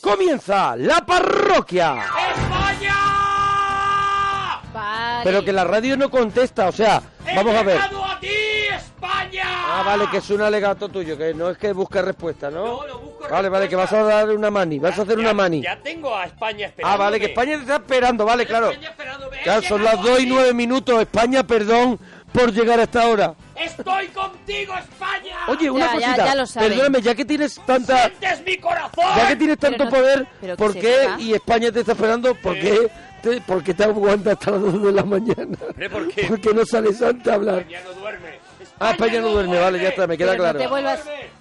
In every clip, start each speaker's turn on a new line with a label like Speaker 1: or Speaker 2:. Speaker 1: comienza la parroquia.
Speaker 2: ¡España!
Speaker 3: Vale.
Speaker 1: Pero que la radio no contesta, o sea,
Speaker 2: ¡He
Speaker 1: vamos a ver.
Speaker 2: llegado a ti, España!
Speaker 1: Ah, vale, que es un alegato tuyo, que no es que busque respuesta, ¿no?
Speaker 2: No, no busco
Speaker 1: Vale, vale, que vas a
Speaker 2: respuesta.
Speaker 1: dar una mani, vas a hacer
Speaker 2: Ya-
Speaker 1: una mani.
Speaker 2: Ya tengo a España esperando.
Speaker 1: Ah, vale, que España te está esperando, vale, claro.
Speaker 2: España esperándome.
Speaker 1: Claro,
Speaker 2: He
Speaker 1: son
Speaker 2: llegado
Speaker 1: las 2
Speaker 2: a
Speaker 1: y
Speaker 2: ti.
Speaker 1: 9 minutos. España, perdón por llegar a esta hora.
Speaker 2: ¡Estoy contigo, España!
Speaker 1: Oye, una
Speaker 3: Ya, ya,
Speaker 1: cosita.
Speaker 3: ya lo saben.
Speaker 1: Perdóname, ya que tienes tanta.
Speaker 2: ¡Sientes mi corazón!
Speaker 1: Ya que tienes
Speaker 3: Pero
Speaker 1: tanto
Speaker 3: no-
Speaker 1: poder,
Speaker 3: pero que
Speaker 1: ¿por
Speaker 3: se
Speaker 1: qué?
Speaker 3: va.
Speaker 1: Y España te está esperando, ¿por qué? Te, ¿Por qué te aguantas hasta las 2 de la mañana?
Speaker 2: Hombre, ¿por qué?
Speaker 1: Porque no sales antes a hablar.
Speaker 2: España no duerme.
Speaker 1: Ah, España no duerme, vale, ya está, me queda
Speaker 3: Pero
Speaker 1: claro.
Speaker 3: No te vuelvas.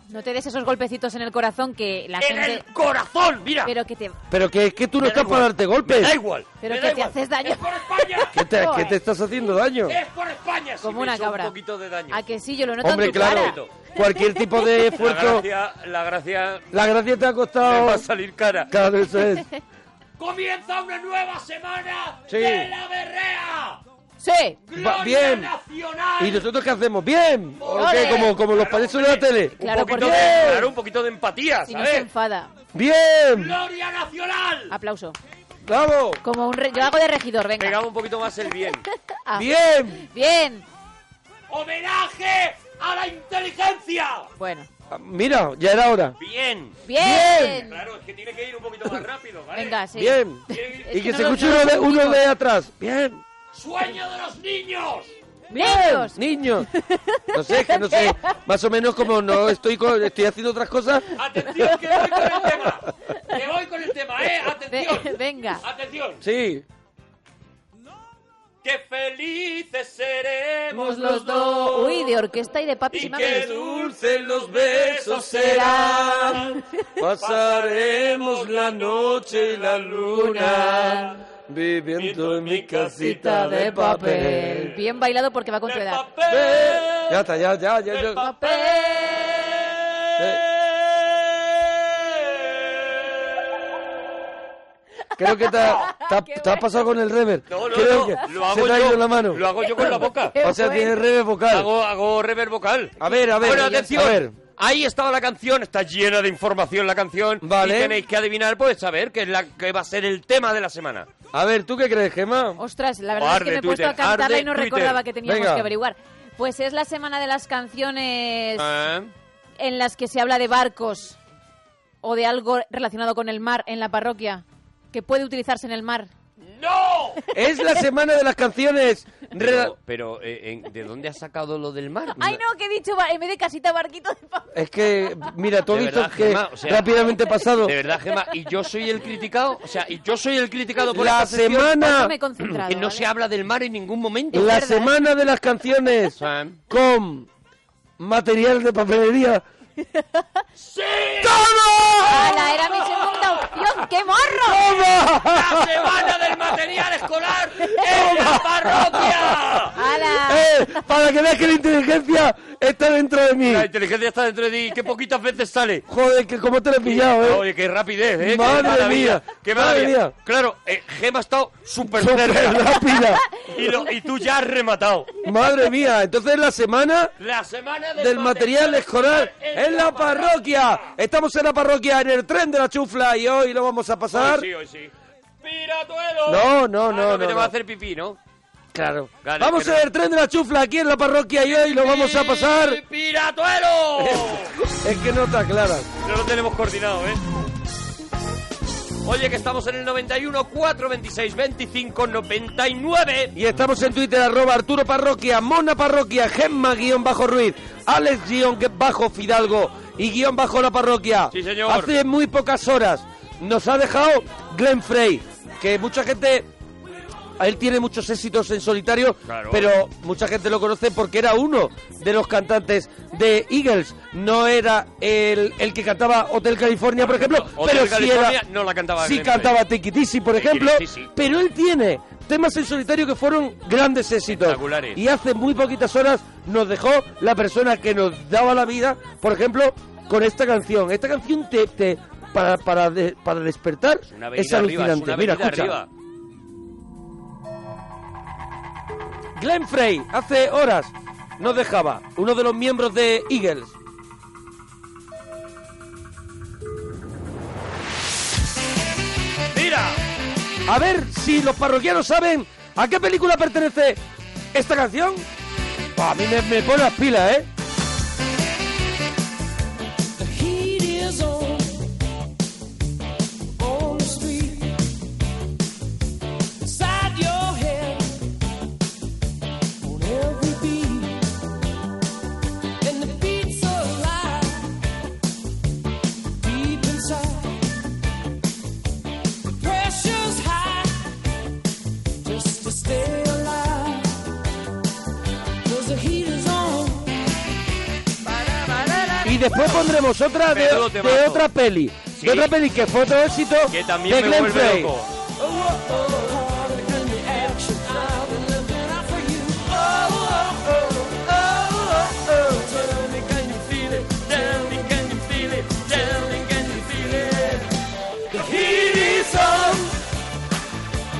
Speaker 3: No te des esos golpecitos en el corazón que la
Speaker 2: ¡En
Speaker 3: gente.
Speaker 2: el corazón! ¡Mira!
Speaker 3: Pero que te.
Speaker 1: Pero que es que tú no
Speaker 2: Me da
Speaker 1: estás para
Speaker 2: igual, me
Speaker 1: darte
Speaker 2: da
Speaker 1: golpes.
Speaker 2: igual.
Speaker 3: Pero
Speaker 2: me
Speaker 3: que
Speaker 2: da
Speaker 3: te
Speaker 2: igual.
Speaker 3: haces daño.
Speaker 2: ¡Es por España!
Speaker 1: ¿Qué te,
Speaker 3: Joder. Eh,
Speaker 1: que te estás haciendo daño?
Speaker 2: ¡Es por España! Si
Speaker 3: Como
Speaker 2: me
Speaker 3: una
Speaker 2: hizo un
Speaker 3: cabra.
Speaker 2: poquito de daño.
Speaker 3: A que sí, yo lo noto
Speaker 1: Hombre,
Speaker 3: en tu
Speaker 1: claro.
Speaker 3: cara.
Speaker 1: Cualquier tipo de
Speaker 2: La
Speaker 1: esfuerzo.
Speaker 2: gracia, la gracia
Speaker 1: La gracia te ha
Speaker 2: me va a
Speaker 1: costado.
Speaker 2: salir cara.
Speaker 1: Claro, eso es.
Speaker 2: ¡Comienza una nueva semana
Speaker 1: Sí.
Speaker 2: de la berrea!
Speaker 3: Sí.
Speaker 2: ¡Gloria
Speaker 1: Va- bien.
Speaker 2: nacional!
Speaker 1: ¿Y nosotros qué hacemos? ¡Bien! ¿O
Speaker 3: Ole.
Speaker 1: qué? Como, como los
Speaker 2: Claro,
Speaker 1: payasos de la
Speaker 2: hombre.
Speaker 1: tele.
Speaker 3: Claro,
Speaker 2: un poquito
Speaker 3: porque-
Speaker 2: de, claro, un poquito de empatía,
Speaker 3: Si no se
Speaker 2: ¿sabes?
Speaker 3: enfada.
Speaker 1: ¡Bien!
Speaker 2: ¡Gloria nacional!
Speaker 3: Aplauso.
Speaker 1: ¡Bravo!
Speaker 3: Como un re- Yo hago de regidor, venga.
Speaker 2: Pegaba un poquito más el bien.
Speaker 3: Ah,
Speaker 1: ¡Bien!
Speaker 3: Bien.
Speaker 2: ¡Homenaje a la inteligencia!
Speaker 3: Bueno.
Speaker 1: Ah, Mira, ya era hora.
Speaker 2: Bien.
Speaker 3: Bien.
Speaker 2: Claro, es que tiene que ir un poquito más rápido, ¿vale?
Speaker 3: Venga, sí.
Speaker 1: ¡Bien!
Speaker 2: Tiene que
Speaker 1: Y
Speaker 2: ir-
Speaker 3: Es
Speaker 1: que
Speaker 3: que
Speaker 1: se
Speaker 3: no lo-
Speaker 1: escuche
Speaker 3: no
Speaker 1: uno
Speaker 3: lo
Speaker 1: de, uno
Speaker 3: sentimos.
Speaker 1: de atrás. ¡Bien!
Speaker 2: ¡Sueño de los niños!
Speaker 1: ¡Bien!
Speaker 3: Niños.
Speaker 1: ¡Niños! No sé, es que no sé. Más o menos como no estoy con- estoy haciendo otras cosas.
Speaker 2: ¡Atención, que voy con el tema! ¡Que voy con el tema, eh!
Speaker 3: Ve-
Speaker 2: ¡Atención!
Speaker 3: venga.
Speaker 2: ¡Atención!
Speaker 1: Sí.
Speaker 2: ¡Qué felices seremos
Speaker 3: Los dos. Uy, de orquesta y de papi y
Speaker 2: Y
Speaker 3: mami.
Speaker 2: qué dulces los besos serán.
Speaker 3: serán.
Speaker 1: Pasaremos la noche y la luna
Speaker 3: luna
Speaker 1: viviendo en mi casita
Speaker 3: Cita
Speaker 1: de papel.
Speaker 3: Bien bailado porque va con tu
Speaker 2: De
Speaker 3: edad.
Speaker 2: papel.
Speaker 1: Ya está, ya, ya, ya.
Speaker 2: De
Speaker 1: ya. Eh.
Speaker 2: papel.
Speaker 1: Creo que te, ha- te ha-
Speaker 3: Qué
Speaker 1: te ha pasado con el rever.
Speaker 2: No, no, no,
Speaker 1: Creo que
Speaker 2: lo
Speaker 1: se
Speaker 2: hago
Speaker 1: te ha
Speaker 2: yo.
Speaker 1: ido la mano.
Speaker 2: Lo hago yo con la boca.
Speaker 3: Qué
Speaker 1: O sea,
Speaker 3: bueno.
Speaker 1: tiene rever vocal.
Speaker 2: Hago, hago rever vocal.
Speaker 1: A ver, a ver.
Speaker 2: bueno, atención.
Speaker 1: A ver.
Speaker 2: Ahí estaba la canción, está llena de información la canción.
Speaker 1: Vale.
Speaker 2: Y tenéis que adivinar, pues, saber qué es la que va a ser el tema de la semana.
Speaker 1: A ver, ¿tú qué crees, Gemma?
Speaker 3: Ostras, la verdad es
Speaker 2: Arde
Speaker 3: que me he puesto a
Speaker 2: Twitter,
Speaker 3: cantarla
Speaker 2: arde
Speaker 3: y no
Speaker 2: Twitter.
Speaker 3: recordaba que teníamos
Speaker 1: Venga.
Speaker 3: que averiguar. Pues es la semana de las canciones
Speaker 2: Ah,
Speaker 3: en las que se habla de barcos o de algo relacionado con el mar en la parroquia que puede utilizarse en el mar.
Speaker 2: ¡No!
Speaker 1: Es la semana de las canciones. Re-
Speaker 2: Pero, pero, eh, en- ¿de dónde has sacado lo del mar?
Speaker 3: Ay, no, que he dicho ba- en vez de casita, barquito de papel.
Speaker 1: Es que, Eh, mira, tú has
Speaker 2: De
Speaker 1: visto
Speaker 2: verdad,
Speaker 1: que
Speaker 2: Gemma, o sea,
Speaker 1: rápidamente he pasado.
Speaker 2: De verdad, Gemma, y yo soy el criticado, o sea, y yo soy el criticado por
Speaker 1: La
Speaker 2: esta sección
Speaker 1: semana,
Speaker 3: me he concentrado.
Speaker 2: que no
Speaker 3: ¿vale?
Speaker 2: se habla del mar en ningún momento.
Speaker 1: la
Speaker 3: verdad,
Speaker 1: semana de las canciones
Speaker 2: Sam.
Speaker 1: con material de papelería.
Speaker 2: ¡Sí!
Speaker 3: ¡Hala, era mi segunda opción! ¡Qué morro!
Speaker 1: ¡Toma!
Speaker 2: ¡La semana del material escolar en la parroquia!
Speaker 3: ¡Hala!
Speaker 1: Eh, para que veas que la inteligencia está dentro de mí.
Speaker 2: La inteligencia está dentro de ti, qué poquitas veces sale.
Speaker 1: Joder, que cómo te lo he pillado, eh.
Speaker 2: Oye, qué rapidez, ¿eh?
Speaker 1: Madre
Speaker 2: qué maravilla,
Speaker 1: mía,
Speaker 2: qué
Speaker 1: madre
Speaker 2: maravilla.
Speaker 1: mía.
Speaker 2: Claro, eh, Gema ha estado súper
Speaker 1: Súper
Speaker 2: cerca.
Speaker 1: rápida.
Speaker 2: Y, lo- y tú ya has rematado.
Speaker 1: Madre mía, entonces la semana
Speaker 2: La semana del,
Speaker 1: del material escolar en la parroquia. Estamos en la parroquia, en el tren de la chufla y hoy lo vamos a pasar.
Speaker 2: Hoy sí, hoy sí. ¡Piratuelo!
Speaker 1: No, no,
Speaker 2: Ah,
Speaker 1: no, no,
Speaker 2: que te
Speaker 1: no.
Speaker 2: va a hacer pipí, ¿no?
Speaker 1: Claro.
Speaker 2: Vale,
Speaker 1: vamos
Speaker 2: pero-
Speaker 1: en el tren de la chufla aquí en la parroquia y hoy lo vamos a pasar.
Speaker 2: ¡Pi- ¡Piratuelo!
Speaker 1: Es que no está clara.
Speaker 2: no lo tenemos coordinado, ¿eh? Oye, que estamos en el 91, 4, 26, 25, 99.
Speaker 1: Y estamos en Twitter, arroba Arturo Parroquia, Mona Parroquia, Gemma guión bajo Ruiz, Alex guión que- bajo Fidalgo y guión bajo la parroquia.
Speaker 2: Sí, señor.
Speaker 1: Hace muy pocas horas nos ha dejado Glenn Frey, que mucha gente... a Él tiene muchos éxitos en solitario,
Speaker 2: Claro.
Speaker 1: pero mucha gente lo conoce porque era uno de los cantantes de Eagles. No era el, el que cantaba Hotel California, por ejemplo,
Speaker 2: Hotel
Speaker 1: pero sí era-
Speaker 2: California no la cantaba
Speaker 1: Sí
Speaker 2: Glenn Frey.
Speaker 1: cantaba Tikitisi, por ejemplo,
Speaker 2: Tikitisi.
Speaker 1: pero él tiene temas en solitario que fueron grandes éxitos.
Speaker 2: Espectaculares.
Speaker 1: Y hace muy poquitas horas nos dejó la persona que nos daba la vida, por ejemplo, con esta canción. Esta canción te, te- para, para, de- para despertar
Speaker 2: Una avenida
Speaker 1: es alucinante.
Speaker 2: arriba, es una
Speaker 1: Mira,
Speaker 2: avenida
Speaker 1: escucha.
Speaker 2: arriba.
Speaker 1: Glenn Frey, hace horas, nos dejaba uno de los miembros de Eagles. A ver si los parroquianos saben a qué película pertenece esta canción. Buah, a mí me, me pone las pilas, ¿eh?
Speaker 4: The heat is on on the street inside your head on every beat and the beats alive deep inside the pressure's high just to stay alive 'Cause the heat is on.
Speaker 1: Y después pondremos otra de,
Speaker 2: Menudo
Speaker 1: de
Speaker 2: temazo.
Speaker 1: otra peli.
Speaker 2: Sí.
Speaker 1: De otra peli que fue otro éxito
Speaker 2: Que
Speaker 1: de
Speaker 2: también me
Speaker 1: Glenn
Speaker 2: vuelve
Speaker 1: Frey.
Speaker 2: loco.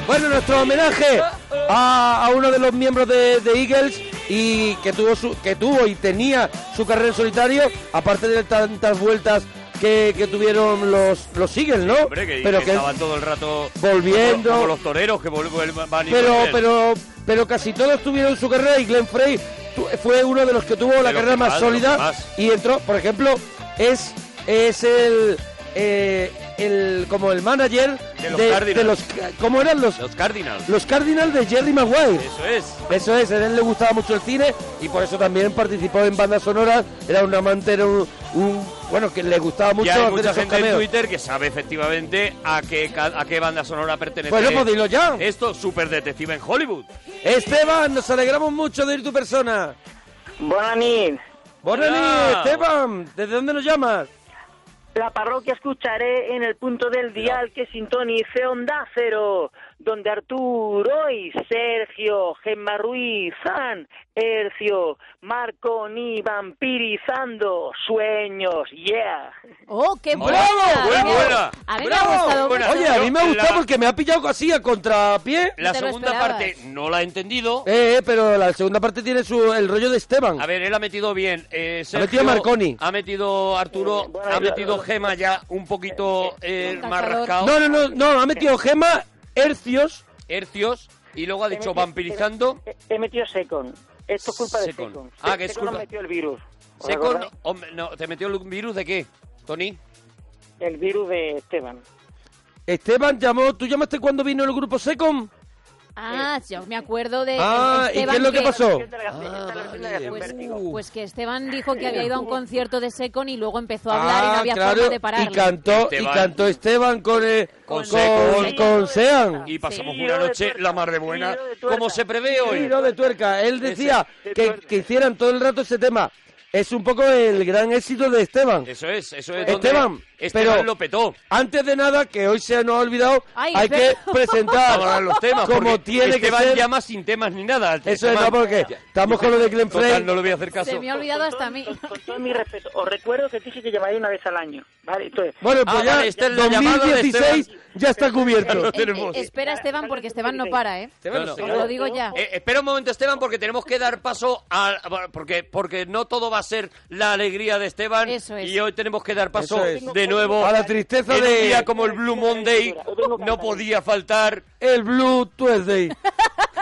Speaker 1: Bueno, nuestro homenaje a, a uno de los miembros de, de Eagles y que tuvo su, que tuvo y tenía su carrera en solitario, aparte de tantas vueltas que, que tuvieron los, los Eagles, ¿no?
Speaker 2: Hombre, que,
Speaker 1: pero
Speaker 2: que estaban todo el rato
Speaker 1: volviendo.
Speaker 2: Como, como los toreros que vol- vuelvan- van y
Speaker 1: pero,
Speaker 2: vuelven.
Speaker 1: pero, pero casi todos tuvieron su carrera y Glenn Frey tu- fue uno de los que tuvo la
Speaker 2: los
Speaker 1: carrera
Speaker 2: que
Speaker 1: más
Speaker 2: más, de los
Speaker 1: sólida
Speaker 2: que más.
Speaker 1: y entró, por ejemplo, es, es el, eh, el como el manager
Speaker 2: De los
Speaker 1: de,
Speaker 2: Cardinals.
Speaker 1: los ca- ¿cómo eran los
Speaker 2: Los Cardinals.
Speaker 1: los Cardinals de Jerry Maguire?
Speaker 2: Eso es.
Speaker 1: Eso es, a él le gustaba mucho el cine y por eso también participó en bandas sonoras, era un amante, era un, un- bueno, que le gustaba mucho
Speaker 2: ya hay
Speaker 1: hacer
Speaker 2: mucha
Speaker 1: esos
Speaker 2: gente en
Speaker 1: cameos.
Speaker 2: Twitter que sabe efectivamente a qué, ca- a qué banda sonora pertenece.
Speaker 1: Bueno, pues dilo ya.
Speaker 2: Esto, Super Detective en Hollywood.
Speaker 1: Esteban, nos alegramos mucho de ir tu persona.
Speaker 5: Bona nit.
Speaker 1: Bonelli,
Speaker 2: Hola.
Speaker 1: Esteban, ¿desde dónde nos llamas?
Speaker 5: La parroquia escucharé en el punto del dial que sintonice Onda Cero, donde Arturo y Sergio, Gemma Ruiz, San, Hercio, Marco ni vampirizando sueños, yeah.
Speaker 3: ¡Oh, qué
Speaker 2: Hola,
Speaker 3: buena!
Speaker 2: muy
Speaker 3: A mí me-
Speaker 2: buena.
Speaker 3: A mí
Speaker 2: Bravo,
Speaker 3: me ha gustado
Speaker 2: buena.
Speaker 3: mucho.
Speaker 1: Oye, a mí me ha
Speaker 2: yo
Speaker 1: gustado
Speaker 2: la-
Speaker 1: porque me ha pillado así a contrapié.
Speaker 2: La
Speaker 3: te lo
Speaker 2: segunda
Speaker 3: esperabas.
Speaker 2: parte no la he entendido.
Speaker 1: Eh, eh, pero la segunda parte tiene su, el rollo de Esteban.
Speaker 2: A ver, él ha metido bien. eh, Sergio,
Speaker 1: metido Marconi.
Speaker 2: Ha metido Arturo.
Speaker 5: Eh, Bueno,
Speaker 2: ha
Speaker 5: yo-
Speaker 2: metido Gema ya un poquito eh,
Speaker 3: Un
Speaker 2: más
Speaker 3: cazador.
Speaker 2: rascado.
Speaker 1: No, no, no, no, ha metido Gema, Hercios.
Speaker 2: Hercios. Y luego ha
Speaker 5: He
Speaker 2: dicho
Speaker 5: metido-
Speaker 2: vampirizando.
Speaker 5: He, he metido Secon. Esto es culpa
Speaker 2: Second.
Speaker 5: de Secon.
Speaker 2: Ah, que es
Speaker 5: Secon nos
Speaker 2: culpa-
Speaker 5: metió el virus. ¿Os
Speaker 2: Second.
Speaker 5: acordáis?
Speaker 2: hombre, no, ¿Te metió el virus de qué, Tony?
Speaker 5: El virus de Esteban.
Speaker 1: Esteban llamó, ¿tú llamaste cuando vino el grupo Secom?
Speaker 3: Ah, yo me acuerdo de
Speaker 1: Ah, ¿y qué
Speaker 3: Esteban
Speaker 1: es lo que pasó? Ah,
Speaker 5: Esta es la canción- esta es la canción de la
Speaker 3: Pues,
Speaker 5: Vértigo.
Speaker 3: pues que Esteban dijo que había ido a un concierto de Secon y luego empezó a hablar y no
Speaker 1: Ah,
Speaker 3: había
Speaker 1: claro,
Speaker 3: forma de
Speaker 1: y
Speaker 3: pararlo.
Speaker 1: cantó,
Speaker 2: Esteban.
Speaker 1: y cantó Esteban con, eh,
Speaker 2: Con
Speaker 1: con,
Speaker 2: Secon.
Speaker 1: con, Sean.
Speaker 2: Y pasamos
Speaker 5: Sí,
Speaker 2: una
Speaker 5: giro de
Speaker 2: noche
Speaker 5: tuerca,
Speaker 2: la mar de buena.
Speaker 5: giro de tuerca.
Speaker 2: Como se prevé hoy.
Speaker 1: Giro de tuerca. Él decía
Speaker 5: de
Speaker 1: que,
Speaker 5: tuerca.
Speaker 1: que hicieran todo el rato ese tema. Es un poco el gran éxito de Esteban.
Speaker 2: Eso es, eso es.
Speaker 1: Esteban,
Speaker 2: donde Esteban
Speaker 1: pero-
Speaker 2: lo petó.
Speaker 1: Antes de nada, que hoy se nos ha olvidado,
Speaker 3: Ay,
Speaker 1: hay
Speaker 3: pero-
Speaker 1: que presentar
Speaker 2: Vamos a dar los temas.
Speaker 1: como
Speaker 2: porque este
Speaker 1: tiene
Speaker 2: Esteban
Speaker 1: que ser.
Speaker 2: llama sin temas ni nada.
Speaker 1: Eso es,
Speaker 2: Esteban-
Speaker 1: no, porque estamos con lo de Glenn
Speaker 2: Total,
Speaker 1: Frey.
Speaker 2: no le voy a hacer caso.
Speaker 3: Se me ha olvidado hasta a mí.
Speaker 5: Con, con todo mi respeto, os recuerdo que dije que llamaría una vez al año. Vale, entonces.
Speaker 1: Bueno, pues
Speaker 2: Ah,
Speaker 1: ya
Speaker 2: vale, esta es la llamada de
Speaker 1: 2016 ya está cubierto.
Speaker 2: Lo tenemos.
Speaker 3: Eh, eh, espera Esteban porque Esteban no para, ¿eh?
Speaker 2: No, no.
Speaker 1: sí.
Speaker 3: Os lo digo ya.
Speaker 2: Eh, espera un momento, Esteban, porque tenemos que dar paso a. Porque, porque no todo va a ser la alegría de Esteban.
Speaker 3: Eso es.
Speaker 2: Y hoy tenemos que dar paso
Speaker 1: Eso es.
Speaker 2: de nuevo
Speaker 1: A la tristeza
Speaker 2: en
Speaker 1: de-
Speaker 2: Un día como el Blue Monday, no podía faltar.
Speaker 1: El Blue Tuesday.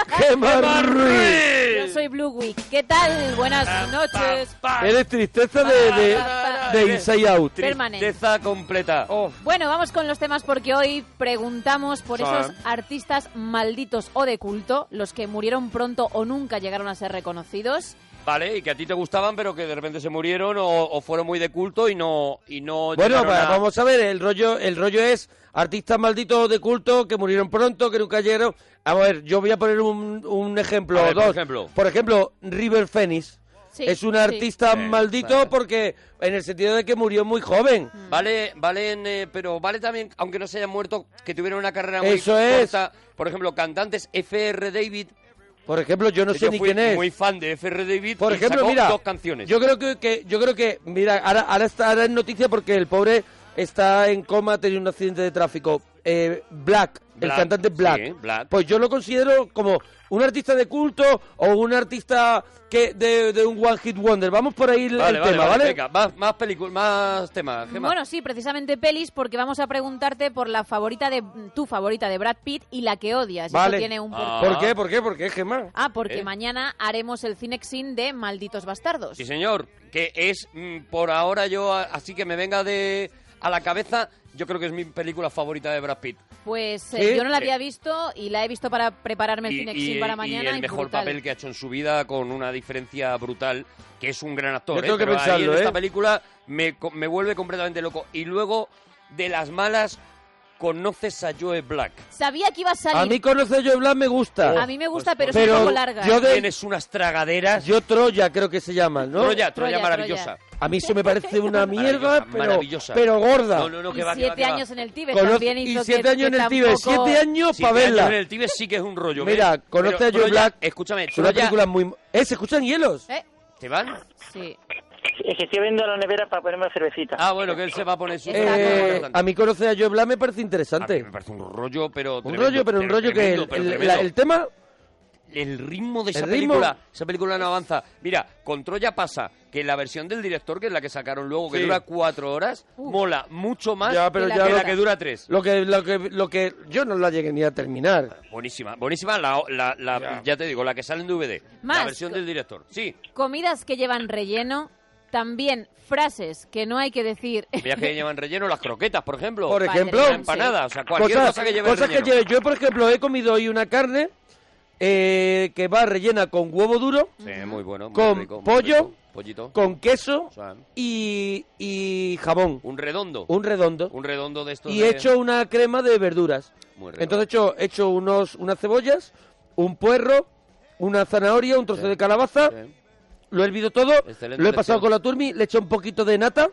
Speaker 1: Gemma Ruiz.
Speaker 3: Yo soy Blue Week. ¿Qué tal? Buenas noches.
Speaker 1: Eres tristeza de, de, de Inside Out. Oh.
Speaker 2: Tristeza completa.
Speaker 3: Bueno, vamos con los temas porque hoy preguntamos por
Speaker 2: Sí.
Speaker 3: esos artistas malditos o de culto, los que murieron pronto o nunca llegaron a ser reconocidos.
Speaker 2: Vale, y que a ti te gustaban, pero que de repente se murieron o, o fueron muy de culto y no. Y no
Speaker 1: Bueno,
Speaker 2: llegaron
Speaker 1: pues,
Speaker 2: a-
Speaker 1: vamos a ver, el rollo, el rollo es artistas malditos de culto que murieron pronto, que nunca llegaron. Vamos a ver, yo voy a poner un, un ejemplo.
Speaker 2: A
Speaker 1: o
Speaker 2: ver, por
Speaker 1: dos.
Speaker 2: ejemplo.
Speaker 1: Por ejemplo, River Phoenix.
Speaker 3: Sí,
Speaker 1: es un
Speaker 3: sí.
Speaker 1: artista
Speaker 2: Eh,
Speaker 1: maldito
Speaker 2: vale.
Speaker 1: porque, en el sentido de que murió muy joven.
Speaker 3: Mm.
Speaker 2: Vale, valen, eh, pero vale también, aunque no se hayan muerto, que tuvieron una carrera muy
Speaker 1: Eso es.
Speaker 2: corta. Por ejemplo, cantantes F.R. David.
Speaker 1: Por ejemplo, yo no
Speaker 2: que
Speaker 1: sé
Speaker 2: yo
Speaker 1: ni
Speaker 2: fui
Speaker 1: quién es.
Speaker 2: muy fan de F.R. David.
Speaker 1: Por
Speaker 2: y
Speaker 1: ejemplo,
Speaker 2: sacó
Speaker 1: mira,
Speaker 2: dos canciones.
Speaker 1: Yo creo que, que- yo creo que mira, ahora ahora está ahora es noticia porque el pobre está en coma, tenía un accidente de tráfico. Eh, Black, el
Speaker 2: Black,
Speaker 1: cantante Black.
Speaker 2: sí, Black.
Speaker 1: Pues yo lo considero como un artista de culto o un artista que de, de un one hit wonder. Vamos por ahí el-
Speaker 2: Vale,
Speaker 1: el
Speaker 2: vale,
Speaker 1: tema,
Speaker 2: vale,
Speaker 1: ¿vale?
Speaker 2: venga, más, más películas, más temas. Gemma.
Speaker 3: Bueno, sí, precisamente pelis, porque vamos a preguntarte por la favorita de tu favorita de Brad Pitt y la que odias. Eso
Speaker 1: Vale.
Speaker 3: tiene un porqué.
Speaker 2: Ah.
Speaker 1: ¿Por qué? ¿Por qué? ¿Por qué, Gemma?
Speaker 3: Ah, porque
Speaker 2: ¿Eh?
Speaker 3: mañana haremos el Cinexin de Malditos Bastardos.
Speaker 2: Sí, señor, que es mm, por ahora yo, a- así que me venga de a la cabeza, yo creo que es mi película favorita de Brad Pitt.
Speaker 3: Pues eh,
Speaker 1: ¿Sí?
Speaker 3: yo no la
Speaker 2: Sí.
Speaker 3: había visto y la he visto para prepararme el Cinexin para mañana.
Speaker 2: y el mejor
Speaker 3: brutal.
Speaker 2: papel que ha hecho en su vida con una diferencia brutal, que es un gran actor.
Speaker 1: Yo tengo
Speaker 2: ¿eh?
Speaker 1: que
Speaker 2: Pero ahí
Speaker 1: pensarlo,
Speaker 2: en
Speaker 1: ¿eh?
Speaker 2: esta película me, co- me vuelve completamente loco. Y luego, de las malas, conoces a Joe Black.
Speaker 3: Sabía que iba a salir.
Speaker 1: A mí conocer yo Black me gusta.
Speaker 3: A mí me gusta, Ah, pero, es
Speaker 1: Pero
Speaker 3: un poco larga.
Speaker 1: yo
Speaker 3: ¿eh?
Speaker 1: de-
Speaker 2: Tienes unas tragaderas.
Speaker 1: Yo Troya creo que se llama, ¿no?
Speaker 2: Troya, Troya,
Speaker 3: Troya,
Speaker 2: maravillosa.
Speaker 1: A mí eso me parece una mierda,
Speaker 2: Maravillosa,
Speaker 1: pero,
Speaker 2: maravillosa.
Speaker 1: pero gorda.
Speaker 2: No, no, no, que
Speaker 3: Y
Speaker 2: va, que va,
Speaker 3: siete
Speaker 2: que va.
Speaker 3: años en el Tíbet
Speaker 1: Conoce-
Speaker 3: también hizo
Speaker 1: y
Speaker 3: que-
Speaker 1: siete años
Speaker 3: que
Speaker 1: en el Tíbet,
Speaker 3: tampoco-
Speaker 1: siete años
Speaker 2: Siete
Speaker 1: para
Speaker 2: años
Speaker 1: verla.
Speaker 2: En el Tíbet sí que es un rollo.
Speaker 1: Mira,
Speaker 2: ¿ves?
Speaker 1: conoce
Speaker 2: Pero
Speaker 1: a Joe
Speaker 2: Troya-
Speaker 1: Black.
Speaker 2: Escúchame,
Speaker 1: Es una
Speaker 2: Troya-
Speaker 1: película muy... ¿Eh, se escuchan hielos?
Speaker 3: ¿Eh?
Speaker 2: ¿Te van?
Speaker 3: Sí.
Speaker 5: Es que estoy viendo la nevera para ponerme una cervecita.
Speaker 2: Ah, bueno, que él se va a poner su...
Speaker 3: Eh,
Speaker 1: Eh,
Speaker 2: Importante.
Speaker 1: a mí conocer a Joe Black me
Speaker 2: A
Speaker 1: parece
Speaker 2: mí
Speaker 1: interesante.
Speaker 2: me parece un rollo, pero.
Speaker 1: Un
Speaker 2: tremendo,
Speaker 1: rollo, pero un rollo que
Speaker 2: tremendo,
Speaker 1: el,
Speaker 2: pero
Speaker 1: el-
Speaker 2: tremendo.
Speaker 1: la- el tema...
Speaker 2: El ritmo de esa
Speaker 1: ¿El ritmo?
Speaker 2: película. Esa película no avanza. Mira, con Troya pasa que la versión del director, que es la que sacaron luego, que
Speaker 1: Sí.
Speaker 2: dura cuatro horas, mola mucho más
Speaker 1: Ya, pero
Speaker 3: Y la
Speaker 1: ya
Speaker 2: que
Speaker 1: lo,
Speaker 2: la que dura tres.
Speaker 1: lo que lo que lo que yo no la llegué ni a terminar.
Speaker 2: Buenísima, buenísima la, la- la- ya. te digo, la que sale en DVD.
Speaker 3: Más.
Speaker 2: La versión del director. Sí,
Speaker 3: Comidas que llevan relleno, también frases que no hay que decir.
Speaker 2: viajes que llevan relleno, las croquetas, por ejemplo.
Speaker 1: Por ejemplo,
Speaker 2: la empanada, o sea, cualquier cosa que lleve
Speaker 1: cosas que
Speaker 2: relleno.
Speaker 1: lleve. Yo, por ejemplo, he comido hoy una carne eh, que va rellena con huevo duro,
Speaker 2: Sí, muy bueno. muy
Speaker 1: Con
Speaker 2: rico, muy
Speaker 1: pollo,
Speaker 2: rico. Pollito.
Speaker 1: con queso
Speaker 2: O sea,
Speaker 1: y, y jamón,
Speaker 2: un redondo.
Speaker 1: un redondo.
Speaker 2: Un redondo de estos.
Speaker 1: y
Speaker 2: de-
Speaker 1: he hecho una crema de verduras.
Speaker 2: Muy rico.
Speaker 1: Entonces he hecho, he hecho unos, unas cebollas, un puerro, una zanahoria, un trozo
Speaker 2: Sí.
Speaker 1: de calabaza,
Speaker 2: Sí.
Speaker 1: lo he hervido todo,
Speaker 2: Excelente
Speaker 1: lo he pasado
Speaker 2: elección.
Speaker 1: con la turmi, le he hecho un poquito de nata,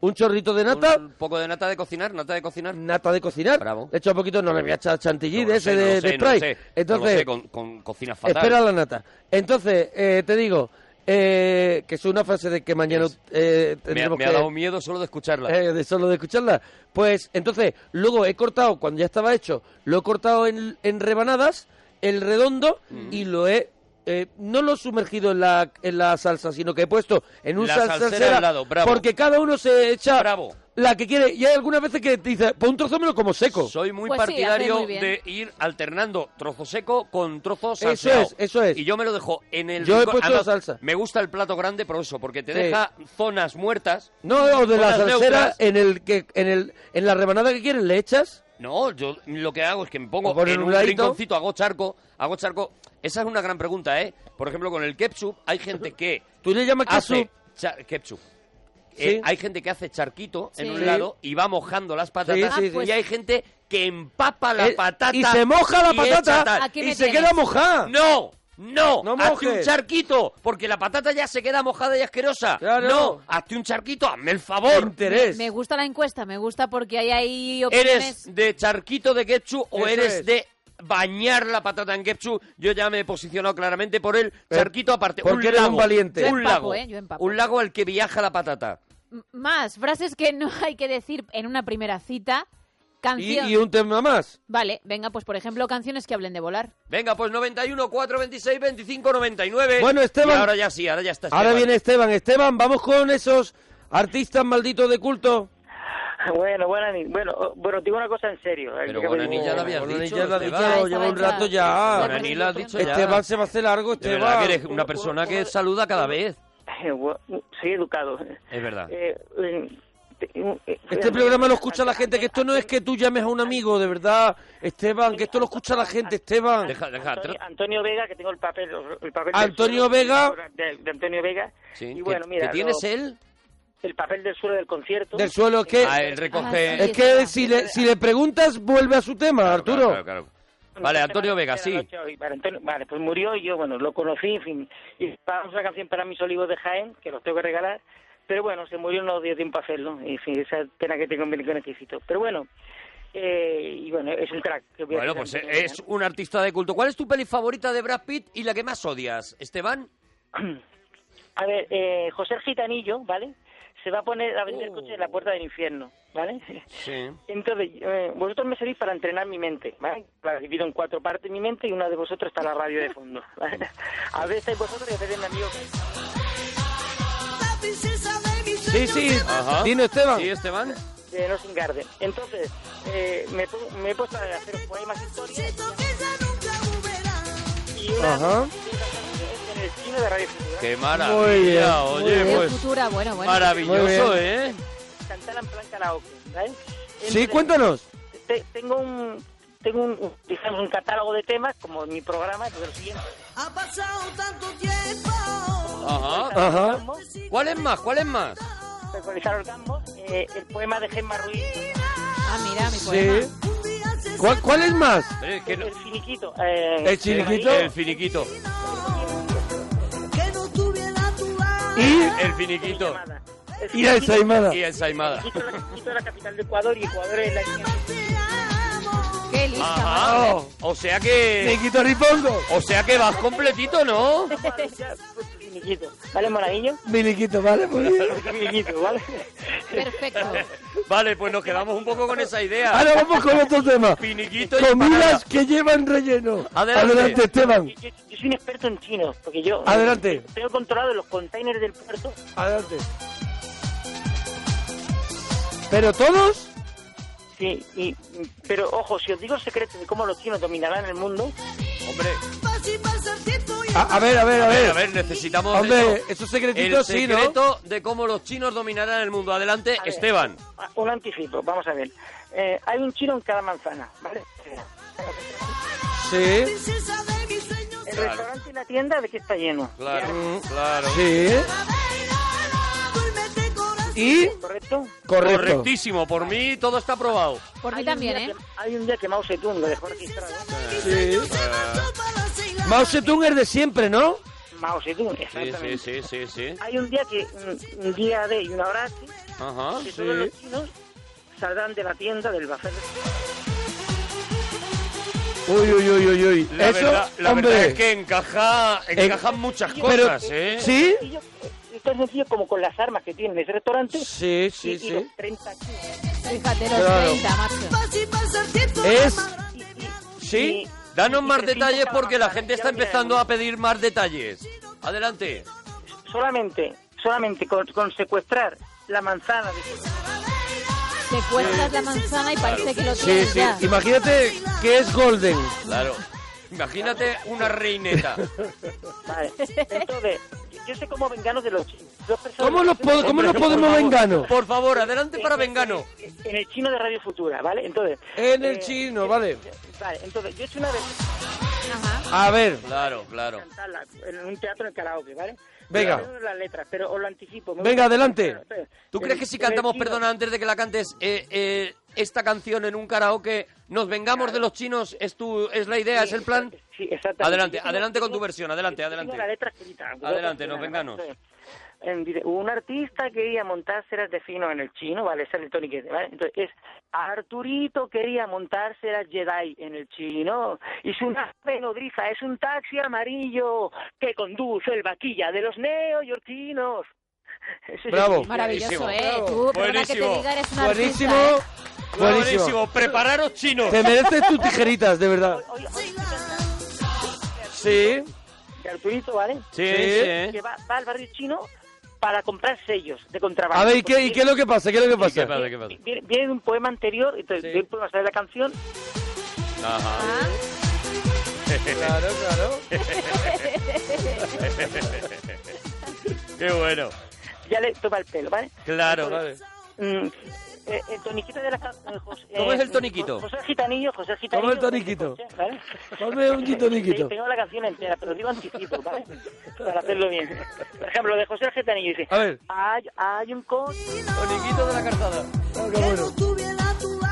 Speaker 1: un chorrito de nata,
Speaker 2: Un poco de nata de cocinar, nata de cocinar.
Speaker 1: nata de cocinar.
Speaker 2: Bravo.
Speaker 1: Le he hecho un poquito, no le voy a echar chantilly
Speaker 2: No
Speaker 1: de
Speaker 2: lo
Speaker 1: ese
Speaker 2: sé, no
Speaker 1: de,
Speaker 2: lo
Speaker 1: de
Speaker 2: sé, no lo
Speaker 1: Sprite.
Speaker 2: sé, no lo
Speaker 1: Entonces,
Speaker 2: sé, con, con cocina fatal.
Speaker 1: espera la nata. Entonces, eh, te digo, eh, que es una frase de que mañana
Speaker 2: Es-
Speaker 1: eh,
Speaker 2: me, ha-
Speaker 1: tendremos
Speaker 2: me ha
Speaker 1: que-
Speaker 2: dado miedo solo de escucharla.
Speaker 1: eh, de solo de escucharla. Pues entonces, luego he cortado, cuando ya estaba hecho, lo he cortado en, en rebanadas, el redondo,
Speaker 2: Mm.
Speaker 1: y lo he... eh, no lo he sumergido en la, en la salsa, sino que he puesto en un
Speaker 2: La
Speaker 1: sal-
Speaker 2: salsera
Speaker 1: salsera,
Speaker 2: al lado, bravo.
Speaker 1: porque cada uno se echa
Speaker 2: Bravo.
Speaker 1: la que quiere. Y hay algunas veces que te dice, pues un trozo me lo como seco.
Speaker 2: Soy muy
Speaker 3: Pues sí,
Speaker 2: partidario
Speaker 3: hace muy bien.
Speaker 2: de ir alternando trozo seco con trozo
Speaker 1: Eso
Speaker 2: salseado.
Speaker 1: es, eso es.
Speaker 2: Y yo me lo dejo en el...
Speaker 1: Yo he
Speaker 2: rincón.
Speaker 1: puesto
Speaker 2: Además,
Speaker 1: salsa.
Speaker 2: Me gusta el plato grande por eso, porque te
Speaker 1: Sí.
Speaker 2: deja zonas muertas.
Speaker 1: No, o de la
Speaker 2: Zonas
Speaker 1: salsera
Speaker 2: neutras.
Speaker 1: en el que en el en la rebanada que quieres le echas.
Speaker 2: No, yo lo que hago es que me
Speaker 1: ¿O
Speaker 2: pongo
Speaker 1: poner
Speaker 2: en
Speaker 1: un
Speaker 2: un
Speaker 1: ladito?
Speaker 2: rinconcito, hago charco, hago charco. Esa es una gran pregunta, ¿eh? Por ejemplo, con el ketchup hay gente que
Speaker 1: Tú le llamas
Speaker 2: hace
Speaker 1: queso.
Speaker 2: cha- ketchup.
Speaker 1: Sí.
Speaker 2: Eh, hay gente que hace charquito en
Speaker 3: Sí.
Speaker 2: un
Speaker 3: Sí.
Speaker 2: lado y va mojando las patatas
Speaker 1: Sí, sí, sí.
Speaker 2: y hay gente que empapa la
Speaker 1: Eh,
Speaker 2: patata
Speaker 1: y se moja la
Speaker 2: y echa
Speaker 1: patata
Speaker 2: tal.
Speaker 3: Aquí
Speaker 1: y
Speaker 3: me
Speaker 1: se
Speaker 3: tienes.
Speaker 1: queda mojada.
Speaker 2: No, no,
Speaker 1: No
Speaker 2: hazte un
Speaker 1: mojes.
Speaker 2: charquito porque la patata ya se queda mojada y asquerosa.
Speaker 1: Claro.
Speaker 2: No, hazte un charquito, hazme el
Speaker 1: Por
Speaker 2: favor.
Speaker 1: interés.
Speaker 3: Me gusta la encuesta, me gusta porque hay ahí opciones.
Speaker 2: ¿Eres de charquito de ketchup o
Speaker 1: Eso
Speaker 2: eres
Speaker 1: es.
Speaker 2: de bañar la patata en ketchup? Yo ya me he posicionado claramente por el charquito aparte.
Speaker 1: porque
Speaker 2: un
Speaker 1: eres
Speaker 2: lago,
Speaker 1: un valiente. Yo
Speaker 2: Un
Speaker 3: empapo,
Speaker 2: lago,
Speaker 3: eh, yo empapo.
Speaker 2: un lago al que viaja la patata.
Speaker 3: M- Más frases que no hay que decir en una primera cita.
Speaker 1: y,
Speaker 3: Canción.
Speaker 1: y un tema más.
Speaker 3: Vale, venga, pues por ejemplo, canciones que hablen de volar.
Speaker 2: Venga, pues 91, 4, 26, 25, 99.
Speaker 1: Bueno, Esteban-
Speaker 2: Y ahora ya sí, ahora ya está.
Speaker 1: Ahora
Speaker 2: Pues Esteban.
Speaker 1: viene Esteban. Esteban, vamos con esos artistas malditos de culto.
Speaker 5: Bueno, buena ni- bueno, oh, bueno, digo una cosa en serio. eh,
Speaker 2: Pero
Speaker 5: que
Speaker 2: buena
Speaker 5: vengo-
Speaker 2: niña la había-
Speaker 1: Bueno,
Speaker 2: dicho,
Speaker 1: ya lo has
Speaker 2: Esteban.
Speaker 1: dicho,
Speaker 3: Ah,
Speaker 1: lleva un
Speaker 3: estaba
Speaker 1: rato
Speaker 3: hecha.
Speaker 1: ya.
Speaker 3: La
Speaker 2: Bueno, ni lo has dicho ya.
Speaker 1: Esteban se va a hacer largo,
Speaker 2: De verdad que
Speaker 1: Esteban.
Speaker 2: eres una persona que
Speaker 5: Una-
Speaker 2: saluda cada vez.
Speaker 5: Eh, Soy mm, educado.
Speaker 2: Es verdad.
Speaker 5: Eh, eh, eh,
Speaker 1: Este programa lo escucha la gente, que esto no es que tú llames a un amigo, de verdad, Esteban, que esto lo escucha la gente, Esteban.
Speaker 2: Deja, deja.
Speaker 5: Antonio,
Speaker 2: tra-
Speaker 5: Antonio Vega, que tengo el papel. El papel del
Speaker 1: Antonio
Speaker 5: suelo,
Speaker 1: Vega.
Speaker 5: De, de Antonio Vega.
Speaker 2: Sí,
Speaker 5: y
Speaker 2: que-
Speaker 5: bueno,
Speaker 2: que
Speaker 5: mira.
Speaker 2: tienes
Speaker 5: lo-
Speaker 2: él?
Speaker 5: El papel del suelo del concierto. Eh,
Speaker 1: Del suelo, es que...
Speaker 2: A él recoge...
Speaker 3: Ah, sí.
Speaker 1: Es que si le, si le preguntas, vuelve a su tema,
Speaker 2: Claro,
Speaker 1: Arturo.
Speaker 2: claro, claro, claro. Vale, Antonio Vega, sí.
Speaker 5: Vale, Antonio- vale, pues murió y yo, bueno, lo conocí, en fin. Y pagamos una canción para mis olivos de Jaén, que los tengo que regalar. Pero bueno, se murió, no dio tiempo a hacerlo. Y sí, esa pena que tengo en el exquisito. Pero bueno, eh, y bueno, es un crack. que voy a
Speaker 2: Bueno,
Speaker 5: hacer
Speaker 2: pues
Speaker 5: Antonio
Speaker 2: eh,
Speaker 5: Vega,
Speaker 2: es
Speaker 5: ¿no?
Speaker 2: un artista de culto. ¿Cuál es tu peli favorita de Brad Pitt y la que más odias, Esteban?
Speaker 5: A ver, eh, José el Gitanillo, eh, ¿vale? se va a poner a
Speaker 2: Uh.
Speaker 5: vender coches en la puerta del infierno, ¿vale?
Speaker 2: Sí.
Speaker 5: Entonces, eh, vosotros me servís para entrenar mi mente, ¿vale? La divido en cuatro partes mi mente y una de vosotros está la radio de fondo, ¿vale? A veces estáis vosotros y a veces mi amigo.
Speaker 1: Sí, sí,
Speaker 2: Ajá.
Speaker 1: Dino Esteban.
Speaker 2: Sí, Esteban.
Speaker 5: de No Sin Garden. Entonces, eh, me, pongo- me he puesto a hacer poemas historias y una
Speaker 1: Ajá.
Speaker 5: en el cine de Radio Futura.
Speaker 2: Qué
Speaker 1: Muy bien.
Speaker 2: maravilla, oye,
Speaker 3: Muy bien,
Speaker 2: pues
Speaker 3: futura, bueno, bueno.
Speaker 2: maravilloso,
Speaker 1: Muy
Speaker 2: ¿eh?
Speaker 5: Cantar en plan karaoke, ¿vale?
Speaker 1: Sí,
Speaker 5: Entonces,
Speaker 1: cuéntanos.
Speaker 5: te- tengo un... Tengo un, digamos, un catálogo de temas, como mi programa, pues el siguiente.
Speaker 4: Ha pasado tanto tiempo.
Speaker 2: Ajá.
Speaker 5: Actualizar
Speaker 1: Ajá.
Speaker 5: Orgasmo,
Speaker 2: ¿Cuál es más? ¿Cuál es más?
Speaker 5: actualizar orgasmo, eh, el poema de Gemma Ruiz,
Speaker 3: Ah, mira, mi
Speaker 1: Sí.
Speaker 3: poema.
Speaker 4: Un día se
Speaker 1: ¿Cuál, cuál es más?
Speaker 2: Eh, que no-
Speaker 5: Ah, el finiquito. eh,
Speaker 1: ¿El finiquito?
Speaker 5: de
Speaker 2: El finiquito.
Speaker 4: que no tuviera tu alma.
Speaker 1: Y,
Speaker 2: El
Speaker 5: María
Speaker 2: finiquito.
Speaker 5: Llamada.
Speaker 1: y la ensaimada.
Speaker 2: Y ensaimada.
Speaker 5: Quito la, Quito la capital de Ecuador y Ecuador es la línea.
Speaker 3: Qué lista,
Speaker 2: Ajá.
Speaker 1: madre.
Speaker 2: O sea que.
Speaker 1: Oh. Finiquito Ripongo.
Speaker 2: O sea que vas completito, ¿no?
Speaker 5: Ya, pues, Finiquito. ¿Vale, monaguillo?
Speaker 1: Miliquito, ¿vale? Muy bien.
Speaker 5: Finiquito, ¿vale?
Speaker 3: Perfecto.
Speaker 2: Vale, pues nos quedamos un poco con esa idea.
Speaker 1: Ahora Ah, vamos con otro tema.
Speaker 2: Finiquito y parada.
Speaker 1: Comidas que llevan relleno.
Speaker 2: Adelante.
Speaker 1: Esteban.
Speaker 5: Yo, yo soy un experto en chino, porque yo eh,
Speaker 1: Adelante.
Speaker 5: tengo controlado los containers del puerto.
Speaker 1: Adelante. ¿Pero todos?
Speaker 5: Sí, y, pero ojo, si os digo el secreto de cómo los chinos dominarán el mundo,
Speaker 2: Hombre, Ah,
Speaker 1: A, a ver, a ver, a
Speaker 2: a ver, a
Speaker 1: ver.
Speaker 2: ver, necesitamos.
Speaker 1: Hombre,
Speaker 2: eso.
Speaker 1: esos
Speaker 2: El
Speaker 1: secretitos sí, ¿no?
Speaker 2: secreto de cómo los chinos dominarán el mundo. Adelante,
Speaker 5: ver.
Speaker 2: Esteban.
Speaker 5: ah, un anticipo, vamos a ver. Eh, hay un chino en cada manzana, ¿vale?
Speaker 1: Sí,
Speaker 5: El
Speaker 2: Claro.
Speaker 5: restaurante y la tienda, ¿de qué está lleno?
Speaker 2: Claro, claro.
Speaker 1: Mm. sí. ¿eh? Y
Speaker 5: ¿Correcto?
Speaker 1: correcto.
Speaker 2: Correctísimo, por mí todo está aprobado.
Speaker 3: Por mí
Speaker 5: Hay un
Speaker 3: también,
Speaker 5: día
Speaker 3: ¿eh?
Speaker 5: que- Hay un día que Mao Zedong lo dejó registrado.
Speaker 1: Sí. Mao Zedong es de siempre, ¿no?
Speaker 5: Mao Zedong,
Speaker 2: Sí,
Speaker 5: exactamente.
Speaker 2: sí, sí, sí, sí.
Speaker 5: Hay un día que, mm, un día de y una hora antes,
Speaker 2: Ajá.
Speaker 5: que todos los chinos saldrán de la tienda del bafé.
Speaker 1: Uy, uy, uy, uy, uy.
Speaker 2: La,
Speaker 1: Eso,
Speaker 2: verdad, la
Speaker 1: hombre.
Speaker 2: verdad es que encaja, encajan muchas
Speaker 1: pero-
Speaker 2: cosas, ¿eh?
Speaker 1: ¿Sí?
Speaker 5: Y yo, es tan sencillo como con las armas que tiene ese restaurante
Speaker 1: Sí,
Speaker 5: y,
Speaker 1: sí,
Speaker 5: y
Speaker 1: sí.
Speaker 5: los 30 chinos.
Speaker 3: Fíjate, los
Speaker 1: Claro.
Speaker 3: 30, macho.
Speaker 1: Es...
Speaker 5: Y- y-
Speaker 1: ¿Sí?
Speaker 5: y-
Speaker 2: Danos
Speaker 5: y
Speaker 2: más
Speaker 5: prefijo
Speaker 2: detalles
Speaker 5: cada
Speaker 2: porque la
Speaker 5: manzana,
Speaker 2: gente
Speaker 5: ya
Speaker 2: está
Speaker 5: mira,
Speaker 2: empezando a pedir más detalles. Adelante.
Speaker 5: Solamente, solamente con, con secuestrar la manzana de
Speaker 3: Secuestras la manzana y parece que lo
Speaker 1: Sí,
Speaker 3: tienes
Speaker 1: sí.
Speaker 3: ya.
Speaker 1: Imagínate que es Golden.
Speaker 2: Claro. Imagínate una reineta.
Speaker 5: Vale. Entonces, yo- yo sé cómo vengarnos de los chinos. Dos personas-
Speaker 1: ¿Cómo nos, po- cómo nos
Speaker 2: Hombre, por
Speaker 1: podemos
Speaker 2: favor,
Speaker 1: vengano?
Speaker 2: Por favor, adelante para Vengano.
Speaker 5: En el chino de Radio Futura, ¿vale? Entonces.
Speaker 1: En el
Speaker 5: eh,
Speaker 1: chino, vale.
Speaker 5: Vale, entonces, yo he hecho una vez
Speaker 3: Ajá.
Speaker 1: A ver,
Speaker 2: Claro, claro.
Speaker 5: cantarla en un teatro en karaoke, ¿vale?
Speaker 1: Venga.
Speaker 5: Pero no las letras, pero os lo anticipo. Me gusta-
Speaker 1: Venga,
Speaker 5: eh,
Speaker 1: adelante.
Speaker 5: Claro, espera.
Speaker 2: ¿Tú
Speaker 5: En
Speaker 2: crees
Speaker 5: el-
Speaker 2: que si
Speaker 5: en el
Speaker 2: cantamos,
Speaker 5: chino-
Speaker 2: perdona, antes de que la cantes, eh, eh, esta canción en un karaoke, nos vengamos de los chinos? ¿Es, tu, es la idea? ¿Es el plan?
Speaker 5: Sí, exactamente.
Speaker 2: Adelante,
Speaker 5: Yo tengo-
Speaker 2: adelante con tu
Speaker 5: tengo-
Speaker 2: versión, adelante,
Speaker 5: yo
Speaker 2: adelante.
Speaker 5: Tengo la letra escrita. aunque no
Speaker 2: Adelante,
Speaker 5: tengo
Speaker 2: nos
Speaker 5: nada,
Speaker 2: venganos.
Speaker 5: ¿vale? eh, En dire- un artista quería montarse de fino en el chino, ¿vale? Ese es el Tony Guedes, ¿vale? Entonces, es Arturito quería montarse las Jedi en el chino. Y su nave nodriza es un taxi amarillo que conduce el vaquilla de los neoyorquinos. Ese es
Speaker 1: Bravo.
Speaker 5: el-
Speaker 3: Maravilloso, ¿eh?
Speaker 1: Buenísimo.
Speaker 3: Tú, perdona que te
Speaker 2: Buenísimo.
Speaker 3: diga, eres una
Speaker 1: buenísimo.
Speaker 3: artista, ¿eh?
Speaker 1: Buenísimo.
Speaker 2: Prepararos chinos.
Speaker 1: Te mereces tus tijeritas, de verdad.
Speaker 5: Hoy- hoy-
Speaker 1: Sí,
Speaker 5: de Arturito, ¿vale?
Speaker 2: Sí,
Speaker 1: Sí.
Speaker 5: Que va, va al barrio chino para comprar sellos de contrabando.
Speaker 1: A ver, ¿y qué, y qué es lo que pasa? ¿Qué es lo que
Speaker 2: ¿Y qué
Speaker 1: pasa?
Speaker 2: pasa? ¿Qué pasa?
Speaker 5: Viene, viene de un poema anterior, entonces
Speaker 1: Sí.
Speaker 5: de un poema sale la canción.
Speaker 2: Ajá.
Speaker 3: Ah,
Speaker 1: Claro, claro.
Speaker 2: Qué bueno.
Speaker 5: ya le toma el pelo, ¿vale?
Speaker 2: Claro.
Speaker 5: Mm, eh, el toniquito de la ca- eh, José-
Speaker 2: ¿Cómo es el
Speaker 5: eh,
Speaker 2: toniquito?
Speaker 5: José Gitanillo, José Gitanillo.
Speaker 1: ¿Cómo es el toniquito?
Speaker 5: José, ¿vale?
Speaker 1: Ponme un
Speaker 5: Te-
Speaker 1: gitoniquito.
Speaker 5: Tengo la canción entera, pero digo anticipo, ¿vale? Para hacerlo bien. Por ejemplo, de José Gitanillo dice...
Speaker 1: A ver.
Speaker 5: Hay, hay un coche...
Speaker 2: Toniquito de la cartada.
Speaker 1: Bueno.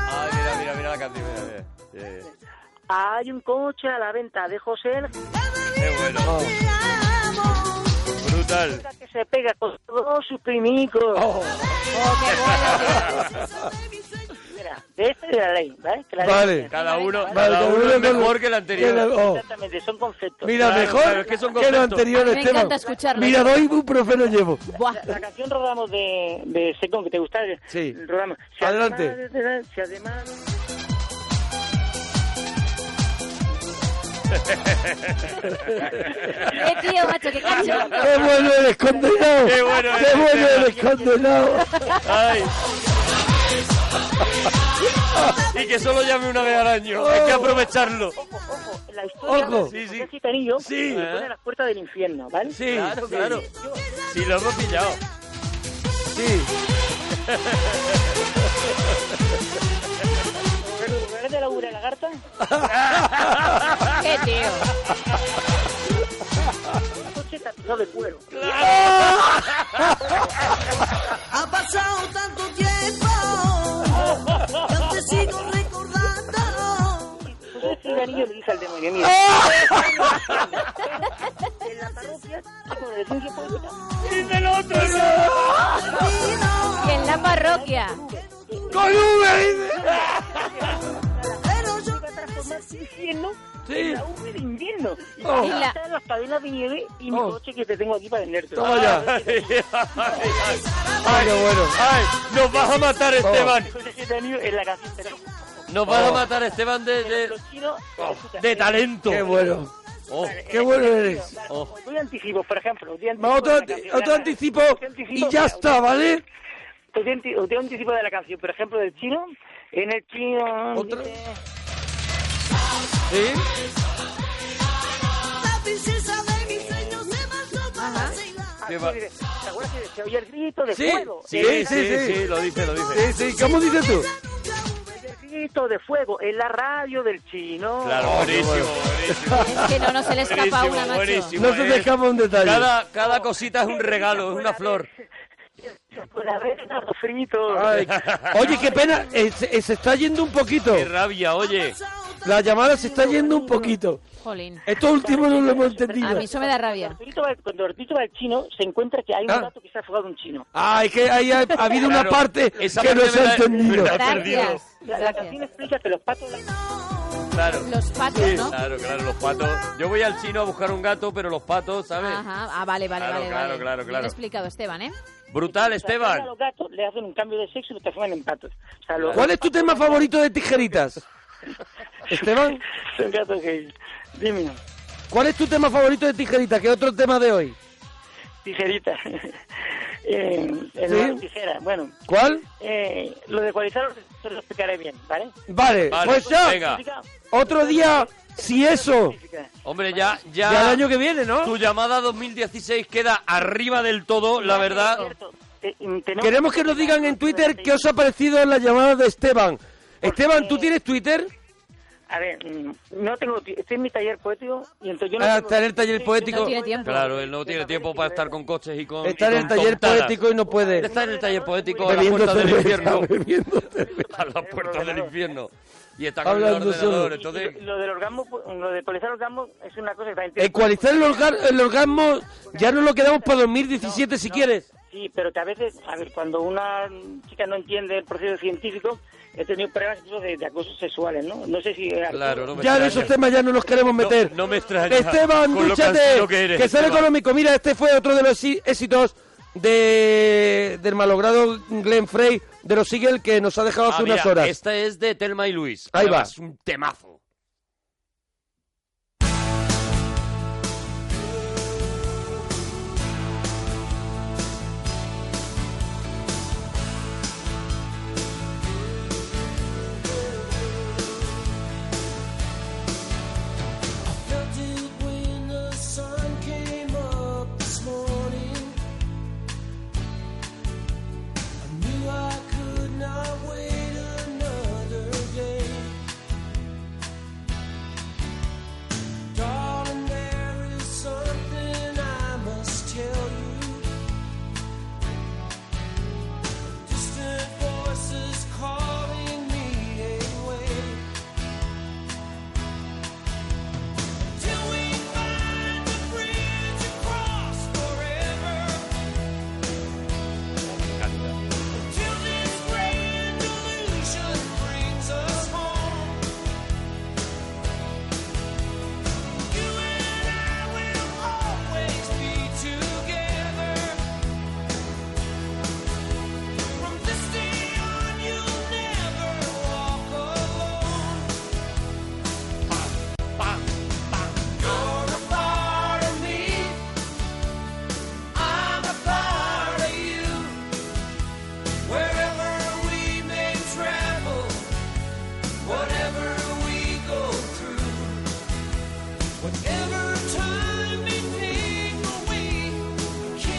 Speaker 2: Ah, mira, mira, mira la canción. Mira, mira. Eh,
Speaker 5: Hay un coche a la venta de José
Speaker 2: Qué bueno.
Speaker 1: Oh.
Speaker 2: Brutal.
Speaker 5: que se pega con todos sus primicos.
Speaker 1: Oh.
Speaker 3: oh, qué bueno, tío.
Speaker 5: Mira, De esta y de la ley, ¿vale? Que la
Speaker 1: Vale.
Speaker 5: ley-
Speaker 2: Cada uno,
Speaker 5: Vale.
Speaker 2: cada
Speaker 1: cada
Speaker 2: uno
Speaker 1: uno
Speaker 2: es
Speaker 1: con-
Speaker 2: mejor que el
Speaker 1: que
Speaker 2: anterior.
Speaker 1: la- oh.
Speaker 5: Exactamente, son conceptos.
Speaker 1: Mira,
Speaker 2: Claro,
Speaker 1: mejor
Speaker 2: claro, es que son
Speaker 1: que lo
Speaker 2: conceptos.
Speaker 1: anterior,
Speaker 3: A mí me
Speaker 1: Esteban.
Speaker 3: encanta escucharlo.
Speaker 1: Mira, doy un profeno llevo.
Speaker 3: Buah.
Speaker 5: La canción Rodamos de, de Secón, que te gusta el,
Speaker 1: Sí.
Speaker 5: el programa.
Speaker 1: Adelante.
Speaker 5: además de- si además-
Speaker 3: Eh, tío, macho, qué cacho.
Speaker 1: ¡Qué bueno eres, condenado!
Speaker 2: Qué bueno
Speaker 1: ¡Qué
Speaker 2: eres,
Speaker 1: bueno
Speaker 2: Esteban.
Speaker 1: eres, condenado!
Speaker 2: Ay. Y que solo llame una vez al año. Hay que aprovecharlo.
Speaker 5: Ojo, ojo, en la historia
Speaker 1: Ojo.
Speaker 2: Sí,
Speaker 5: de
Speaker 2: sí. Eh.
Speaker 5: José Gitanillo
Speaker 1: Sí.
Speaker 5: se pone a las puertas del infierno, ¿vale?
Speaker 1: Sí,
Speaker 2: claro,
Speaker 1: sí,
Speaker 2: claro. Sí, lo hemos pillado.
Speaker 1: sí.
Speaker 5: ¿Pero lugar de la ubre lagarta?
Speaker 3: Qué tío.
Speaker 5: Un coche tapizado de cuero.
Speaker 6: Ha pasado tanto tiempo yo te sigo recordando.
Speaker 5: José Gitanillo le dice al demonio, mira.
Speaker 1: ¡Ah!
Speaker 5: en la parroquia, con el licencia pública,
Speaker 3: Y en la parroquia.
Speaker 1: ¡Con V!
Speaker 6: Pero yo
Speaker 5: iba a transformar el infierno
Speaker 1: Sí.
Speaker 5: en la ubre de invierno. Y
Speaker 1: Oh.
Speaker 5: me gastan las cadenas de nieve y mi
Speaker 1: Oh.
Speaker 5: coche que te tengo aquí para venderte.
Speaker 1: Toma ya.
Speaker 2: Ay, ay, ay.
Speaker 1: ¡Ay, Ah, qué bueno!
Speaker 2: Ay, nos vas a matar, este Esteban.
Speaker 5: José Gitanillo en la canción, pero...
Speaker 2: Oh. Nos
Speaker 1: Oh.
Speaker 2: vas a matar, Esteban, de, de, Oh.
Speaker 5: Los chinos... escucha,
Speaker 2: de
Speaker 5: eh,
Speaker 2: talento.
Speaker 1: ¡Qué bueno!
Speaker 2: Oh,
Speaker 1: ¡Qué bueno eres!
Speaker 2: oh.
Speaker 5: Doy Pues anticipo, por ejemplo. doy anticipo
Speaker 1: Va,
Speaker 5: de
Speaker 1: otro,
Speaker 5: la
Speaker 1: anti-
Speaker 5: canción.
Speaker 1: otro anticipo
Speaker 5: Otro
Speaker 1: y
Speaker 5: anticipo,
Speaker 1: ya
Speaker 5: mira,
Speaker 1: está, ¿vale?
Speaker 5: Os doy Pues anti- os doy anticipo de la canción, por ejemplo, del chino. En el chino.
Speaker 1: Otro.
Speaker 5: dice,
Speaker 1: Sí.
Speaker 6: la princesa de mis sueños me pasó para vacilar.
Speaker 5: ah,
Speaker 2: Qué va-
Speaker 5: dice, ¿Te acuerdas que se oye el grito de
Speaker 1: Sí,
Speaker 5: fuego?
Speaker 1: sí,
Speaker 5: El-
Speaker 1: sí, sí.
Speaker 2: lo dice, lo dice.
Speaker 1: Sí, sí, ¿cómo dices tú?
Speaker 5: El grito de fuego en la radio del chino.
Speaker 2: Claro,
Speaker 1: Oh, qué
Speaker 2: buenísimo,
Speaker 1: bueno.
Speaker 2: buenísimo.
Speaker 3: Es que no, no se le escapa
Speaker 2: Buenísimo,
Speaker 3: una, macho.
Speaker 2: buenísimo.
Speaker 1: No se te
Speaker 2: es-
Speaker 1: escapa un detalle.
Speaker 2: Cada, cada cosita es un regalo, es una flor.
Speaker 5: Por haber dado frito.
Speaker 1: Ay, Oye, qué pena, eh, se, eh, se está yendo un poquito.
Speaker 2: Qué rabia, oye.
Speaker 1: La llamada se está yendo un poquito.
Speaker 3: Jolín.
Speaker 1: Esto último no lo hemos
Speaker 3: A
Speaker 1: entendido.
Speaker 3: mí eso me da rabia.
Speaker 5: Arturito va- Cuando Arturito va al chino, se encuentra que hay un
Speaker 1: Ah.
Speaker 5: gato que se ha fugado un chino.
Speaker 1: Ah, es que ahí ha, ha habido una
Speaker 2: Claro,
Speaker 1: parte
Speaker 2: esa
Speaker 1: que no
Speaker 2: parte
Speaker 1: se
Speaker 2: me la-
Speaker 1: ha entendido.
Speaker 2: me la- perdido.
Speaker 3: Gracias.
Speaker 5: La, la canción
Speaker 3: Gracias.
Speaker 5: explica que los patos.
Speaker 2: Claro.
Speaker 3: Los patos,
Speaker 2: Sí,
Speaker 3: ¿no?
Speaker 2: claro, claro, los patos. Yo voy al chino a buscar un gato, pero los patos, ¿sabes?
Speaker 3: Ajá. Ah, vale, vale,
Speaker 2: Claro,
Speaker 3: vale.
Speaker 2: claro,
Speaker 3: vale.
Speaker 2: claro,
Speaker 3: Bien
Speaker 2: claro.
Speaker 3: explicado, Esteban, ¿eh?
Speaker 2: Brutal,
Speaker 5: A
Speaker 2: Esteban.
Speaker 5: los gatos le hacen un cambio de sexo y lo transforman en patos. O sea, los
Speaker 1: ¿Cuál es tu tema favorito de tijeritas? Esteban,
Speaker 5: Son gatos gays. Dime,
Speaker 1: ¿cuál es tu tema favorito de tijeritas? ¿Qué otro tema de hoy?
Speaker 5: tijerita. eh, el
Speaker 1: ¿Sí?
Speaker 5: mar tijera. Bueno,
Speaker 1: ¿Cuál?
Speaker 5: eh, lo de ecualizar se lo explicaré bien, ¿vale?
Speaker 1: Vale,
Speaker 2: Vale,
Speaker 1: pues ya.
Speaker 2: venga.
Speaker 5: Física,
Speaker 1: Otro día, si eso.
Speaker 5: física.
Speaker 2: Hombre, ya, ya.
Speaker 1: Ya el año que viene,
Speaker 2: Tu
Speaker 1: ¿no?
Speaker 2: llamada 2016 queda arriba del todo, la verdad.
Speaker 5: Cierto, te- mm, tenemos-
Speaker 1: Queremos que nos digan en Twitter qué os ha parecido la llamada de Esteban. Esteban, ¿tú tienes Twitter?
Speaker 5: A ver, mm, no tengo... ti- Estoy en mi taller poético y entonces yo no
Speaker 1: Ah,
Speaker 5: tengo-
Speaker 1: está en el taller poético.
Speaker 3: No tiene tiempo.
Speaker 2: Claro, él no tiene tiempo para estar con coches y con.
Speaker 1: Está
Speaker 2: y
Speaker 1: en el
Speaker 2: con
Speaker 1: taller
Speaker 2: tontadas.
Speaker 1: poético y no puede.
Speaker 2: Está en el taller poético a la
Speaker 1: Bebiendo
Speaker 2: puerta del
Speaker 1: cerveza,
Speaker 2: infierno.
Speaker 1: bebiendo cerveza.
Speaker 2: A la puerta del infierno. Y está con
Speaker 1: Hablando
Speaker 2: el ordenador,
Speaker 1: solo.
Speaker 2: entonces.
Speaker 5: Y Lo del orgasmo, pues, lo de ecualizar el orgasmo es una cosa que también... tiene-
Speaker 1: Ecualizar el, orga- el orgasmo, ya no lo quedamos para 2017 si quieres.
Speaker 5: Sí, pero que a veces, a ver, cuando una chica no entiende el proceso científico, he tenido pruebas incluso de, de acosos sexuales, ¿no? No sé si...
Speaker 2: Claro, no me
Speaker 1: Ya en
Speaker 2: extraña.
Speaker 1: esos temas ya no los queremos meter.
Speaker 2: No, no me extraña.
Speaker 1: Esteban,
Speaker 2: Con lo
Speaker 1: dúchate,
Speaker 2: cansino
Speaker 1: que,
Speaker 2: eres,
Speaker 1: sale
Speaker 2: Esteban.
Speaker 1: económico. Mira, este fue otro de los sí- éxitos de, del malogrado Glenn Frey de los Eagles que nos ha dejado hace
Speaker 2: Ah,
Speaker 1: unas
Speaker 2: mira,
Speaker 1: horas.
Speaker 2: Esta es de Telma y Luis.
Speaker 1: Ahí
Speaker 2: Además,
Speaker 1: va.
Speaker 2: Es un temazo.
Speaker 6: Felt it when the sun came up this morning. I knew I could not wait another day.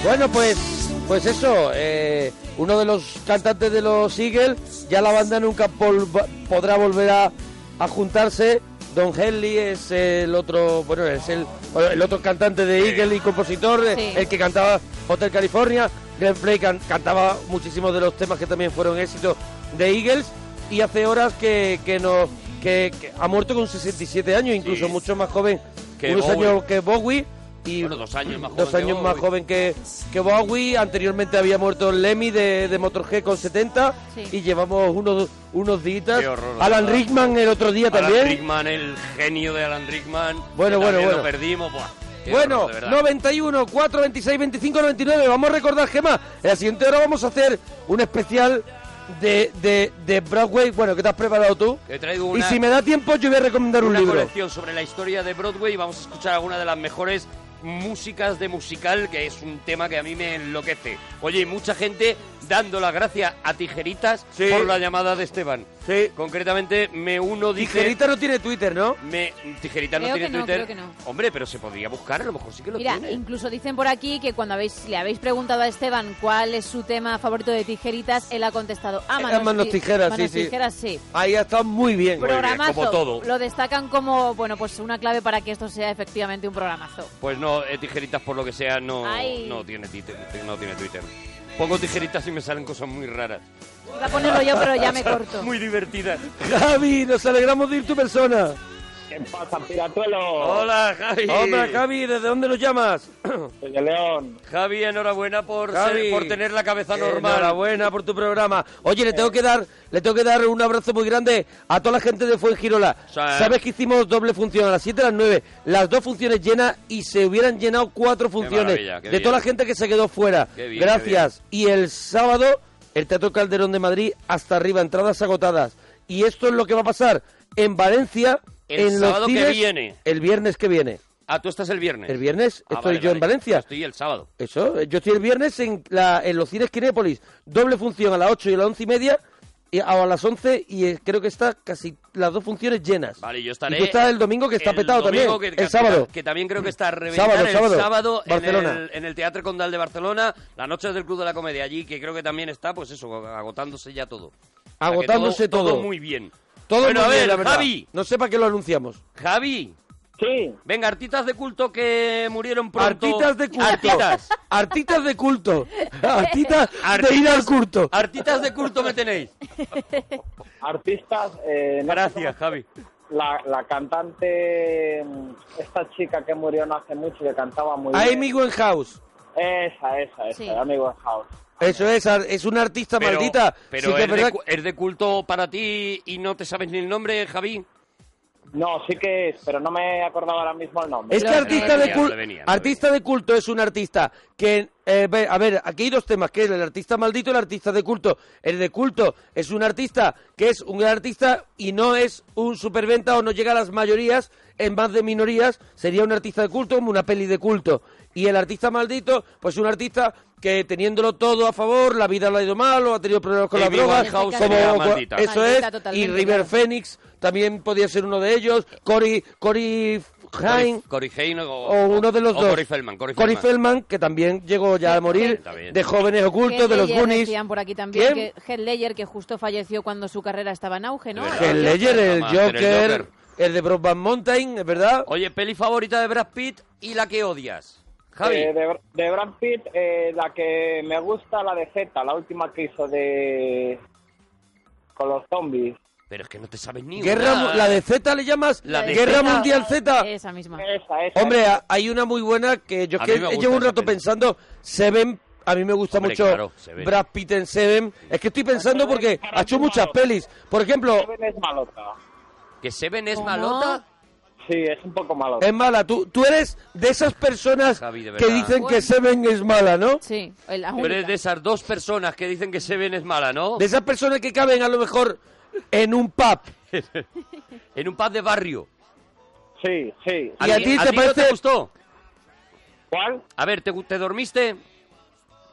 Speaker 1: Bueno, pues, pues eso, eh, uno de los cantantes de los Eagles, ya la banda nunca polva- podrá volver a, a juntarse. Don Henley es el otro, bueno, es el, bueno, el otro cantante de Eagles y compositor, eh,
Speaker 3: Sí.
Speaker 1: el que cantaba Hotel California. Glenn Frey can- cantaba muchísimos de los temas que también fueron éxitos de Eagles y hace horas que, que nos que, que ha muerto con 67 años, incluso
Speaker 2: Sí.
Speaker 1: mucho más joven,
Speaker 2: Que
Speaker 1: unos
Speaker 2: Bowie.
Speaker 1: años que Bowie y
Speaker 2: Bueno, dos años más
Speaker 1: dos
Speaker 2: joven que
Speaker 1: años más
Speaker 2: Bowie.
Speaker 1: joven que, que Bowie. Anteriormente había muerto Lemmy de, de Motorhead con 70
Speaker 3: Sí.
Speaker 1: y llevamos unos, unos días.
Speaker 2: Qué horror,
Speaker 1: Alan
Speaker 2: ¿verdad?
Speaker 1: Rickman el otro día
Speaker 2: Alan
Speaker 1: también.
Speaker 2: Rickman, el genio de Alan Rickman.
Speaker 1: Bueno,
Speaker 2: que
Speaker 1: bueno,
Speaker 2: también
Speaker 1: bueno.
Speaker 2: Lo perdimos, buah, qué
Speaker 1: Bueno,
Speaker 2: horror, de verdad.
Speaker 1: 91, 4, 26, 25, 99. Vamos a recordar, Gema. En la siguiente hora vamos a hacer un especial de, de, de Broadway. Bueno, ¿qué te has preparado tú?
Speaker 2: He traído una,
Speaker 1: Y si me da tiempo, yo voy a recomendar un
Speaker 2: una
Speaker 1: libro.
Speaker 2: colección sobre la historia de Broadway y vamos a escuchar alguna de las mejores músicas de musical, que es un tema que a mí me enloquece. Oye, y mucha gente dando las gracias a Tijeritas
Speaker 1: Sí.
Speaker 2: por la llamada de Esteban.
Speaker 1: Sí.
Speaker 2: Concretamente, me uno dice...
Speaker 1: Tijerita no tiene Twitter, ¿no?
Speaker 2: Me, Tijerita no
Speaker 3: Creo
Speaker 2: tiene
Speaker 3: que no,
Speaker 2: Twitter.
Speaker 3: creo que no.
Speaker 2: Hombre, pero se podría buscar, a lo mejor sí que lo
Speaker 3: Mira,
Speaker 2: tiene.
Speaker 3: incluso dicen por aquí que cuando habéis, le habéis preguntado a Esteban cuál es su tema favorito de tijeritas, él ha contestado ah, manos,
Speaker 1: Ah, manos
Speaker 3: ti-
Speaker 1: tijeras,
Speaker 3: manos
Speaker 1: sí, sí.
Speaker 3: tijeras, sí.
Speaker 1: Ahí ha estado muy bien.
Speaker 2: Muy bien,
Speaker 3: programazo.
Speaker 2: como todo.
Speaker 3: Lo destacan como, bueno, pues una clave para que esto sea efectivamente un programazo.
Speaker 2: Pues no, eh, Tijeritas por lo que sea no,
Speaker 3: Ay.
Speaker 2: no, tiene Twitter, no tiene Twitter. Pongo Tijeritas y me salen cosas muy raras.
Speaker 3: Iba a ponerlo yo, pero ya me corto.
Speaker 2: Muy divertidas.
Speaker 1: Javi, nos alegramos de ir tu persona.
Speaker 7: ¿Qué pasa, piratuelo?
Speaker 2: Hola, Javi.
Speaker 1: Hombre, Javi, ¿desde dónde nos llamas?
Speaker 7: Soy de León.
Speaker 2: Javi, enhorabuena por, ser-
Speaker 1: Javi,
Speaker 2: por tener la cabeza normal.
Speaker 1: Enhorabuena por tu programa. Oye, le tengo que dar, le tengo que dar un abrazo muy grande a toda la gente de Fuengirola.
Speaker 2: Sí.
Speaker 1: Sabes que hicimos doble función a las 7 y a las 9, las dos funciones llenas y se hubieran llenado cuatro funciones
Speaker 2: maravilla, qué
Speaker 1: de toda
Speaker 2: bien.
Speaker 1: la gente que se quedó fuera.
Speaker 2: Qué bien,
Speaker 1: Gracias. Y el sábado el Teatro Calderón de Madrid hasta arriba, entradas agotadas. Y esto es lo que va a pasar en Valencia
Speaker 2: El
Speaker 1: en
Speaker 2: sábado
Speaker 1: los
Speaker 2: que
Speaker 1: cines,
Speaker 2: viene.
Speaker 1: el viernes que viene.
Speaker 2: Ah, tú estás el viernes.
Speaker 1: El viernes
Speaker 2: Ah,
Speaker 1: estoy
Speaker 2: vale,
Speaker 1: yo en
Speaker 2: vale.
Speaker 1: Valencia.
Speaker 2: Estoy el sábado.
Speaker 1: Eso, eh, yo estoy el viernes en, la, en los cines Kinépolis. Doble función a las 8 y a las 11 y media, y, o a las 11, y eh, creo que está casi las dos funciones llenas.
Speaker 2: Vale, yo estaré.
Speaker 1: Y tú estás el domingo que está petado también.
Speaker 2: domingo que-
Speaker 1: el sábado.
Speaker 2: Que, también creo que está a reventar
Speaker 1: Sábado,
Speaker 2: el
Speaker 1: sábado,
Speaker 2: sábado,
Speaker 1: Barcelona.
Speaker 2: En, el, en el Teatro Condal de Barcelona, la noche del Club de la Comedia allí, que creo que también está, pues eso, agotándose ya todo. O sea, que
Speaker 1: Agotándose
Speaker 2: todo,
Speaker 1: todo.
Speaker 2: muy bien.
Speaker 1: Todo
Speaker 2: bueno,
Speaker 1: muy
Speaker 2: a
Speaker 1: bien,
Speaker 2: ver,
Speaker 1: la verdad.
Speaker 2: Javi,
Speaker 1: No sé para qué lo anunciamos.
Speaker 2: Javi,
Speaker 7: Sí,
Speaker 2: venga, artistas de culto que murieron pronto.
Speaker 1: Artistas de culto.
Speaker 2: Artistas.
Speaker 1: Artistas de culto. Artistas de ir al culto.
Speaker 2: Artistas de culto me tenéis.
Speaker 7: artistas. eh, no sé
Speaker 2: Gracias, Javi.
Speaker 7: cómo- La, la cantante, mm, esta chica que murió no hace mucho y que cantaba muy
Speaker 1: Amy
Speaker 7: bien.
Speaker 1: Winehouse.
Speaker 7: Esa, esa, esa,
Speaker 3: Sí.
Speaker 7: amigo House.
Speaker 1: Eso es, ar- es una artista
Speaker 2: Pero-
Speaker 1: maldita.
Speaker 2: Pero
Speaker 1: Sí que
Speaker 2: es,
Speaker 1: es verdad
Speaker 2: de, cu- es de culto para ti y no te sabes ni el nombre, Javi.
Speaker 7: No, sí que es, pero no me acordaba ahora mismo el nombre.
Speaker 1: Es que
Speaker 2: Pero
Speaker 1: Este artista
Speaker 2: no
Speaker 1: de
Speaker 2: venía,
Speaker 1: culto,
Speaker 2: no venía, no
Speaker 1: artista de culto es un artista que, eh, ve- a ver, aquí hay dos temas, que es el artista maldito y el artista de culto. El de culto es un artista que es un gran artista y no es un superventa o no llega a las mayorías, en más de minorías, sería un artista de culto como una peli de culto. Y el artista maldito, pues un artista que teniéndolo todo a favor, la vida lo ha ido mal o ha tenido problemas con las
Speaker 2: Amy
Speaker 1: drogas,
Speaker 2: Winehouse
Speaker 1: como
Speaker 2: sería
Speaker 1: como-
Speaker 2: maldita.
Speaker 1: eso es,
Speaker 3: Maldita
Speaker 1: y
Speaker 3: totalmente,
Speaker 1: River
Speaker 3: claro.
Speaker 1: Phoenix también podía ser uno de ellos, Cory, Cory Haim,
Speaker 2: Cory Haim o,
Speaker 1: o uno de los
Speaker 2: o
Speaker 1: dos.
Speaker 2: Corey Feldman. Corey
Speaker 1: Corey
Speaker 2: Feldman.
Speaker 1: Feldman, que también llegó ya a morir,
Speaker 2: Está bien.
Speaker 1: de jóvenes ocultos,
Speaker 3: Heath
Speaker 1: de los
Speaker 3: Ledger
Speaker 1: Goonies.
Speaker 3: decían por aquí también
Speaker 1: ¿Quién?
Speaker 3: que Heath Ledger, que justo falleció cuando su carrera estaba en auge, ¿no?
Speaker 2: De verdad.
Speaker 1: Heath
Speaker 2: Ah,
Speaker 1: Ledger, el
Speaker 2: Batman, el
Speaker 1: Joker, el
Speaker 2: Joker.
Speaker 1: de Broadband Mountain, es verdad.
Speaker 2: Oye, peli favorita de Brad Pitt y la que odias. Javi.
Speaker 7: Eh, de, de Brad Pitt, eh, la que me gusta, la de Z, la última que hizo de. con los zombies.
Speaker 2: Pero es que no te sabes ni
Speaker 1: Guerra,
Speaker 2: una.
Speaker 1: mu- la de Z le llamas,
Speaker 2: La de
Speaker 1: Guerra
Speaker 2: Z.
Speaker 1: Mundial Z.
Speaker 3: Esa misma.
Speaker 7: Esa, esa.
Speaker 1: Hombre,
Speaker 7: esa.
Speaker 1: a- hay una muy buena que yo
Speaker 2: A
Speaker 1: que
Speaker 2: mí me gusta
Speaker 1: llevo un
Speaker 2: esa
Speaker 1: rato
Speaker 2: peli.
Speaker 1: pensando, Seven, a mí me gusta
Speaker 2: Hombre,
Speaker 1: mucho
Speaker 2: claro, Seven.
Speaker 1: Brad Pitt en Seven. Es que estoy pensando porque ha hecho muchas pelis. Por ejemplo,
Speaker 7: Seven es malota.
Speaker 2: Que Seven es
Speaker 3: ¿Cómo?
Speaker 2: malota.
Speaker 7: Sí, es un poco malota.
Speaker 1: es mala. Tú, tú eres de esas personas
Speaker 2: Javi, de
Speaker 1: que
Speaker 2: verdad.
Speaker 1: dicen que Seven es mala, ¿no?
Speaker 3: Sí, la
Speaker 2: Tú eres
Speaker 3: única.
Speaker 2: de esas dos personas que dicen que Seven es mala, ¿no?
Speaker 1: De esas personas que caben a lo mejor en un pub.
Speaker 2: En un pub de barrio.
Speaker 7: Sí, sí.
Speaker 1: ¿Y a
Speaker 2: ti-
Speaker 1: ti te
Speaker 2: no
Speaker 1: parece-
Speaker 2: te gustó?
Speaker 7: ¿Cuál?
Speaker 2: A ver, ¿te, gu- te dormiste?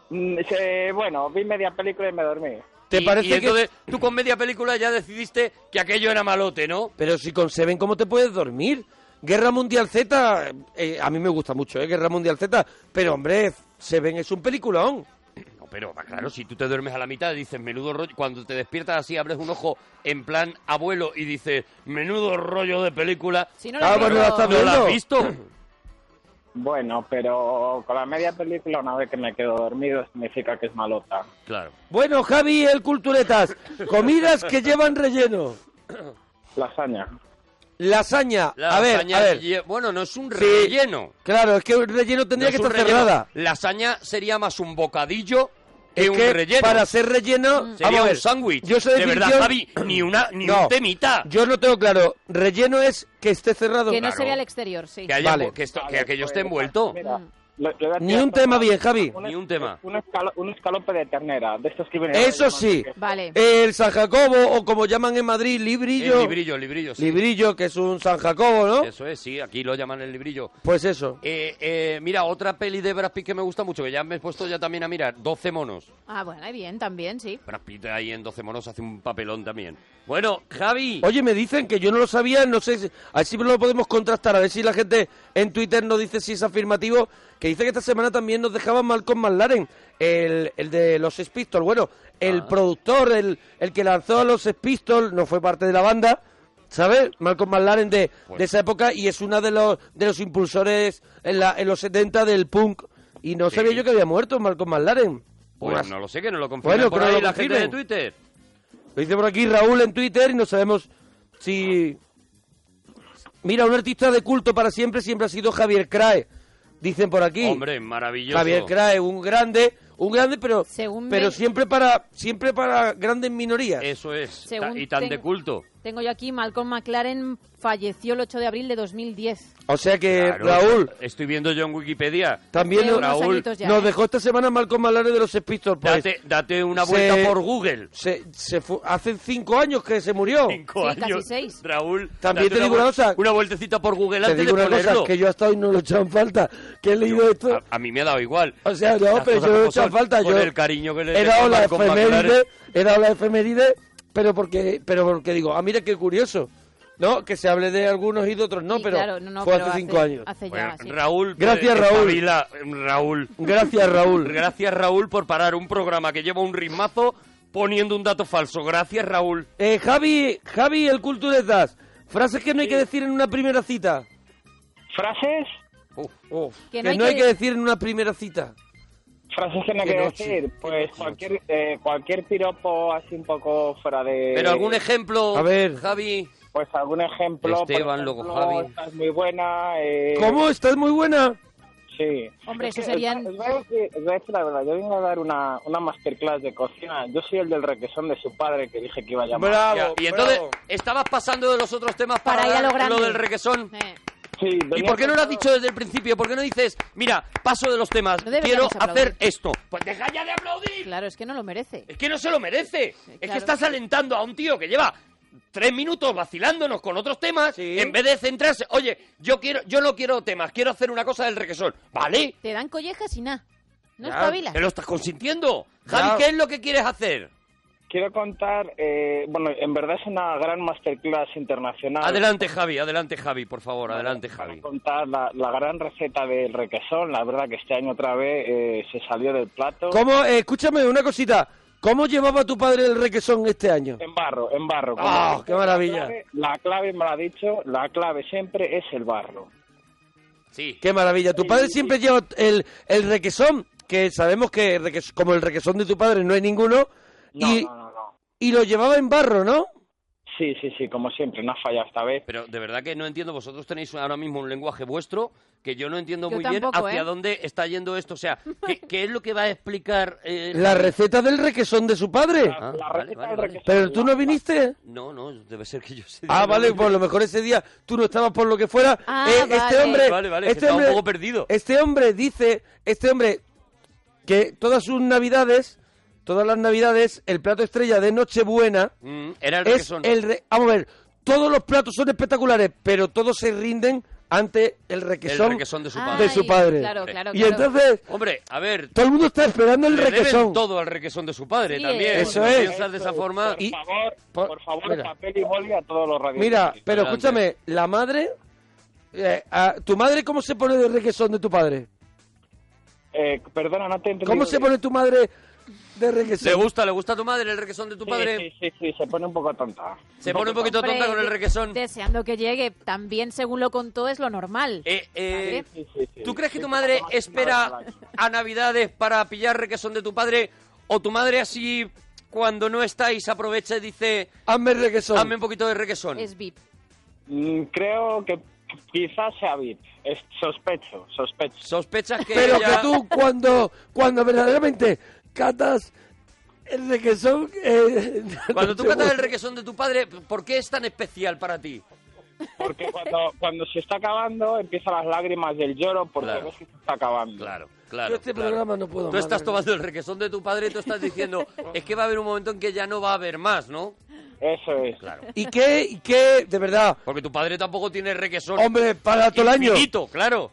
Speaker 7: Mm, se- bueno, vi media película y me dormí.
Speaker 1: ¿Te
Speaker 2: Y-
Speaker 1: parece
Speaker 2: y entonces,
Speaker 1: que.?
Speaker 2: tú con media película ya decidiste que aquello era malote, ¿no?
Speaker 1: Pero si con Seven, ¿cómo te puedes dormir? Guerra Mundial Z, eh, a mí me gusta mucho, ¿eh? Guerra Mundial Z, pero hombre, Seven es un peliculón.
Speaker 2: No, pero va, claro, si tú te duermes a la mitad, dices menudo rollo. Cuando te despiertas así, abres un ojo en plan abuelo y dices menudo rollo de película.
Speaker 3: Si no
Speaker 1: Ah,
Speaker 3: la has
Speaker 1: pues no la
Speaker 3: visto-
Speaker 1: estás
Speaker 2: ¿No la has
Speaker 1: viendo.
Speaker 2: visto?
Speaker 7: Bueno, pero con la media película, una vez que me quedo dormido, significa que es malota.
Speaker 2: Claro.
Speaker 1: Bueno, Javi, el Culturetas. Comidas que llevan relleno.
Speaker 7: Lasaña.
Speaker 1: Lasaña.
Speaker 2: La
Speaker 1: a ver,
Speaker 2: lasaña
Speaker 1: a ver.
Speaker 2: lle- Bueno, no es un
Speaker 1: Sí.
Speaker 2: relleno.
Speaker 1: Claro, es que el relleno
Speaker 2: No
Speaker 1: tendría
Speaker 2: es
Speaker 1: que
Speaker 2: un
Speaker 1: estar
Speaker 2: relleno.
Speaker 1: cerrada.
Speaker 2: Lasaña sería más un bocadillo que
Speaker 1: Es
Speaker 2: un
Speaker 1: que
Speaker 2: relleno. Mm.
Speaker 1: Para ser relleno, vamos
Speaker 2: Sería
Speaker 1: a
Speaker 2: un
Speaker 1: ver,
Speaker 2: sándwich.
Speaker 1: Yo soy
Speaker 2: De verdad,
Speaker 1: definición-
Speaker 2: Javi, ni, una, ni
Speaker 1: No.
Speaker 2: un temita.
Speaker 1: Yo no tengo claro. Relleno es que esté cerrado.
Speaker 3: Que no
Speaker 2: Claro.
Speaker 3: sería el exterior, sí.
Speaker 2: Que, haya-
Speaker 1: Vale.
Speaker 2: que, esto- que
Speaker 7: Vale,
Speaker 2: aquello
Speaker 7: pues,
Speaker 2: esté envuelto.
Speaker 7: mira, lo- yo voy a
Speaker 1: Ni
Speaker 7: tirar
Speaker 1: un tema
Speaker 7: todo-
Speaker 1: bien, Javi.
Speaker 2: Ni un tema.
Speaker 7: Un, escalo- un escalope de ternera, de estos que vienen...
Speaker 1: Eso sí.
Speaker 3: Vale.
Speaker 1: El San Jacobo, o como llaman en Madrid, librillo.
Speaker 2: El librillo, el librillo. sí.
Speaker 1: Librillo, que es un San Jacobo, ¿no?
Speaker 2: Eso es, sí, aquí lo llaman el librillo.
Speaker 1: Pues eso.
Speaker 2: Eh, eh, mira, otra peli de Brad Pitt que me gusta mucho, que ya me he puesto ya también a mirar, 12 monos.
Speaker 3: Ah, bueno, ahí bien, también, sí.
Speaker 2: Brad Pitt ahí en 12 monos hace un papelón también. Bueno, Javi,
Speaker 1: Oye, me dicen que yo no lo sabía, no sé, si, a ver si lo podemos contrastar, a ver si la gente en Twitter nos dice si es afirmativo, que dice que esta semana también nos dejaban Malcolm McLaren, el, el de los Sex Pistols, bueno, el productor, el, el que lanzó a los Sex Pistols, no fue parte de la banda, ¿sabes? Malcolm McLaren de, de esa época y es uno de los, de los impulsores en, la, en los 70 del punk. Y no sabía yo que había muerto Malcolm McLaren.
Speaker 2: pues
Speaker 1: Unas-
Speaker 2: no lo sé, que no lo confirman
Speaker 1: Bueno,
Speaker 2: por
Speaker 1: que no
Speaker 2: ahí
Speaker 1: lo
Speaker 2: la gente de
Speaker 1: confirmen.
Speaker 2: Twitter.
Speaker 1: Lo dice por aquí Raúl en Twitter y no sabemos si... Mira, un artista de culto para siempre siempre ha sido Javier Crae. Dicen por aquí.
Speaker 2: Hombre, maravilloso.
Speaker 1: Javier Crae, un grande, un grande, pero
Speaker 3: Según
Speaker 1: pero
Speaker 3: me-
Speaker 1: siempre para siempre para grandes minorías.
Speaker 2: Eso es, ta-
Speaker 3: Según
Speaker 2: y tan de
Speaker 3: tengo-
Speaker 2: culto.
Speaker 3: Tengo yo aquí, Malcolm McLaren falleció el 8 de abril de 2010.
Speaker 1: O sea que
Speaker 2: Claro,
Speaker 1: Raúl
Speaker 2: Estoy viendo yo en Wikipedia.
Speaker 1: también
Speaker 3: Hace
Speaker 1: nos,
Speaker 3: unos
Speaker 2: Raúl,
Speaker 3: añitos ya,
Speaker 1: nos
Speaker 3: ¿eh?
Speaker 1: dejó esta semana Malcolm Malare de los Sex Pistols, pues.
Speaker 2: Date, date una vuelta
Speaker 1: Se-
Speaker 2: por Google.
Speaker 1: Se, se fu- hace cinco años que se murió.
Speaker 2: Cinco
Speaker 3: Sí, casi
Speaker 2: años.
Speaker 3: seis.
Speaker 2: Raúl,
Speaker 1: También
Speaker 2: date
Speaker 1: te digo
Speaker 2: vuel-
Speaker 1: una cosa.
Speaker 2: Una vueltecita por Google
Speaker 1: Te
Speaker 2: antes
Speaker 1: digo
Speaker 2: de
Speaker 1: una cosa,
Speaker 2: ponerlo. ah,
Speaker 1: es que yo hasta hoy no lo he echado en falta, que he leído esto.
Speaker 2: a, a mí me ha dado igual.
Speaker 1: O sea, no,
Speaker 2: Las
Speaker 1: pero
Speaker 2: cosas
Speaker 1: yo no he
Speaker 2: como
Speaker 1: hecho
Speaker 2: son,
Speaker 1: falta.
Speaker 2: con
Speaker 1: Yo
Speaker 2: el cariño que pues le
Speaker 1: he
Speaker 2: tengo
Speaker 1: dado
Speaker 2: a
Speaker 1: la
Speaker 2: Malcolm
Speaker 1: efeméride,
Speaker 2: McLaren.
Speaker 1: he dado la efeméride, pero porque, pero porque digo, ah, mira qué curioso, ¿no? Que se hable de algunos y de otros no,
Speaker 3: Sí,
Speaker 1: pero
Speaker 3: claro, no, no,
Speaker 1: fue
Speaker 3: pero
Speaker 1: hace cinco años.
Speaker 3: Hace
Speaker 2: Bueno,
Speaker 3: ya, sí.
Speaker 2: Raúl,
Speaker 1: Gracias,
Speaker 2: pues,
Speaker 1: Raúl.
Speaker 2: espabila, Raúl.
Speaker 1: Gracias, Raúl.
Speaker 2: Gracias, Raúl, por parar un programa que lleva un ritmazo poniendo un dato falso. Gracias, Raúl.
Speaker 1: Eh, Javi, Javi, el Culturetas, frases que no hay que decir en una primera cita.
Speaker 7: Frases,
Speaker 2: Uf,
Speaker 1: Que no, hay, que... decir en una primera cita.
Speaker 7: frases que no
Speaker 1: Qué
Speaker 7: quiero
Speaker 1: noche,
Speaker 7: decir.
Speaker 1: qué
Speaker 7: Pues
Speaker 1: noche.
Speaker 7: cualquier, eh, cualquier piropo así un poco fuera de...
Speaker 2: Pero algún ejemplo,
Speaker 1: a ver.
Speaker 2: Javi.
Speaker 7: Pues algún ejemplo... por
Speaker 2: Esteban, luego Javi.
Speaker 7: Estás muy buena... eh,
Speaker 1: ¿Cómo? ¿Estás muy buena?
Speaker 7: Sí.
Speaker 3: Hombre,
Speaker 7: Es
Speaker 3: eso
Speaker 7: que
Speaker 3: serían-
Speaker 7: Os, os voy a decir, os voy a decir la verdad, yo vengo a dar una, una masterclass de cocina. Yo soy el del requesón de su padre que dije que iba a llamar.
Speaker 1: Bravo,
Speaker 2: Ya, y entonces,
Speaker 1: bravo.
Speaker 2: estabas pasando de los otros temas para,
Speaker 3: Para ir a lo
Speaker 2: dar
Speaker 3: grande.
Speaker 2: del requesón.
Speaker 3: Eh,
Speaker 7: Sí,
Speaker 2: ¿Y
Speaker 7: venía
Speaker 2: por qué no lo has
Speaker 7: pensando-
Speaker 2: dicho desde el principio? ¿Por qué no dices, mira, paso de los temas,
Speaker 3: No deberíamos
Speaker 2: quiero
Speaker 3: aplaudir.
Speaker 2: hacer esto? Pues deja ya de aplaudir.
Speaker 3: claro, es que no lo merece.
Speaker 2: Es que no se lo merece. Es que
Speaker 3: claro.
Speaker 2: estás alentando a un tío que lleva tres minutos vacilándonos con otros temas
Speaker 1: Sí.
Speaker 2: en vez de centrarse. Oye, yo quiero, yo no quiero temas, quiero hacer una cosa del requesón. ¿Vale?
Speaker 3: Te dan collejas y nada. No
Speaker 1: Ya,
Speaker 3: espabilas.
Speaker 2: ¿Te lo estás consintiendo? Javi,
Speaker 1: Claro.
Speaker 2: ¿qué es lo que quieres hacer?
Speaker 7: Quiero contar, eh, bueno, en verdad es una gran masterclass internacional.
Speaker 2: Adelante, Javi, adelante, Javi, por favor, adelante,
Speaker 7: Quiero
Speaker 2: Javi.
Speaker 7: contar la, la gran receta del requesón. La verdad que este año otra vez eh, se salió del plato.
Speaker 1: ¿Cómo? eh, escúchame una cosita. ¿Cómo llevaba tu padre el requesón este año?
Speaker 7: En barro, en barro.
Speaker 1: ¡Ah,
Speaker 7: Como-
Speaker 1: qué maravilla!
Speaker 7: La clave, la clave, me lo ha dicho, la clave siempre es el barro.
Speaker 2: Sí.
Speaker 1: Qué maravilla. Tu padre siempre lleva el, el requesón, que sabemos que reques- como el requesón de tu padre no hay ninguno,
Speaker 7: No,
Speaker 1: y,
Speaker 7: no, no, no.
Speaker 1: y lo llevaba en barro, ¿no?
Speaker 7: Sí, sí, sí, como siempre, no ha fallado esta vez.
Speaker 2: Pero de verdad que no entiendo, vosotros tenéis ahora mismo un lenguaje vuestro que yo no entiendo
Speaker 3: Yo
Speaker 2: muy bien
Speaker 3: tampoco,
Speaker 2: hacia
Speaker 3: ¿eh?
Speaker 2: dónde está yendo esto. O sea, ¿qué, qué es lo que va a explicar? eh,
Speaker 1: La receta del requesón de su padre.
Speaker 2: Ah,
Speaker 7: La
Speaker 2: vale,
Speaker 7: receta
Speaker 2: vale,
Speaker 7: del
Speaker 2: vale.
Speaker 7: requesón.
Speaker 1: Pero tú no viniste.
Speaker 2: No, no, debe ser que yo sé.
Speaker 1: Ah, vale, por lo mejor ese día tú no estabas por lo que fuera.
Speaker 3: Ah,
Speaker 1: Este
Speaker 3: vale.
Speaker 1: hombre,
Speaker 2: Vale, vale, que
Speaker 1: este
Speaker 2: estaba un
Speaker 1: hombre-
Speaker 2: poco perdido.
Speaker 1: Este hombre dice, este hombre, que todas sus navidades, todas las navidades, el plato estrella de Nochebuena,
Speaker 2: Mm, era el
Speaker 1: es
Speaker 2: requesón.
Speaker 1: el re- vamos a ver todos los platos son espectaculares pero todos se rinden ante el
Speaker 2: El
Speaker 1: requesón,
Speaker 2: requesón de su
Speaker 3: Ay,
Speaker 2: padre.
Speaker 1: de su padre
Speaker 3: Claro, claro,
Speaker 1: y
Speaker 3: claro.
Speaker 1: entonces
Speaker 2: Hombre, a ver,
Speaker 1: todo el mundo está esperando el
Speaker 2: le deben
Speaker 1: requesón
Speaker 2: todo al requesón de su padre
Speaker 3: Sí,
Speaker 2: también.
Speaker 1: Eso
Speaker 2: Cuando
Speaker 1: es.
Speaker 2: piensas de esa forma...
Speaker 7: Por
Speaker 1: Y-
Speaker 7: favor,
Speaker 1: por-
Speaker 7: por, favor,
Speaker 1: mira.
Speaker 7: papel y boli a todos los radios.
Speaker 1: mira pero
Speaker 2: Adelante.
Speaker 1: escúchame la madre eh, a- tu madre cómo se pone de requesón de tu padre
Speaker 7: Eh, perdona, no te he entendido
Speaker 1: ¿Cómo se
Speaker 7: bien.
Speaker 1: pone tu madre de requesón?
Speaker 2: ¿Le gusta, le gusta a tu madre el requesón de tu
Speaker 7: Sí,
Speaker 2: padre?
Speaker 7: Sí, sí, sí, se pone un poco tonta.
Speaker 2: Se pone un poquito
Speaker 3: Hombre,
Speaker 2: tonta con el
Speaker 3: de-
Speaker 2: requesón.
Speaker 3: Deseando que llegue. También, según lo contó, es lo normal.
Speaker 2: Eh, eh,
Speaker 7: Sí, sí, sí.
Speaker 2: ¿Tú crees que
Speaker 7: Sí,
Speaker 2: tu
Speaker 7: se
Speaker 2: madre
Speaker 7: toma más una
Speaker 2: espera
Speaker 7: vez al año.
Speaker 2: a Navidades para pillar requesón de tu padre? ¿O tu madre así, cuando no estáis, aprovecha y dice,
Speaker 1: Hazme requesón.
Speaker 2: dame un poquito de requesón?
Speaker 3: Es VIP.
Speaker 7: Mm, Creo que quizás sea VIP. Es sospecho, sospecho.
Speaker 2: ¿Sospechas que
Speaker 1: Pero
Speaker 2: ella-
Speaker 1: que tú cuando, cuando verdaderamente catas el requesón... eh,
Speaker 2: Cuando
Speaker 1: no
Speaker 2: tú
Speaker 1: te
Speaker 2: catas el
Speaker 1: gusta.
Speaker 2: requesón de tu padre, ¿por qué es tan especial para ti?
Speaker 7: Porque cuando, cuando se está acabando empiezan las lágrimas del lloro porque
Speaker 2: Claro.
Speaker 7: ves que se está acabando.
Speaker 2: Claro, claro.
Speaker 1: Yo este
Speaker 2: claro.
Speaker 1: programa no puedo
Speaker 2: Tú
Speaker 1: más,
Speaker 2: estás
Speaker 1: de verdad.
Speaker 2: tomando el requesón de tu padre y tú estás diciendo, es que va a haber un momento en que ya no va a haber más, ¿no?
Speaker 7: Eso es.
Speaker 2: Claro.
Speaker 1: ¿Y qué? ¿Y qué? De verdad.
Speaker 2: Porque tu padre tampoco tiene requesón.
Speaker 1: Hombre, para todo el año.
Speaker 2: infinito, claro.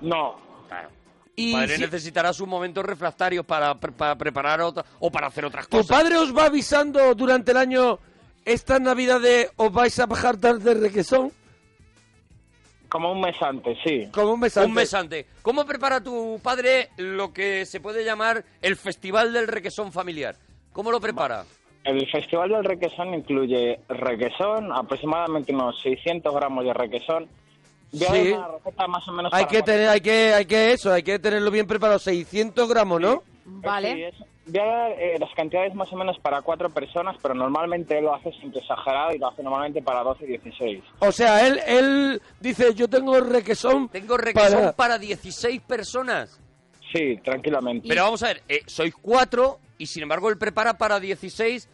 Speaker 7: No,
Speaker 2: Claro.
Speaker 1: Y
Speaker 2: Tu padre
Speaker 1: si-
Speaker 2: necesitará sus momentos refractarios para, pre- para preparar otra, o para hacer otras
Speaker 1: ¿Tu
Speaker 2: cosas.
Speaker 1: padre os va avisando durante el año estas navidades os vais a bajar tarde de requesón?
Speaker 7: como un mes antes, sí.
Speaker 1: Como un mes
Speaker 2: Un mes antes. ¿Cómo prepara tu padre lo que se puede llamar el Festival del Requesón Familiar? ¿Cómo lo prepara?
Speaker 7: El Festival del Requesón incluye requesón, aproximadamente unos 600 gramos de requesón. Voy a dar
Speaker 1: Sí.
Speaker 7: una receta más o menos
Speaker 1: Hay
Speaker 7: para
Speaker 1: que
Speaker 7: cuatro-
Speaker 1: tener, hay que, hay que eso, hay que tenerlo bien preparado. 600 gramos, ¿no?
Speaker 7: Sí,
Speaker 3: Vale.
Speaker 7: es- voy a dar eh, las cantidades más o menos para cuatro personas, pero normalmente él lo hace siempre exagerado y lo hace normalmente para 12 y 16.
Speaker 1: O sea, él, él dice, yo tengo requesón.
Speaker 2: Tengo requesón para,
Speaker 1: para-
Speaker 2: 16 personas.
Speaker 7: Sí, tranquilamente.
Speaker 2: Pero vamos a ver, eh, sois cuatro y sin embargo él prepara para 16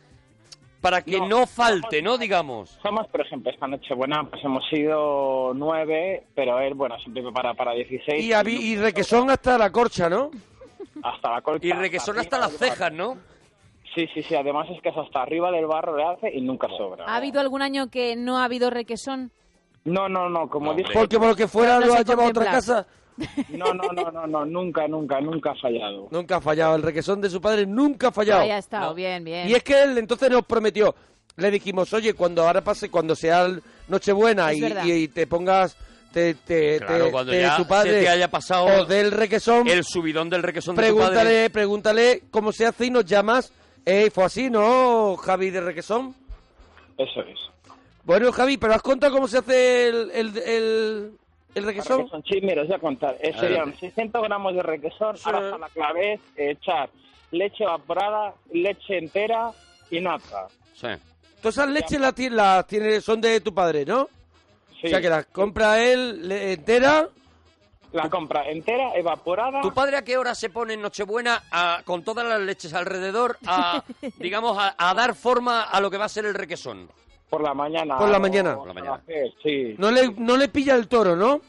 Speaker 2: para que no,
Speaker 7: No,
Speaker 2: falte, ¿no?
Speaker 7: somos-
Speaker 2: Digamos.
Speaker 7: Somos, por ejemplo, esta noche buena, pues hemos sido nueve, pero él, bueno, siempre prepara para 16.
Speaker 1: Y, habi- y requesón hasta la corcha, ¿no?
Speaker 7: hasta la corta.
Speaker 2: Y requesón hasta
Speaker 7: arriba
Speaker 2: las
Speaker 7: del
Speaker 2: cejas, ¿no?
Speaker 7: barro. Sí, sí, sí, además es que es hasta arriba del barro le hace y nunca
Speaker 1: Oh.
Speaker 7: sobra.
Speaker 3: ¿Ha habido algún año que no ha habido requesón?
Speaker 7: No, no, no, como
Speaker 2: Hombre.
Speaker 7: dije,
Speaker 1: Porque por lo que fuera
Speaker 3: No
Speaker 1: lo
Speaker 3: se
Speaker 1: ha llevado a otra
Speaker 3: contempla.
Speaker 1: casa.
Speaker 7: no, no, no, no, no, nunca, nunca, nunca ha fallado.
Speaker 1: Nunca ha fallado, el requesón de su padre nunca ha fallado.
Speaker 3: Pues Ahí ha estado. Bien, bien.
Speaker 1: Y es que él entonces nos prometió, le dijimos, oye, cuando ahora pase, cuando sea el Nochebuena
Speaker 3: Es
Speaker 1: y,
Speaker 3: verdad.
Speaker 1: y- y te pongas, te, te,
Speaker 2: Claro,
Speaker 1: te-
Speaker 2: cuando
Speaker 1: te-
Speaker 2: ya
Speaker 1: tu padre
Speaker 2: se te haya pasado
Speaker 1: o del requesón,
Speaker 2: El subidón del requesón de tu padre.
Speaker 1: pregúntale, pregúntale cómo se hace y nos llamas. Eh, fue así, ¿no, Javi de requesón?
Speaker 7: Eso es.
Speaker 1: Bueno, Javi, pero has contado cómo se hace el, el, el, el requesón.
Speaker 7: Requesón, sí, mira, os voy a contar. Eh, serían 600 gramos de requesón,
Speaker 1: Sí.
Speaker 7: ahora a la clavez, eh, echar leche evaporada, leche entera y nata.
Speaker 2: Sí.
Speaker 1: Todas esas leches las, ti- las tiene, son de tu padre, ¿no?
Speaker 7: Sí,
Speaker 1: O sea que las compra él le- entera.
Speaker 7: la compra entera, evaporada.
Speaker 2: ¿Tu padre a qué hora se pone en Nochebuena a- con todas las leches alrededor a, digamos, a, a dar forma a lo que va a ser el requesón?
Speaker 7: Por la mañana.
Speaker 1: Por la
Speaker 7: ¿no?
Speaker 1: mañana.
Speaker 2: Por la mañana.
Speaker 7: Sí, Sí.
Speaker 1: No le, no le pilla el toro, ¿no?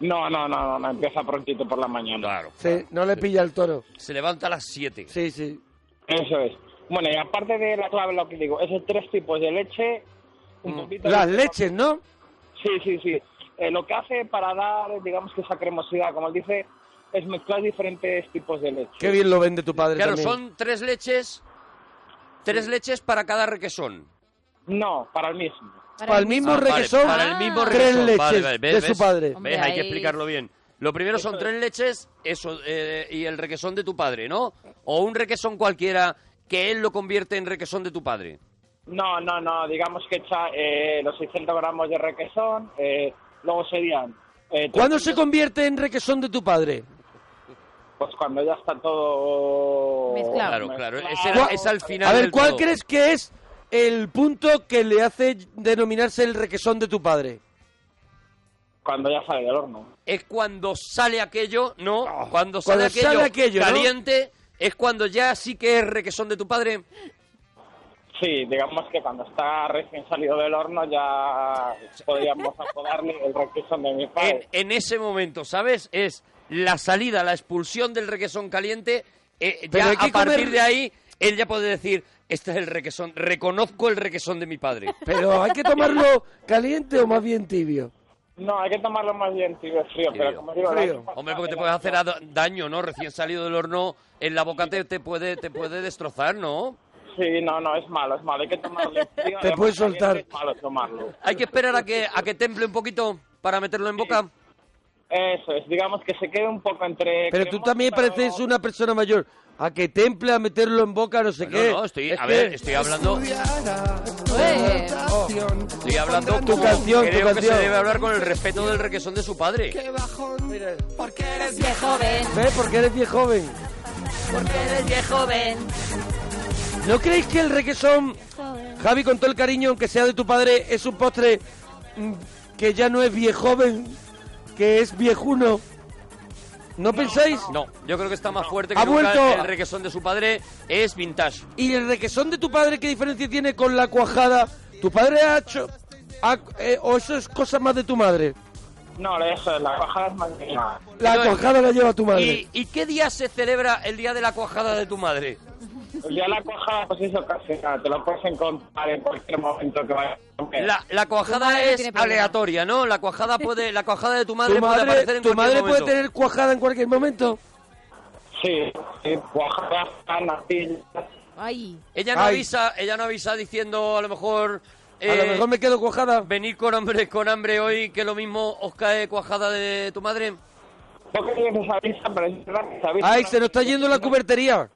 Speaker 7: No, no, no, no, no, empieza prontito por la mañana.
Speaker 2: Claro.
Speaker 1: Sí, no le pilla el toro.
Speaker 2: Se levanta a las 7.
Speaker 1: Sí, sí.
Speaker 7: Eso es. Bueno, y aparte de la clave, lo que digo, esos tres tipos de leche, un poquito de-
Speaker 1: Mm. Las leches, ¿no?
Speaker 7: Sí, sí, sí. Eh, lo que hace para dar, digamos que esa cremosidad, como él dice, es mezclar diferentes tipos de leche.
Speaker 1: Qué bien lo vende tu padre
Speaker 2: Claro,
Speaker 1: también.
Speaker 2: son tres leches. Tres leches para cada requesón.
Speaker 7: No, para el mismo.
Speaker 1: Para el mismo
Speaker 2: Ah, vale,
Speaker 1: requesón,
Speaker 2: para el mismo
Speaker 1: tres
Speaker 2: requesón.
Speaker 1: leches
Speaker 2: Vale, vale, ¿ves,
Speaker 1: de su
Speaker 2: ves?
Speaker 1: padre.
Speaker 2: ¿Ves?
Speaker 3: Hombre,
Speaker 2: Hay que
Speaker 3: ahí-
Speaker 2: explicarlo bien. Lo primero son
Speaker 7: Eso
Speaker 2: tres leches, eso, eh, y el requesón de tu padre, ¿no? O un requesón cualquiera que él lo convierte en requesón de tu padre.
Speaker 7: No, no, no, digamos que echa eh, los 600 gramos de requesón, eh, luego serían... eh,
Speaker 1: ¿Cuándo
Speaker 7: 300,
Speaker 1: se convierte en requesón de tu padre?
Speaker 7: Pues cuando ya está todo...
Speaker 3: Mezclado.
Speaker 2: Claro, claro. Es,
Speaker 1: ¿Cuál-
Speaker 2: es al final.
Speaker 1: A ver,
Speaker 2: del
Speaker 1: ¿cuál
Speaker 2: todo.
Speaker 1: crees que es el punto que le hace denominarse el requesón de tu padre?
Speaker 7: Cuando ya sale del horno. Ah.
Speaker 2: es cuando sale aquello, ¿no? Cuando sale
Speaker 1: cuando
Speaker 2: aquello,
Speaker 1: sale aquello, ¿no?
Speaker 2: caliente, es cuando ya sí que es requesón de tu padre.
Speaker 7: Sí, digamos que cuando está recién salido del horno ya podríamos apodarle el requesón de mi
Speaker 2: En,
Speaker 7: padre.
Speaker 2: en ese momento, ¿sabes? Es la salida, la expulsión del requesón caliente. eh,
Speaker 1: Pero
Speaker 2: ya
Speaker 1: hay que
Speaker 2: a partir
Speaker 1: comer-
Speaker 2: de ahí, él ya puede decir, este es el requesón, reconozco el requesón de mi padre.
Speaker 1: Pero hay que tomarlo caliente o más bien tibio.
Speaker 7: No, hay que tomarlo más bien tibio, frío,
Speaker 2: Tibio.
Speaker 7: pero como digo...
Speaker 1: Frío.
Speaker 2: Hombre, porque te puedes hacer a- daño, ¿no? Recién salido del horno, en la boca te, te puede, te puede destrozar, ¿no?
Speaker 7: Sí, no, no, es malo, es malo, hay que tomarlo bien frío.
Speaker 1: Te puedes
Speaker 7: además,
Speaker 1: soltar.
Speaker 7: Es malo tomarlo.
Speaker 2: Hay que esperar a que, a que temple un poquito para meterlo en boca.
Speaker 7: Eso es, digamos que se quede un poco entre...
Speaker 1: Pero tú también pareces una persona mayor. A que temple, a meterlo en boca, no sé
Speaker 2: No,
Speaker 1: qué.
Speaker 2: no, estoy,
Speaker 1: Es
Speaker 2: a
Speaker 1: que
Speaker 2: ver, estoy hablando,
Speaker 3: Eh,
Speaker 2: estoy hablando
Speaker 1: Tu
Speaker 2: con-
Speaker 1: canción, tu
Speaker 2: creo que
Speaker 1: canción.
Speaker 2: se debe hablar con el respeto del requesón de su padre.
Speaker 3: de joven,
Speaker 1: ¿Ves? Porque eres bien joven.
Speaker 3: de joven.
Speaker 1: ¿No creéis que el requesón, Javi, con todo el cariño, aunque sea de tu padre, es un postre mm, que ya no es viejoven, que es viejuno? ¿No pensáis?
Speaker 2: No, yo creo que está más fuerte que
Speaker 1: Ha
Speaker 2: nunca.
Speaker 1: vuelto-
Speaker 2: El requesón de su padre es vintage.
Speaker 1: ¿Y el requesón de tu padre qué diferencia tiene con la cuajada? ¿Tu padre ha hecho... ha- eh, ¿O eso es cosa más de tu madre?
Speaker 7: No, eso es, la cuajada es magnífica.
Speaker 1: La
Speaker 2: Entonces,
Speaker 1: cuajada la lleva tu madre.
Speaker 2: ¿Y, y qué día se celebra el día de la cuajada de tu madre?
Speaker 7: Ya la cuajada, pues eso casi nada, te lo puedes encontrar en cualquier momento que vayas a comer.
Speaker 2: La, la
Speaker 3: Tu
Speaker 2: cuajada
Speaker 3: madre no
Speaker 2: es
Speaker 3: tiene problema.
Speaker 2: aleatoria, ¿no? La cuajada puede, la cuajada de tu madre,
Speaker 1: Tu
Speaker 2: puede aparecer
Speaker 1: madre,
Speaker 2: en
Speaker 1: tu
Speaker 2: cualquier
Speaker 1: madre puede
Speaker 2: momento.
Speaker 1: tener cuajada en cualquier momento.
Speaker 7: Sí, sí, cuajada, natillas.
Speaker 3: Ay,
Speaker 2: Ella no
Speaker 1: Ay.
Speaker 2: avisa, ella no avisa diciendo a lo mejor.
Speaker 1: A lo
Speaker 2: eh,
Speaker 1: mejor me quedo cuajada.
Speaker 2: Venir con hambre, con hambre hoy, que lo mismo os cae cuajada de tu madre.
Speaker 7: Pocas veces avisan, pero es verdad que se avisa.
Speaker 1: Ay, se nos está yendo la cubertería.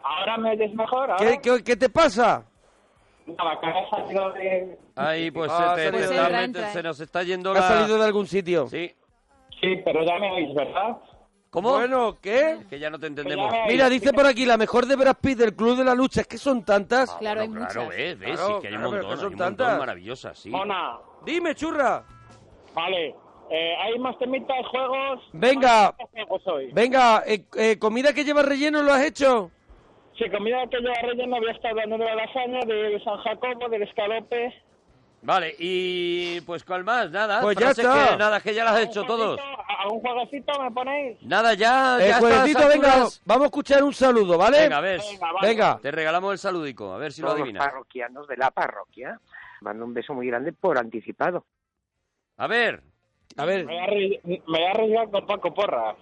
Speaker 7: Ahora me oyes mejor, ahora...
Speaker 1: ¿Qué, qué- qué te pasa?
Speaker 7: Nada, que ha salido de...
Speaker 2: Ahí pues,
Speaker 1: Ah,
Speaker 2: se, te-
Speaker 1: se nos-
Speaker 2: te-
Speaker 1: Pues
Speaker 3: entra,
Speaker 2: te-
Speaker 3: entra,
Speaker 2: se
Speaker 3: eh.
Speaker 2: nos está yendo
Speaker 1: Ha
Speaker 2: la.
Speaker 1: salido de algún sitio.
Speaker 2: Sí.
Speaker 7: Sí, pero ya me oís, ¿verdad?
Speaker 2: ¿Cómo?
Speaker 1: Bueno, ¿qué?
Speaker 2: Que ya no te entendemos.
Speaker 7: Que ya me-
Speaker 1: Mira, dice por aquí, la mejor de Brad Pitt del Club de la Lucha, es que son tantas.
Speaker 3: claro, hay muchas.
Speaker 2: Ah, Claro, eh. ves, ves,
Speaker 1: Claro,
Speaker 2: sí, que hay un
Speaker 1: claro,
Speaker 2: montón,
Speaker 1: pero que son
Speaker 2: hay un montón
Speaker 1: tantas.
Speaker 2: maravillosas, sí.
Speaker 7: Mona,
Speaker 1: Dime, churra.
Speaker 7: vale. Eh, ¿Hay más temitas, juegos?
Speaker 1: Venga.
Speaker 7: ¿Qué juegos hoy?
Speaker 1: Venga, eh, eh, comida que lleva relleno, ¿lo has hecho?
Speaker 7: Sí, comida que lleva relleno, voy a estar hablando de la lasaña, de San Jacobo, del escalope...
Speaker 2: Vale, y pues cuál más, nada.
Speaker 1: Pues ya
Speaker 2: frases
Speaker 1: está.
Speaker 2: Que, nada, que ya las has hecho todos.
Speaker 7: ¿A un jueguecito me ponéis?
Speaker 2: Nada, ya,
Speaker 1: Eh,
Speaker 2: ya estás,
Speaker 1: Jueguecito, venga,
Speaker 2: Asturias.
Speaker 1: vamos a escuchar un saludo, ¿vale?
Speaker 2: Venga, ves.
Speaker 7: Venga, va.
Speaker 1: Venga.
Speaker 2: Te regalamos el saludico, a ver si lo
Speaker 8: todos los
Speaker 2: adivinas.
Speaker 8: parroquianos de la parroquia. Mando un beso muy grande por anticipado.
Speaker 2: A ver,
Speaker 1: A ver,
Speaker 7: Me voy a arri- me voy a arriesgar con Paco Porras.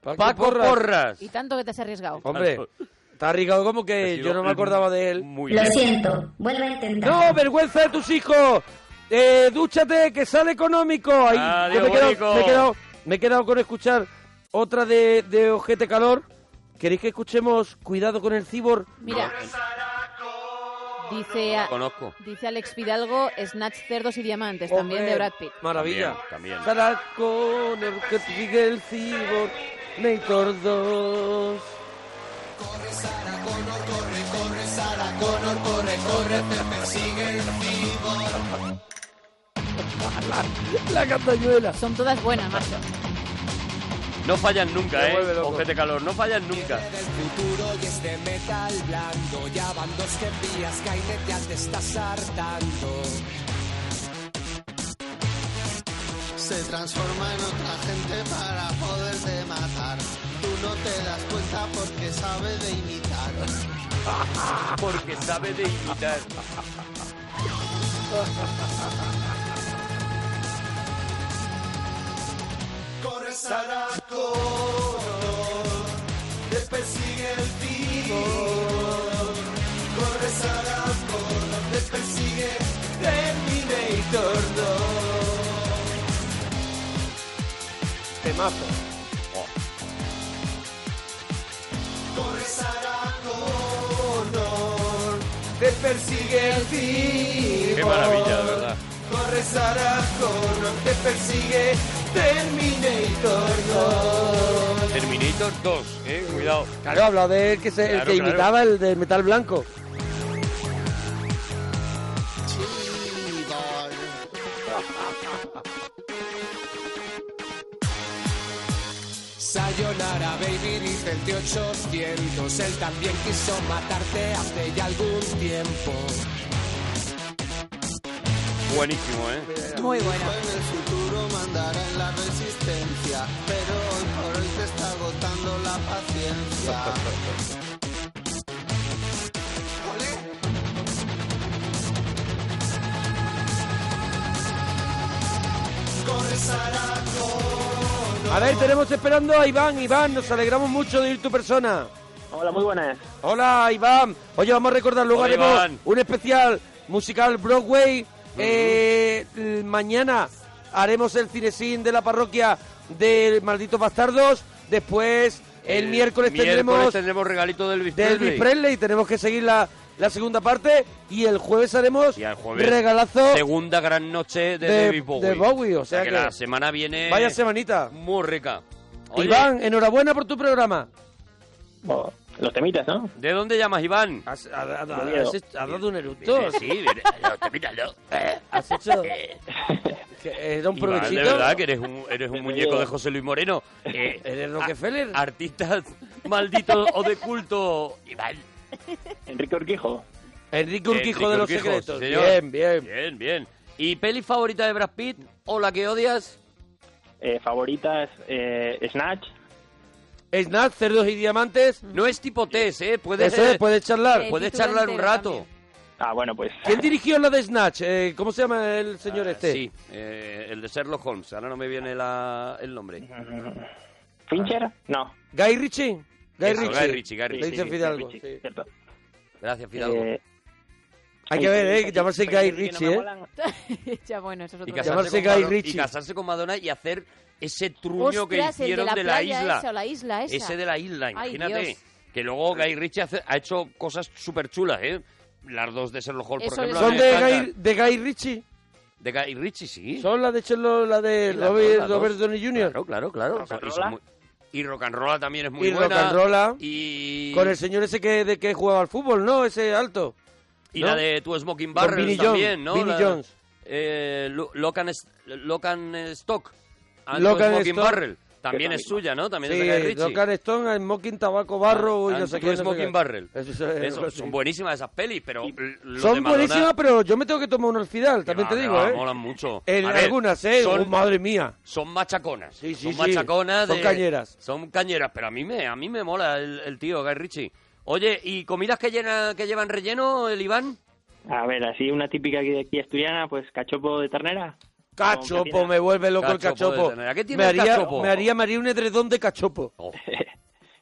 Speaker 1: Paco,
Speaker 2: Paco
Speaker 1: Porras.
Speaker 2: Porras.
Speaker 3: Y tanto que te has arriesgado.
Speaker 1: Hombre, está arriesgado como
Speaker 2: Ha
Speaker 1: que
Speaker 2: sido
Speaker 1: yo no me
Speaker 2: el-
Speaker 1: acordaba de él.
Speaker 2: Muy
Speaker 5: Lo
Speaker 2: bien.
Speaker 5: siento, vuelve a intentar.
Speaker 1: ¡No, Oh, vergüenza de tus hijos! Eh, ¡Dúchate, que sale económico! Ahí,
Speaker 2: Adiós,
Speaker 1: me, he quedado,
Speaker 2: bonico.
Speaker 1: me, he quedado, me he quedado con escuchar otra de, de Ojete Calor. ¿Queréis que escuchemos Cuidado con el cibor?
Speaker 3: Mira. Dice, a-
Speaker 2: Conozco.
Speaker 3: dice Alex Fidalgo, Snatch, Cerdos y Diamantes, también de Brad Pitt.
Speaker 1: Maravilla.
Speaker 2: También, también.
Speaker 1: Estará con el que sigue el cibor. Nator 2. Corre, Sara, Connor, corre, corre, Sara, Connor, corre, corre, te persigue el cibor. La cantañuela.
Speaker 3: Son todas buenas, macho.
Speaker 2: No fallan nunca,
Speaker 1: Me
Speaker 2: ¿eh?
Speaker 1: vuelve loco.
Speaker 2: Ojete calor, no fallan nunca.
Speaker 9: Se transforma en otra gente para poderte matar. Tú no te das cuenta porque sabe de imitar.
Speaker 2: Porque sabe de imitar.
Speaker 9: Corre Sara Connor, te persigue el tigre. Corre Sara Connor, te persigue Terminator 2.
Speaker 7: Temazo.
Speaker 2: Oh.
Speaker 9: Corre Sara Connor, te persigue el tigre.
Speaker 2: Qué maravilla, de verdad.
Speaker 9: Corre Sarah Connor, te persigue Terminator 2.
Speaker 2: Terminator 2, ¿eh? Cuidado.
Speaker 1: Claro, habla de él que se, el
Speaker 2: Claro,
Speaker 1: que
Speaker 2: claro.
Speaker 1: imitaba el del metal blanco.
Speaker 9: Sayonara Baby dice el de 800 Él también quiso matarte hace ya algún tiempo
Speaker 2: Buenísimo, ¿eh?
Speaker 3: Muy buena.
Speaker 9: En el futuro mandarán la resistencia Pero hoy por hoy se está agotando la paciencia
Speaker 1: A ver, tenemos esperando a Iván. Iván, nos alegramos mucho de ir tu persona.
Speaker 7: Hola, muy buenas.
Speaker 1: Hola, Iván. Oye, vamos a recordar, luego
Speaker 2: Hola,
Speaker 1: haremos
Speaker 2: Iván.
Speaker 1: un especial musical Broadway. Eh, l- mañana haremos el cinesín de la parroquia de Malditos Bastardos. Después, el, miércoles, tendremos
Speaker 2: tendremos regalito del Elvis
Speaker 1: de Elvis
Speaker 2: Presley.
Speaker 1: Presley y tenemos que seguir la, la segunda parte. Y el jueves haremos
Speaker 2: Jueves.
Speaker 1: regalazo
Speaker 2: Segunda gran noche de,
Speaker 1: de-
Speaker 2: David Bowie.
Speaker 1: de Bowie, o sea
Speaker 2: que,
Speaker 1: que-
Speaker 2: la semana viene.
Speaker 1: Vaya semanita.
Speaker 2: Muy rica. Oye,
Speaker 1: Iván, enhorabuena por tu programa.
Speaker 10: Los temitas, ¿no?
Speaker 2: ¿De dónde llamas, Iván?
Speaker 1: Has, has hecho- has dado un eructo.
Speaker 2: Sí, sí, los temitas, no.
Speaker 1: Has hecho. Que era un
Speaker 2: Iván,
Speaker 1: provechito.
Speaker 2: de verdad que eres un, eres un muñeco de José Luis Moreno. Eh,
Speaker 1: Eres Rockefeller.
Speaker 2: a- artista maldito o de culto. Iván.
Speaker 10: Enrique Urquijo.
Speaker 1: Enrique Urquijo
Speaker 2: Enrique
Speaker 1: de los
Speaker 2: Urquijo,
Speaker 1: Secretos.
Speaker 2: sí, señor.
Speaker 1: Bien, bien.
Speaker 2: Bien, bien. ¿Y peli favorita de Brad Pitt o la que odias?
Speaker 10: Eh, favoritas, eh, Snatch.
Speaker 1: Snatch, cerdos y diamantes.
Speaker 2: No es tipo test, ¿eh? Puedes,
Speaker 1: Eso es, puedes charlar.
Speaker 3: El
Speaker 2: puedes
Speaker 3: título
Speaker 2: charlar un
Speaker 3: entero
Speaker 2: rato.
Speaker 10: Ah, bueno, pues. Ah,
Speaker 1: ¿Quién dirigió la de Snatch? Eh, ¿Cómo se llama el señor este?
Speaker 2: Sí, eh, el de Sherlock Holmes. Ahora no me viene la- el nombre.
Speaker 10: ¿Fincher? No.
Speaker 1: ¿Guy Ritchie? Guy
Speaker 2: Eso,
Speaker 1: Ritchie.
Speaker 2: Guy Ritchie, Guy
Speaker 10: Sí,
Speaker 1: Le
Speaker 2: Ritchie.
Speaker 10: sí,
Speaker 1: dicen
Speaker 10: sí,
Speaker 1: Fidalgo.
Speaker 10: Richie,
Speaker 1: sí.
Speaker 10: cierto.
Speaker 2: Gracias, Fidalgo.
Speaker 10: Eh,
Speaker 1: Hay que ver, ¿eh?
Speaker 10: películas
Speaker 1: Llamarse
Speaker 10: que-
Speaker 1: Guy
Speaker 10: que no me
Speaker 1: Ritchie, ¿eh?
Speaker 10: molan.
Speaker 3: ya bueno, eso es
Speaker 2: y,
Speaker 3: otro
Speaker 1: casar-
Speaker 3: tema.
Speaker 2: casarse con
Speaker 1: llamarse Guy
Speaker 2: Madonna,
Speaker 1: Ritchie.
Speaker 2: y casarse con Madonna y hacer ese truño
Speaker 3: Ostras,
Speaker 2: que
Speaker 3: el de
Speaker 2: hicieron
Speaker 3: la
Speaker 2: de la
Speaker 3: playa
Speaker 2: isla.
Speaker 3: esa o la isla esa.
Speaker 2: Ese de la isla,
Speaker 3: Ay,
Speaker 2: imagínate.
Speaker 3: Dios.
Speaker 2: que luego Guy Ritchie hace- ha hecho cosas súper chulas, ¿eh? Las dos de Sherlock Holmes,
Speaker 3: Eso
Speaker 2: por ejemplo.
Speaker 3: es-
Speaker 2: a
Speaker 1: ¿Son
Speaker 2: mí
Speaker 1: de
Speaker 2: me encantan.
Speaker 1: Guy, de Guy Ritchie?
Speaker 2: De Guy Ritchie, sí.
Speaker 1: ¿Son las de, Sherlock- la de
Speaker 2: Sí, las dos,
Speaker 1: Robert,
Speaker 2: las dos.
Speaker 1: Robert Downey Jr.?
Speaker 2: Claro, claro, claro.
Speaker 10: Rock and
Speaker 2: Y, son
Speaker 10: Rolla.
Speaker 2: muy- y Rock and Rolla también es muy
Speaker 1: y
Speaker 2: buena.
Speaker 1: rock and rolla.
Speaker 2: Y,
Speaker 1: Con el señor ese que, de que jugaba al fútbol, ¿no? Ese alto.
Speaker 2: y
Speaker 1: ¿no?
Speaker 2: la de Tu Smoking
Speaker 1: Con
Speaker 2: Barrel
Speaker 1: Vinnie
Speaker 2: también,
Speaker 1: Jones,
Speaker 2: ¿no?
Speaker 1: Vinnie
Speaker 2: La-
Speaker 1: Jones.
Speaker 2: Eh, Lu- Locan, Es- Locan Stock. And
Speaker 1: Locan
Speaker 2: Two Smoking
Speaker 1: Stock.
Speaker 2: Barrel. También
Speaker 10: Que
Speaker 2: es
Speaker 10: es lo
Speaker 2: suya, ¿no? También es de Guy
Speaker 1: Sí,
Speaker 2: Ritchie. Ah,
Speaker 1: Rock and Stone, Smoking, Tabaco, Barro y
Speaker 2: And
Speaker 1: no sé
Speaker 2: Two
Speaker 1: qué. no sé
Speaker 2: Smoking
Speaker 1: qué.
Speaker 2: Barrel.
Speaker 1: Eso es, eh,
Speaker 2: Eso,
Speaker 1: algo así.
Speaker 2: son buenísimas esas pelis, pero l- lo de
Speaker 1: Son
Speaker 2: Madonna-
Speaker 1: buenísimas, pero yo me tengo que tomar uno al final,
Speaker 2: que
Speaker 1: también
Speaker 2: va,
Speaker 1: te
Speaker 2: que
Speaker 1: digo,
Speaker 2: va,
Speaker 1: ¿eh?
Speaker 2: Molan mucho.
Speaker 1: En
Speaker 2: A ver,
Speaker 1: algunas, ¿eh?
Speaker 2: Son,
Speaker 1: Oh, madre mía.
Speaker 2: son machaconas.
Speaker 1: Sí,
Speaker 2: son
Speaker 1: sí, sí.
Speaker 2: machaconas.
Speaker 1: Son
Speaker 2: de-
Speaker 1: cañeras.
Speaker 2: Son cañeras, pero a mí me, a mí me mola el, el tío Guy Ritchie. Oye, ¿y comidas que, llena, que llevan relleno, el Iván?
Speaker 10: A ver, así una típica aquí, aquí asturiana, pues cachopo de ternera.
Speaker 1: Cachopo,
Speaker 10: Con
Speaker 1: me vuelve loco
Speaker 2: Cachopo de
Speaker 1: el
Speaker 2: ternera.
Speaker 1: cachopo.
Speaker 2: ¿Qué tiene
Speaker 1: me,
Speaker 2: el
Speaker 1: haría,
Speaker 2: cachopo?
Speaker 1: me haría me haría un edredón de cachopo.
Speaker 2: Oh,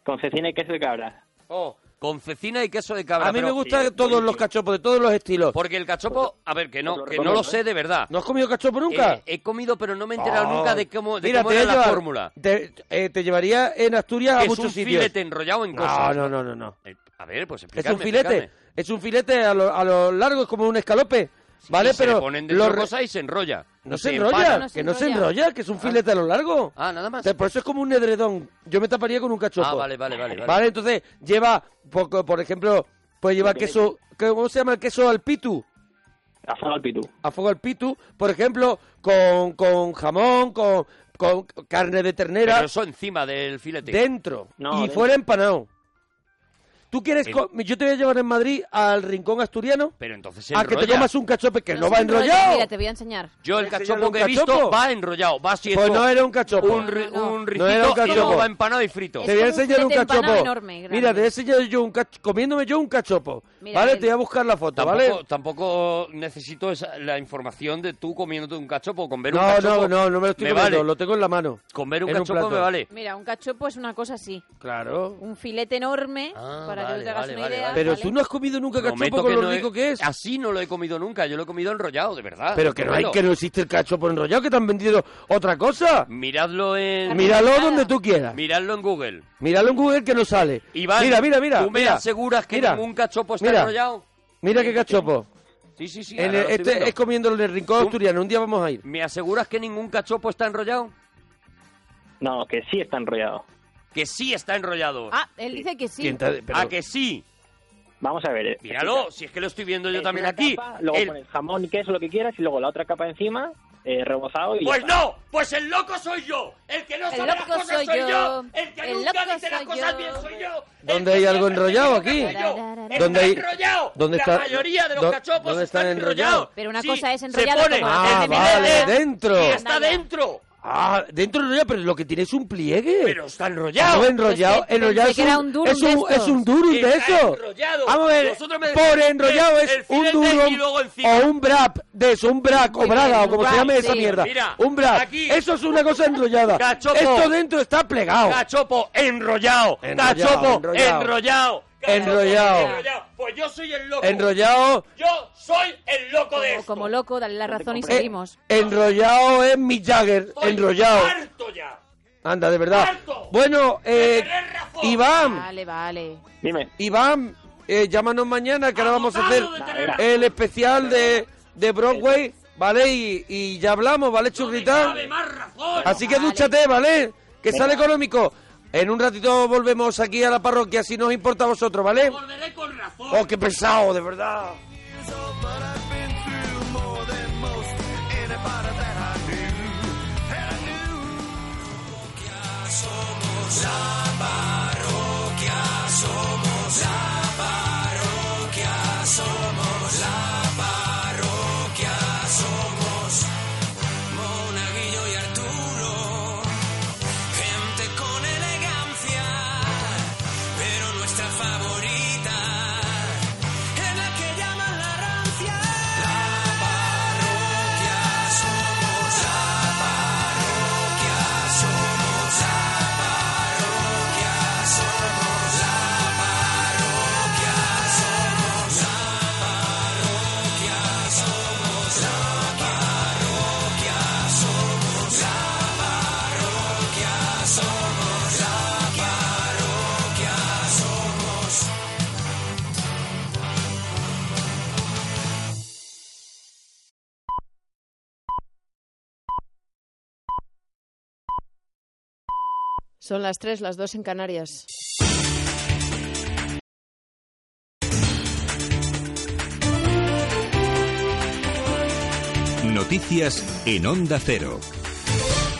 Speaker 10: Con cecina y queso de cabra.
Speaker 2: oh, con cecina y queso de cabra.
Speaker 1: A mí me
Speaker 2: pero-
Speaker 1: gustan
Speaker 10: sí,
Speaker 1: todos
Speaker 10: buenísimo.
Speaker 1: los cachopos, de todos los estilos.
Speaker 2: Porque el cachopo, a ver, que no,
Speaker 10: Os lo
Speaker 2: que no lo
Speaker 10: recomiendo, ¿eh?
Speaker 2: sé de verdad. Eh,
Speaker 1: ¿No has comido cachopo nunca?
Speaker 2: He, he comido, pero no me he enterado
Speaker 1: Oh.
Speaker 2: nunca de cómo, de
Speaker 1: Mira,
Speaker 2: cómo
Speaker 1: te
Speaker 2: era
Speaker 1: voy a
Speaker 2: la
Speaker 1: llevar-
Speaker 2: fórmula.
Speaker 1: Te, eh, te llevaría en Asturias
Speaker 2: Que
Speaker 1: a
Speaker 2: es un
Speaker 1: muchos sitios.
Speaker 2: filete enrollado en
Speaker 1: No,
Speaker 2: cosas.
Speaker 1: no, no, no, no.
Speaker 2: Eh, a ver, pues
Speaker 1: Es
Speaker 2: explícame.
Speaker 1: un filete.
Speaker 2: explícame.
Speaker 1: Es un filete a lo, a lo largo, es como un escalope. ¿Vale?
Speaker 2: Y se
Speaker 1: Pero
Speaker 2: le ponen dentro
Speaker 1: re-
Speaker 2: cosas y se enrolla.
Speaker 1: No
Speaker 2: Y
Speaker 1: se
Speaker 2: empana.
Speaker 1: enrolla,
Speaker 3: No se
Speaker 1: que no se
Speaker 3: enrolla.
Speaker 1: enrolla, que es un filete a lo largo.
Speaker 2: Ah, nada más.
Speaker 1: O sea, por eso es como un edredón. Yo me taparía con un cachopo.
Speaker 2: Ah, vale, vale, vale, vale.
Speaker 1: Vale, entonces lleva, por, por ejemplo, puede llevar queso, ¿cómo se llama el queso al pitu?
Speaker 10: Asado al pitú.
Speaker 1: A fuego al pitu, por ejemplo, con, con jamón, con, con carne de ternera,
Speaker 2: Pero eso encima del filete.
Speaker 1: dentro.
Speaker 10: No,
Speaker 1: y
Speaker 10: dentro.
Speaker 1: fuera empanado. ¿Tú quieres...?
Speaker 2: Sí.
Speaker 1: co- Yo te voy a llevar en Madrid al rincón asturiano
Speaker 2: Pero entonces se
Speaker 1: a Ah, que te
Speaker 2: enrolla.
Speaker 1: comas un cachope que no,
Speaker 3: se
Speaker 1: va
Speaker 3: enrolla.
Speaker 1: enrollado.
Speaker 3: Mira, te voy a enseñar.
Speaker 2: Yo el
Speaker 1: Ese ya
Speaker 2: cachopo
Speaker 1: era un
Speaker 2: que he visto
Speaker 1: cachopo.
Speaker 2: va enrollado, va siendo
Speaker 1: Pues no era un cachopo.
Speaker 2: un, ri-
Speaker 3: No, no.
Speaker 2: un rijito
Speaker 1: No era un
Speaker 2: y luego
Speaker 1: cachopo.
Speaker 2: va empanado y frito.
Speaker 3: Es
Speaker 1: Te voy a
Speaker 3: como un
Speaker 1: enseñar un
Speaker 3: filete empanado
Speaker 1: cachopo.
Speaker 3: enorme, grande.
Speaker 1: Mira, te voy a enseñar yo un cachopo, comiéndome yo un cachopo.
Speaker 3: Mira,
Speaker 1: ¿Vale?
Speaker 3: el-
Speaker 1: Te voy a buscar la foto,
Speaker 2: Tampoco,
Speaker 1: ¿vale?
Speaker 2: tampoco necesito esa- la información de tú comiéndote un cachopo. Con ver un
Speaker 1: No,
Speaker 2: cachopo
Speaker 1: no, no, no me lo estoy comiendo,
Speaker 2: vale.
Speaker 1: lo tengo en la mano.
Speaker 2: Con ver un
Speaker 1: en un
Speaker 2: cachopo
Speaker 1: plato.
Speaker 2: me vale.
Speaker 3: Mira, un cachopo es una cosa así.
Speaker 1: Claro.
Speaker 3: Un filete enorme,
Speaker 2: Ah,
Speaker 3: para
Speaker 2: vale,
Speaker 3: que te hagas
Speaker 2: vale,
Speaker 3: una
Speaker 2: vale,
Speaker 3: idea.
Speaker 2: vale.
Speaker 1: Pero
Speaker 3: ¿vale?
Speaker 1: tú no has comido nunca
Speaker 2: Prometo
Speaker 1: cachopo con
Speaker 2: que
Speaker 1: lo
Speaker 2: no he-
Speaker 1: rico que es.
Speaker 2: Así no lo he comido nunca, yo lo he comido enrollado, de verdad.
Speaker 1: Pero que no hay,
Speaker 2: Prometo.
Speaker 1: que no existe el cachopo enrollado, que te han vendido otra cosa.
Speaker 2: Miradlo en...
Speaker 1: Míralo
Speaker 3: nada.
Speaker 1: donde tú quieras.
Speaker 2: Miradlo en Google.
Speaker 1: Míralo en Google que no sale.
Speaker 2: Iván,
Speaker 1: mira, mira, mira.
Speaker 2: ¿tú me
Speaker 1: mira.
Speaker 2: aseguras que
Speaker 1: Mira,
Speaker 2: ningún cachopo está
Speaker 1: mira.
Speaker 2: enrollado?
Speaker 1: Mira qué cachopo.
Speaker 2: Sí, sí, sí.
Speaker 1: En
Speaker 2: ahora
Speaker 1: el-
Speaker 2: lo estoy
Speaker 1: este
Speaker 2: viendo.
Speaker 1: es comiéndolo en el rincón
Speaker 2: Tú- Eh,
Speaker 1: asturiano. Un día vamos a ir.
Speaker 2: ¿Me aseguras que ningún cachopo está enrollado?
Speaker 10: No, que sí está enrollado.
Speaker 2: Que sí está enrollado.
Speaker 3: Ah, él dice que sí.
Speaker 1: ¿Quién te- pero-
Speaker 2: ¿A Ah, que sí?
Speaker 10: Vamos a ver. eh,
Speaker 2: Míralo, si es que lo estoy viendo yo
Speaker 10: Es
Speaker 2: también
Speaker 10: una
Speaker 2: aquí.
Speaker 10: capa, luego
Speaker 2: El-
Speaker 10: pones jamón y queso, lo que quieras, y luego la otra capa encima, eh, rebozado y. ya
Speaker 2: Pues
Speaker 10: está.
Speaker 2: no, pues el loco soy yo. El que no
Speaker 3: El
Speaker 2: sabe las
Speaker 3: loco
Speaker 2: cosas
Speaker 3: soy
Speaker 2: soy
Speaker 3: yo.
Speaker 2: yo. El que
Speaker 3: El
Speaker 2: nunca
Speaker 3: loco
Speaker 2: dice las
Speaker 3: soy
Speaker 2: cosas
Speaker 3: yo.
Speaker 2: bien soy yo. el
Speaker 1: ¿Dónde
Speaker 2: que
Speaker 1: hay algo
Speaker 2: siempre se
Speaker 1: enrollado
Speaker 2: equivoca
Speaker 1: aquí?
Speaker 2: soy yo. Está
Speaker 1: ¿Dónde hay-
Speaker 2: enrollado?
Speaker 1: dónde
Speaker 2: La
Speaker 1: está-
Speaker 2: mayoría de los
Speaker 1: dó-
Speaker 2: cachopos
Speaker 1: dónde
Speaker 2: están,
Speaker 1: están
Speaker 2: enrollados.
Speaker 1: enrollados?
Speaker 3: Pero una
Speaker 2: Sí,
Speaker 3: cosa es
Speaker 2: se
Speaker 3: enrollado
Speaker 2: pone
Speaker 3: como
Speaker 1: Ah,
Speaker 2: desde
Speaker 1: vale,
Speaker 2: Milete
Speaker 1: dentro.
Speaker 2: Y está
Speaker 3: Nada.
Speaker 2: dentro.
Speaker 1: Ah, dentro enrollado, pero lo que tiene es un pliegue.
Speaker 2: Pero está enrollado.
Speaker 1: No, enrollado,
Speaker 3: Pues que
Speaker 1: enrollado
Speaker 3: pensé
Speaker 1: es
Speaker 3: que era
Speaker 1: un,
Speaker 3: un durum
Speaker 1: es un,
Speaker 3: de
Speaker 1: es un durum de
Speaker 2: Está
Speaker 1: eso.
Speaker 2: enrollado.
Speaker 1: Vamos a ver,
Speaker 2: Vosotros me
Speaker 1: por
Speaker 2: decís,
Speaker 1: enrollado
Speaker 2: el-
Speaker 1: es
Speaker 2: el
Speaker 1: un
Speaker 2: filete y
Speaker 1: durum
Speaker 2: luego encima.
Speaker 1: o un brap de eso, un brac o
Speaker 3: Muy
Speaker 1: braga
Speaker 3: bien,
Speaker 1: o como se
Speaker 3: brap,
Speaker 1: llame esa
Speaker 3: sí.
Speaker 1: mierda.
Speaker 2: Mira,
Speaker 1: un brap,
Speaker 2: aquí-
Speaker 1: eso es una cosa enrollada.
Speaker 2: Cachopo.
Speaker 1: Esto dentro está plegado.
Speaker 2: Cachopo enrollado.
Speaker 1: Enrollado,
Speaker 2: Cachopo
Speaker 1: enrollado.
Speaker 2: enrollado. Cachopo
Speaker 1: Enrollado.
Speaker 2: Pues yo soy el loco.
Speaker 1: Enrollado,
Speaker 2: Yo soy el loco de
Speaker 3: Como,
Speaker 2: esto.
Speaker 3: como loco, dale la razón y
Speaker 1: eh,
Speaker 3: seguimos.
Speaker 1: enrollado es mi Jagger,
Speaker 2: Estoy
Speaker 1: enrollado.
Speaker 2: harto ya.
Speaker 1: Anda, de verdad. Bueno, eh, Iván.
Speaker 3: Vale, vale.
Speaker 1: Dime. Iván, eh, llámanos mañana que ahora vamos a hacer
Speaker 3: tener-
Speaker 1: el especial de, de Broadway, ¿vale? Y, y ya hablamos, ¿vale, churrita? Así que dúchate, ¿vale? Que
Speaker 9: Venga.
Speaker 1: sale económico. En un ratito volvemos aquí a la parroquia, si nos importa a vosotros, ¿vale? Oh, qué pesado, de verdad.
Speaker 9: Somos la parroquia, somos la parroquia, somos la parroquia, somos Monaguillo y Arturo, gente con elegancia, pero nuestra favorita es la que llaman la rancia. La parroquia, somos la parroquia, somos la parroquia, somos la parroquia, somos la parroquia, somos la parroquia, somos la parroquia, somos la parroquia, somos.
Speaker 11: Son las 3, las 2 en Canarias.
Speaker 2: Noticias en Onda Cero.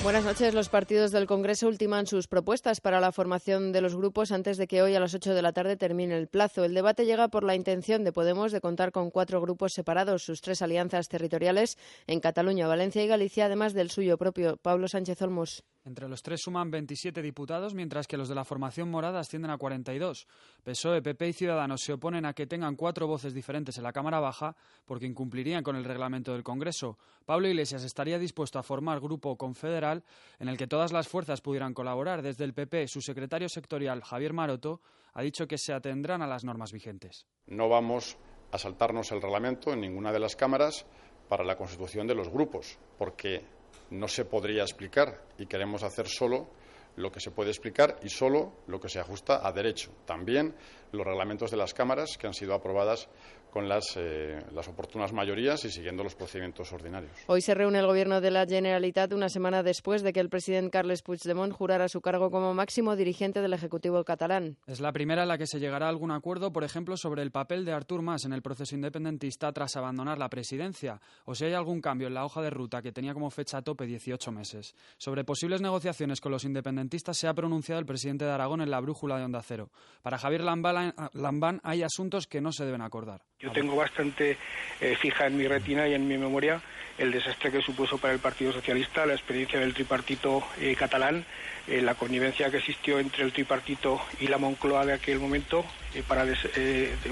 Speaker 11: Buenas noches. Los partidos del Congreso ultiman sus propuestas para la formación de los grupos antes de que hoy a las 8 de la tarde termine el plazo. El debate llega por la intención de Podemos de contar con cuatro grupos separados, sus tres alianzas territoriales en Cataluña, Valencia y Galicia, además del suyo propio, Pablo Sánchez Olmos.
Speaker 12: Entre los tres suman 27 diputados, mientras que los de la formación morada ascienden a 42. PSOE, PP E, y Ciudadanos se oponen a que tengan cuatro voces diferentes en la Cámara Baja porque incumplirían con el reglamento del Congreso. Pablo Iglesias estaría dispuesto a formar grupo confederal en el que todas las fuerzas pudieran colaborar. Desde el PP, su secretario sectorial, Javier Maroto, ha dicho que se atendrán a las normas vigentes.
Speaker 13: No vamos a saltarnos el reglamento en ninguna de las cámaras para la constitución de los grupos, porque no se podría explicar y queremos hacer solo lo que se puede explicar y solo lo que se ajusta a derecho. También los reglamentos de las cámaras que han sido aprobadas con las, eh, las oportunas mayorías y siguiendo los procedimientos ordinarios.
Speaker 11: Hoy se reúne el gobierno de la Generalitat una semana después de que el presidente Carles Puigdemont jurara su cargo como máximo dirigente del Ejecutivo catalán.
Speaker 12: Es la primera en la que se llegará a algún acuerdo, por ejemplo, sobre el papel de Artur Mas en el proceso independentista tras abandonar la presidencia, o si hay algún cambio en la hoja de ruta que tenía como fecha tope 18 meses. Sobre posibles negociaciones con los independentistas se ha pronunciado el presidente de Aragón en la brújula de Onda Cero. Para Javier Lambala- Lambán hay asuntos que no se deben acordar.
Speaker 14: Yo tengo bastante eh, fija en mi retina y en mi memoria el desastre que supuso para el Partido Socialista la experiencia del tripartito eh, catalán, eh, la connivencia que existió entre el tripartito y la Moncloa de aquel momento eh, para, des- eh, de-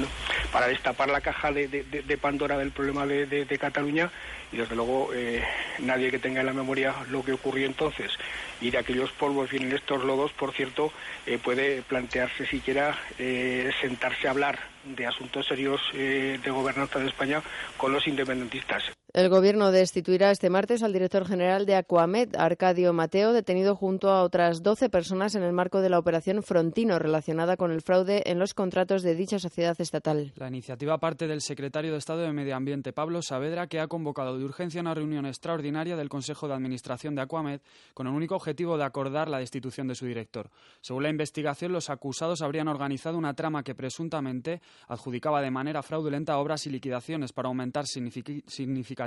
Speaker 14: mm, no, para destapar la caja de, de- de- de Pandora del problema de, de- de Cataluña y desde luego eh, nadie que tenga en la memoria lo que ocurrió entonces. Y de aquellos polvos vienen estos lodos, por cierto, eh, puede plantearse siquiera eh, sentarse a hablar de asuntos serios eh, de gobernanza de España con los independentistas.
Speaker 11: El gobierno destituirá este martes al director general de Aquamed, Arcadio Mateo, detenido junto a otras 12 personas en el marco de la operación Frontino relacionada con el fraude en los contratos de dicha sociedad estatal.
Speaker 12: La iniciativa parte del secretario de Estado de Medio Ambiente, Pablo Saavedra, que ha convocado de urgencia una reunión extraordinaria del Consejo de Administración de Aquamed con el único objetivo de acordar la destitución de su director. Según la investigación, los acusados habrían organizado una trama que presuntamente adjudicaba de manera fraudulenta obras y liquidaciones para aumentar signifiqui- significativamente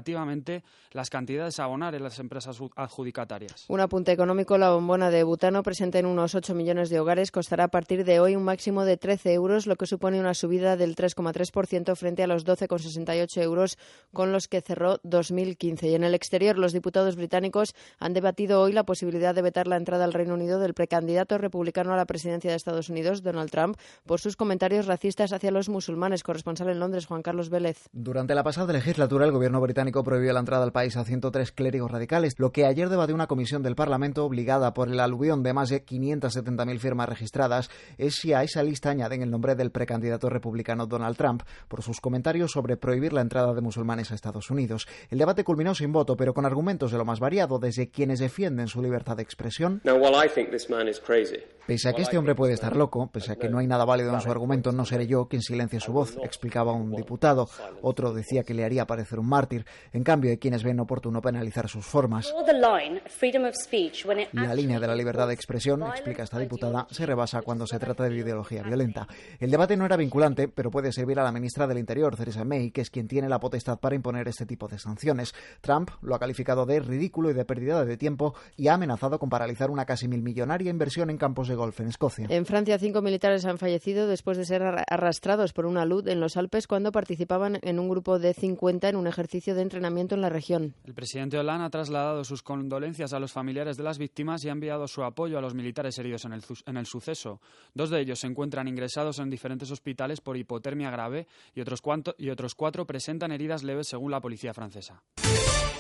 Speaker 12: las cantidades a abonar en las empresas adjudicatarias.
Speaker 11: Un apunte económico, la bombona de butano presente en unos 8 millones de hogares costará a partir de hoy un máximo de 13 euros, lo que supone una subida del 3,3% frente a los 12,68 euros con los que cerró 2015. Y en el exterior, los diputados británicos han debatido hoy la posibilidad de vetar la entrada al Reino Unido del precandidato republicano a la presidencia de Estados Unidos, Donald Trump, por sus comentarios racistas hacia los musulmanes. Corresponsal en Londres, Juan Carlos Vélez.
Speaker 15: Durante la pasada legislatura, el gobierno británico británico prohibió la entrada al país a 103 clérigos radicales, lo que ayer debatió una comisión del Parlamento obligada por el aluvión de más de 570.000 firmas registradas, es si a esa lista añaden el nombre del precandidato republicano Donald Trump por sus comentarios sobre prohibir la entrada de musulmanes a Estados Unidos. El debate culminó sin voto, pero con argumentos de lo más variado, desde quienes defienden su libertad de expresión
Speaker 16: Now, while I think this man is crazy,
Speaker 15: Pese a que este hombre puede estar loco, pese a que no hay nada válido en su argumento, no seré yo quien silencie su voz, explicaba un diputado. Otro decía que le haría parecer un mártir. En cambio, hay quienes ven oportuno penalizar sus formas.
Speaker 17: Draw the line of freedom of speech when it
Speaker 15: La línea de la libertad de expresión, explica esta diputada, se rebasa cuando se trata de ideología violenta. El debate no era vinculante, pero puede servir a la ministra del Interior, Theresa May, que es quien tiene la potestad para imponer este tipo de sanciones. Trump lo ha calificado de ridículo y de pérdida de tiempo y ha amenazado con paralizar una casi mil millonaria inversión en campos de golf en Escocia.
Speaker 11: En Francia, cinco militares han fallecido después de ser arra- arrastrados por una luz en los Alpes cuando participaban en un grupo de 50 en un ejercicio de entrenamiento en la región.
Speaker 12: El presidente Hollande ha trasladado sus condolencias a los familiares de las víctimas y ha enviado su apoyo a los militares heridos en el, zu- en el suceso. Dos de ellos se encuentran ingresados en diferentes hospitales por hipotermia grave y otros, cuanto- y otros cuatro presentan heridas leves según la policía francesa.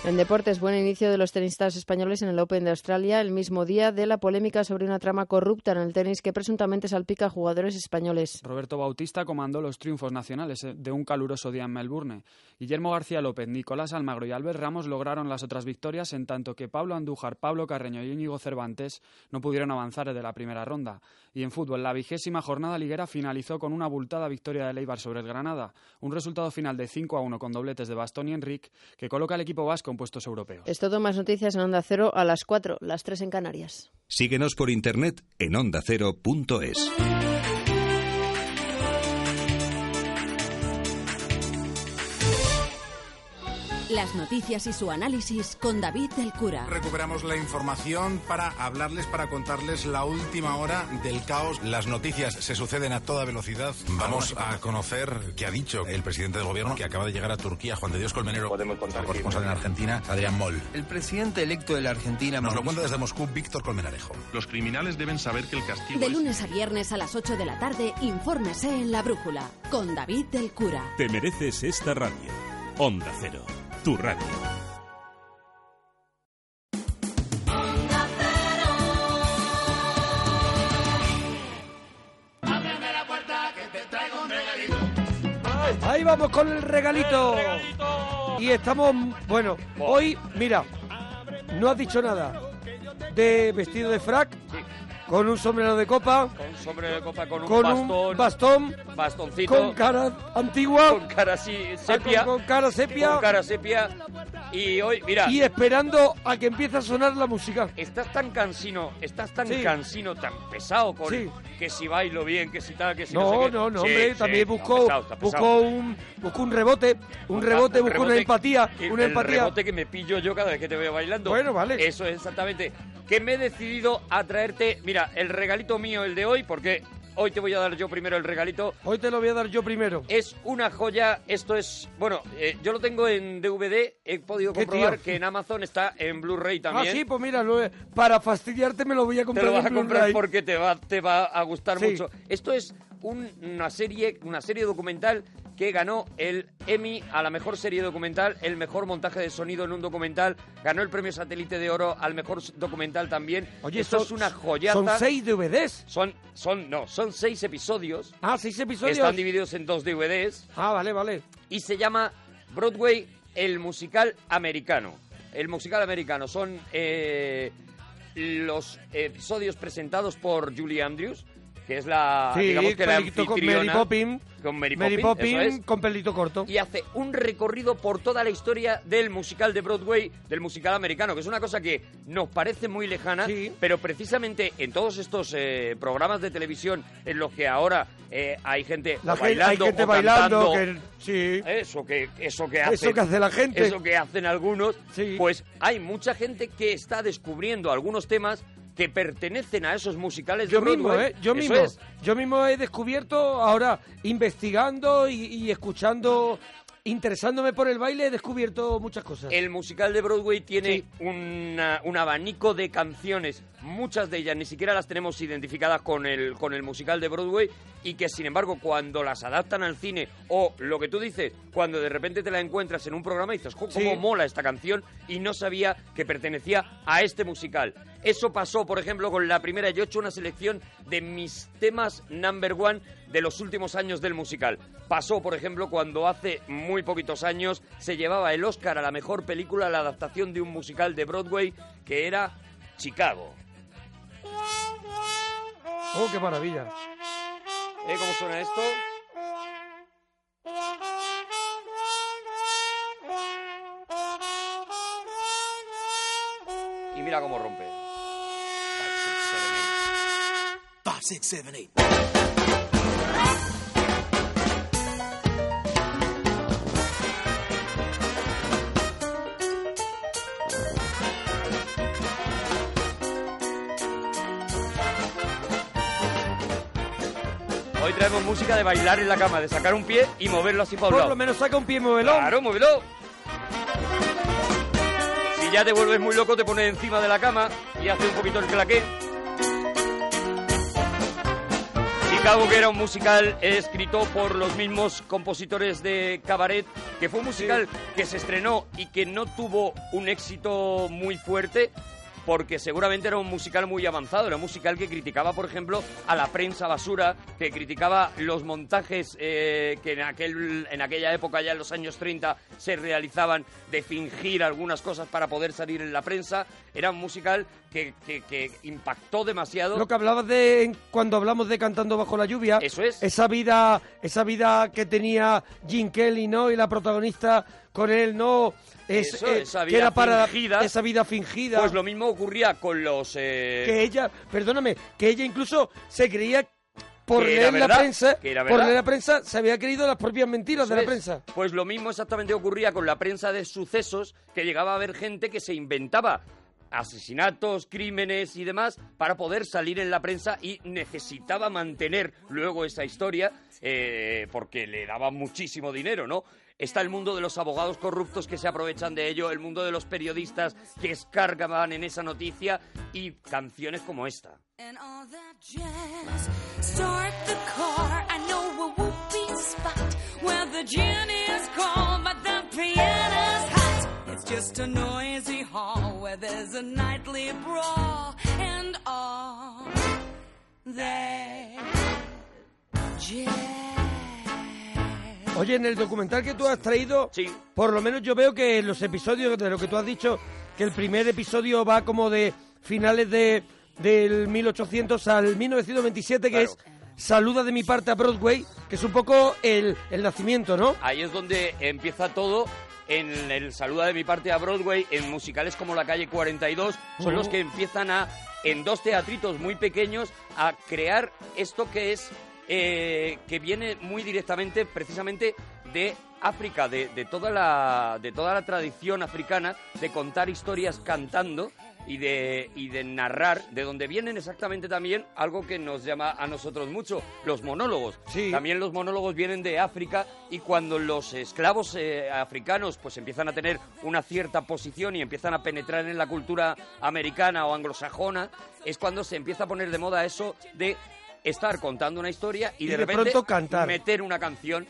Speaker 11: En deportes, buen inicio de los tenistas españoles en el Open de Australia, el mismo día de la polémica sobre una trama corrupta en el tenis que presuntamente salpica a jugadores españoles.
Speaker 12: Roberto Bautista comandó los triunfos nacionales eh, de un caluroso día en Melbourne. Guillermo García López, Nicolás Almagro y Albert Ramos lograron las otras victorias, en tanto que Pablo Andújar, Pablo Carreño y Íñigo Cervantes no pudieron avanzar de la primera ronda. Y en fútbol, la vigésima jornada liguera finalizó con una abultada victoria del Eibar sobre el Granada, un resultado final de 5 a 1 con dobletes de Bastón y Enric, que coloca al equipo vasco en puestos europeos.
Speaker 11: Es todo, más noticias en Onda Cero a las 4, las 3 en Canarias.
Speaker 18: Síguenos por internet en ondacero.es.
Speaker 19: Las noticias y su análisis con David del Cura.
Speaker 20: Recuperamos la información para hablarles, para contarles la última hora del caos. Las noticias se suceden a toda velocidad. Vamos a conocer qué ha dicho el presidente del gobierno que acaba de llegar a Turquía, Juan de Dios Colmenero, Podemos contar corresponsal en Argentina, Adrián Moll.
Speaker 21: El presidente electo de la Argentina.
Speaker 20: Nos lo cuenta desde Moscú Víctor Colmenarejo. Los criminales deben saber que el castigo
Speaker 19: De lunes a viernes a las 8 de la tarde, infórmese en La Brújula con David del Cura.
Speaker 18: Te mereces esta radio. Onda Cero, tu radio.
Speaker 1: Ahí vamos con el regalito. Y estamos, bueno, hoy, mira, no has dicho nada de vestido de frac, con un sombrero de copa,
Speaker 2: Con sombrero de copa, con un
Speaker 1: con
Speaker 2: bastón.
Speaker 1: un bastón,
Speaker 2: bastoncito.
Speaker 1: con cara antigua,
Speaker 2: Con cara así, sepia.
Speaker 1: Ah, con cara sepia.
Speaker 2: Con cara sepia. Y hoy, mira.
Speaker 1: y esperando a que empiece a sonar la música.
Speaker 2: Estás tan cansino, estás tan
Speaker 1: Sí.
Speaker 2: cansino, tan pesado con
Speaker 1: Sí.
Speaker 2: que si bailo bien, que si tal, que si no,
Speaker 1: No,
Speaker 2: sé qué.
Speaker 1: no, no,
Speaker 2: Sí,
Speaker 1: hombre,
Speaker 2: sí,
Speaker 1: también
Speaker 2: está
Speaker 1: buscó,
Speaker 2: pesado, está pesado.
Speaker 1: buscó un buscó un rebote, un rebote, buscó una
Speaker 2: rebote-
Speaker 1: empatía,
Speaker 2: el-
Speaker 1: una
Speaker 2: el
Speaker 1: empatía.
Speaker 2: rebote que me pillo yo cada vez que te veo bailando.
Speaker 1: Bueno, vale.
Speaker 2: Eso es exactamente. Que me he decidido a traerte, mira, el regalito mío, el de hoy, porque hoy te voy a dar yo primero el regalito.
Speaker 1: Hoy te lo voy a dar yo primero.
Speaker 2: Es una joya, esto es, bueno, eh, yo lo tengo en DVD, he podido
Speaker 1: Qué
Speaker 2: comprobar
Speaker 1: tío.
Speaker 2: que en Amazon está en Blu-ray
Speaker 1: Ah,
Speaker 2: también.
Speaker 1: sí, pues mira, lo- para fastidiarte me lo voy a
Speaker 2: Te
Speaker 1: comprar.
Speaker 2: lo vas a
Speaker 1: en
Speaker 2: comprar
Speaker 1: Blu-ray.
Speaker 2: porque te va, te va a gustar
Speaker 1: Sí.
Speaker 2: mucho. Esto es un- una serie, una serie documental que ganó el Emmy a la mejor serie documental, el mejor montaje de sonido en un documental, ganó el premio Satélite de Oro al mejor s- documental también.
Speaker 1: Oye,
Speaker 2: esto
Speaker 1: son-
Speaker 2: es una joyaza.
Speaker 1: son seis DVDs.
Speaker 2: Son, son, no, son seis episodios.
Speaker 1: Ah, seis episodios.
Speaker 2: Están divididos en dos DVDs.
Speaker 1: Ah, vale, vale.
Speaker 2: Y se llama Broadway, el musical americano. El musical americano son eh, los episodios presentados por Julie Andrews, que es la,
Speaker 1: Sí,
Speaker 2: Ah, digamos que la
Speaker 1: pelito con
Speaker 2: anfitriona.
Speaker 1: Mary Poppins.
Speaker 2: Con Mary
Speaker 1: Mary
Speaker 2: Poppins, eso
Speaker 1: Poppins
Speaker 2: es.
Speaker 1: con pelito corto.
Speaker 2: Y hace un recorrido por toda la historia del musical de Broadway, del musical americano, que es una cosa que nos parece muy lejana, pero precisamente en todos estos eh, programas de televisión en los que ahora eh, hay gente
Speaker 1: La
Speaker 2: o
Speaker 1: gente-
Speaker 2: bailando,
Speaker 1: hay gente
Speaker 2: o
Speaker 1: bailando,
Speaker 2: cantando,
Speaker 1: que- sí.
Speaker 2: eso que eso que
Speaker 1: Eso
Speaker 2: hacen,
Speaker 1: que hace la gente.
Speaker 2: eso que hacen algunos, pues hay mucha gente que está descubriendo algunos temas que pertenecen a esos musicales
Speaker 1: Yo
Speaker 2: de
Speaker 1: mismo,
Speaker 2: Broadway.
Speaker 1: ¿eh? Yo
Speaker 2: Eso
Speaker 1: mismo.
Speaker 2: es.
Speaker 1: Yo mismo he descubierto ahora, investigando y, y escuchando, interesándome por el baile, he descubierto muchas cosas.
Speaker 2: El musical de Broadway tiene una- un abanico de canciones muchas de ellas ni siquiera las tenemos identificadas con el, con el musical de Broadway y que sin embargo cuando las adaptan al cine o lo que tú dices, cuando de repente te la encuentras en un programa y dices, "Jo, ¿cómo
Speaker 1: Sí.
Speaker 2: mola esta canción? Y no sabía que pertenecía a este musical. Eso pasó, por ejemplo, con la primera. Yo he hecho una selección de mis temas number one de los últimos años del musical. Pasó, por ejemplo, cuando hace muy poquitos años se llevaba el Oscar a la mejor película, la adaptación de un musical de Broadway, que era Chicago.
Speaker 4: Oh, qué maravilla.
Speaker 2: ¿Eh? ¿Cómo suena esto? Y mira cómo rompe.
Speaker 6: Five, six, seven, eight.
Speaker 2: Hoy traemos música de bailar en la cama, de sacar un pie y moverlo así para un
Speaker 1: Por
Speaker 2: lado.
Speaker 1: lo menos saca un pie y muévelo.
Speaker 2: Claro, muévelo. Si ya te vuelves muy loco, te pones encima de la cama y hace un poquito el claqué. Chicago, que era un musical escrito por los mismos compositores de Cabaret, que fue un musical que se estrenó y que no tuvo un éxito muy fuerte, porque seguramente era un musical muy avanzado, era un musical que criticaba, por ejemplo, a la prensa basura, que criticaba los montajes eh, que en, aquel, en aquella época, ya en los años 30, se realizaban de fingir algunas cosas para poder salir en la prensa. Era un musical que, que- que impactó demasiado.
Speaker 1: Lo que hablabas de en- cuando hablamos de cantando bajo la lluvia.
Speaker 2: Eso es.
Speaker 1: Esa vida, esa vida que tenía Jim Kelly, ¿no? Y la protagonista con él, ¿no? Es,
Speaker 2: Eso,
Speaker 1: eh,
Speaker 2: esa
Speaker 1: que
Speaker 2: vida
Speaker 1: era para
Speaker 2: fingida.
Speaker 1: esa vida fingida.
Speaker 2: Pues lo mismo ocurría con los... eh,
Speaker 1: que ella, perdóname, que ella incluso se creía por
Speaker 2: Que era
Speaker 1: leer la
Speaker 2: verdad,
Speaker 1: prensa,
Speaker 2: que era
Speaker 1: por
Speaker 2: verdad.
Speaker 1: leer la prensa, se había creído las propias mentiras de la
Speaker 2: Eso es.
Speaker 1: prensa.
Speaker 2: Pues lo mismo exactamente ocurría con la prensa de sucesos, que llegaba a haber gente que se inventaba asesinatos, crímenes y demás para poder salir en la prensa y necesitaba mantener luego esa historia eh, porque le daba muchísimo dinero, ¿no? Está el mundo de los abogados corruptos que se aprovechan de ello, el mundo de los periodistas que escargaban en esa noticia y canciones como esta.
Speaker 6: And all that jazz. Start the car. I know a whoopee spot where the gin is cold, but the piano's hot. It's just a noisy hall where there's a nightly brawl and all that jazz.
Speaker 1: Oye, en el documental que tú has traído, por lo menos yo veo que en los episodios de lo que tú has dicho, que el primer episodio va como de finales de del 1800 al 1927, que es Saluda de mi parte a Broadway, que es un poco el, el nacimiento, ¿no?
Speaker 2: Ahí es donde empieza todo. En el saluda de mi parte a Broadway, en musicales como La calle 42, son los que empiezan a, en dos teatritos muy pequeños, a crear esto que es, eh, que viene muy directamente, precisamente, de África, de, de toda la, de toda la tradición africana de contar historias cantando y de, y de narrar, de donde vienen exactamente también algo que nos llama a nosotros mucho, los monólogos. También los monólogos vienen de África y cuando los esclavos eh, africanos pues empiezan a tener una cierta posición y empiezan a penetrar en la cultura americana o anglosajona, es cuando se empieza a poner de moda eso de estar contando una historia y,
Speaker 1: Y
Speaker 2: de,
Speaker 1: de
Speaker 2: repente
Speaker 1: pronto cantar.
Speaker 2: meter una canción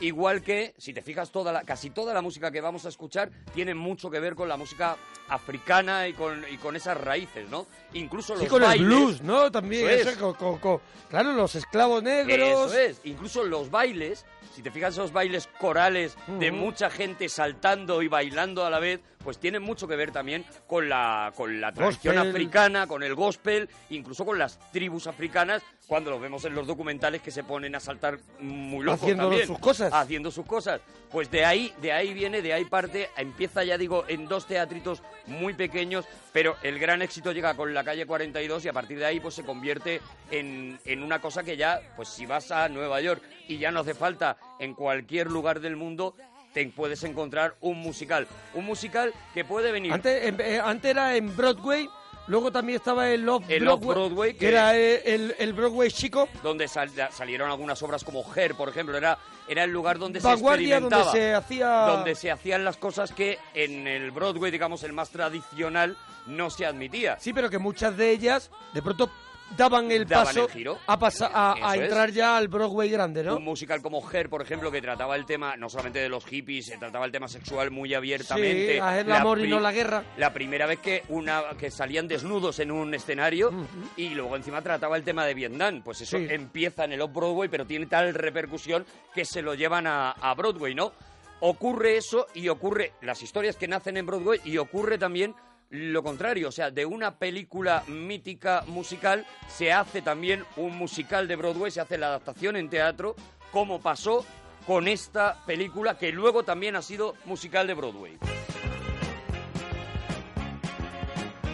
Speaker 2: Igual que, si te fijas, toda la, casi toda la música que vamos a escuchar tiene mucho que ver con la música africana y con, y con esas raíces, ¿no? Incluso los
Speaker 1: Sí, con
Speaker 2: bailes.
Speaker 1: el blues, ¿no? También,
Speaker 2: Eso
Speaker 1: eso,
Speaker 2: es.
Speaker 1: con- con- con- claro, los esclavos negros.
Speaker 2: Eso es. Incluso los bailes, si te fijas, esos bailes corales de
Speaker 1: Ujú.
Speaker 2: mucha gente saltando y bailando a la vez, pues tienen mucho que ver también con la, con la tradición
Speaker 1: Gospel.
Speaker 2: africana, con el gospel, incluso con las tribus africanas, cuando los vemos en los documentales que se ponen a saltar muy locos
Speaker 1: Haciendo
Speaker 2: también.
Speaker 1: sus cosas.
Speaker 2: Haciendo sus cosas. Pues de ahí, de ahí viene, de ahí parte, empieza ya digo, en dos teatritos muy pequeños, pero el gran éxito llega con la calle 42 y a partir de ahí pues se convierte en, en una cosa que ya, pues si vas a Nueva York y ya no hace falta en cualquier lugar del mundo, te puedes encontrar un musical. Un musical que puede venir...
Speaker 1: Antes, en- eh, antes era en Broadway, luego también estaba el Off
Speaker 2: El
Speaker 1: Broadway,
Speaker 2: Off-Broadway,
Speaker 1: que
Speaker 2: que-
Speaker 1: era eh, el, el Broadway chico.
Speaker 2: donde sal- salieron algunas obras como Her, por ejemplo, era era el lugar donde
Speaker 1: Vanguardia,
Speaker 2: se experimentaba.
Speaker 1: donde se hacía-
Speaker 2: Donde se hacían las cosas que en el Broadway, digamos, el más tradicional, no se admitía.
Speaker 1: Sí, pero que muchas de ellas de pronto daban el
Speaker 2: Daban
Speaker 1: paso
Speaker 2: el giro.
Speaker 1: a, pasa- a-
Speaker 2: Eso
Speaker 1: a
Speaker 2: es.
Speaker 1: entrar ya al Broadway grande, ¿no?
Speaker 2: Un musical como Her, por ejemplo, que trataba el tema no solamente de los hippies, se trataba el tema sexual muy abiertamente.
Speaker 1: Sí, a Her, el amor y
Speaker 2: pri-
Speaker 1: no la guerra.
Speaker 2: La primera vez que una que salían desnudos en un escenario y luego encima trataba el tema de Vietnam. Pues eso
Speaker 1: Sí.
Speaker 2: empieza en el off-Broadway, pero tiene tal repercusión que se lo llevan a, a Broadway, ¿no? Ocurre eso y ocurre las historias que nacen en Broadway y ocurre también lo contrario, o sea, de una película mítica musical se hace también un musical de Broadway, se hace la adaptación en teatro, como pasó con esta película que luego también ha sido musical de Broadway.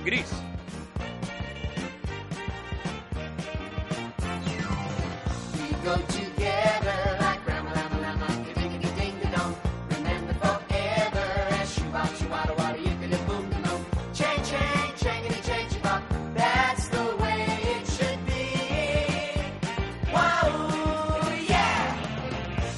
Speaker 2: Gris.
Speaker 9: We go together like Rama Lama Lama, diggity ding the dong. Remember forever as shuba shubada wada yippee boom the boom. Chang chang changity chang chibop. That's the way it should be. Wow, yeah.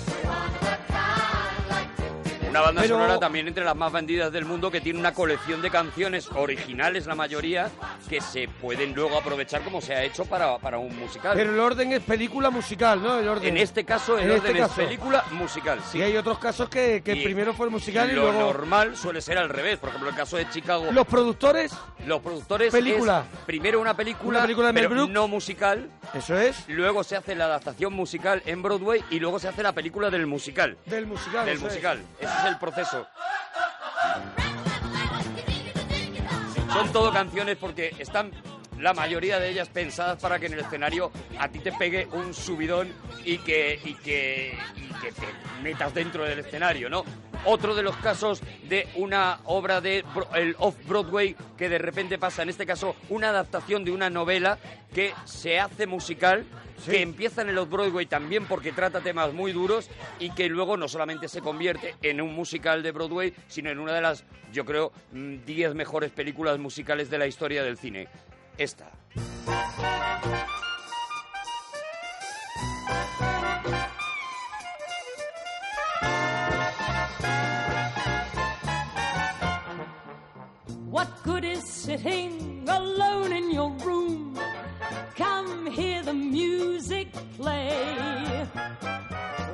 Speaker 9: We're one of a kind like
Speaker 2: Una banda
Speaker 1: Pero-
Speaker 2: sonora también entre las más vendidas del mundo que tiene una colección de canciones originales, la mayoría, que se pueden luego aprovechar como se ha hecho para, para un musical.
Speaker 1: Pero el orden es película musical, ¿no? El
Speaker 2: en
Speaker 1: orden.
Speaker 2: este caso, el
Speaker 1: En
Speaker 2: orden
Speaker 1: este
Speaker 2: es
Speaker 1: caso.
Speaker 2: película musical. sí.
Speaker 1: Y hay otros casos que, que
Speaker 2: Y
Speaker 1: primero fue el musical y,
Speaker 2: lo
Speaker 1: luego.
Speaker 2: normal suele ser al revés. Por ejemplo, el caso de Chicago.
Speaker 1: Los productores.
Speaker 2: Los productores.
Speaker 1: Película.
Speaker 2: es primero una película,
Speaker 1: Una película de Mel
Speaker 2: pero no musical.
Speaker 1: Eso es.
Speaker 2: Luego se hace la adaptación musical en Broadway y luego se hace la película del musical.
Speaker 1: Del musical.
Speaker 2: Del
Speaker 1: eso es.
Speaker 2: musical. Ese es el proceso. Son todo canciones porque están la mayoría de ellas pensadas para que en el escenario a ti te pegue un subidón y que, y que, y que te metas dentro del escenario, ¿no? Otro de los casos de una obra de Bro- el Off-Broadway que de repente pasa, en este caso, una adaptación de una novela que se hace musical, que empieza en el Off-Broadway también porque trata temas muy duros y que luego no solamente se convierte en un musical de Broadway, sino en una de las, yo creo, mm, 10 mejores películas musicales de la historia del cine. Esta.
Speaker 6: What good is sitting alone in your room? Come hear the music play.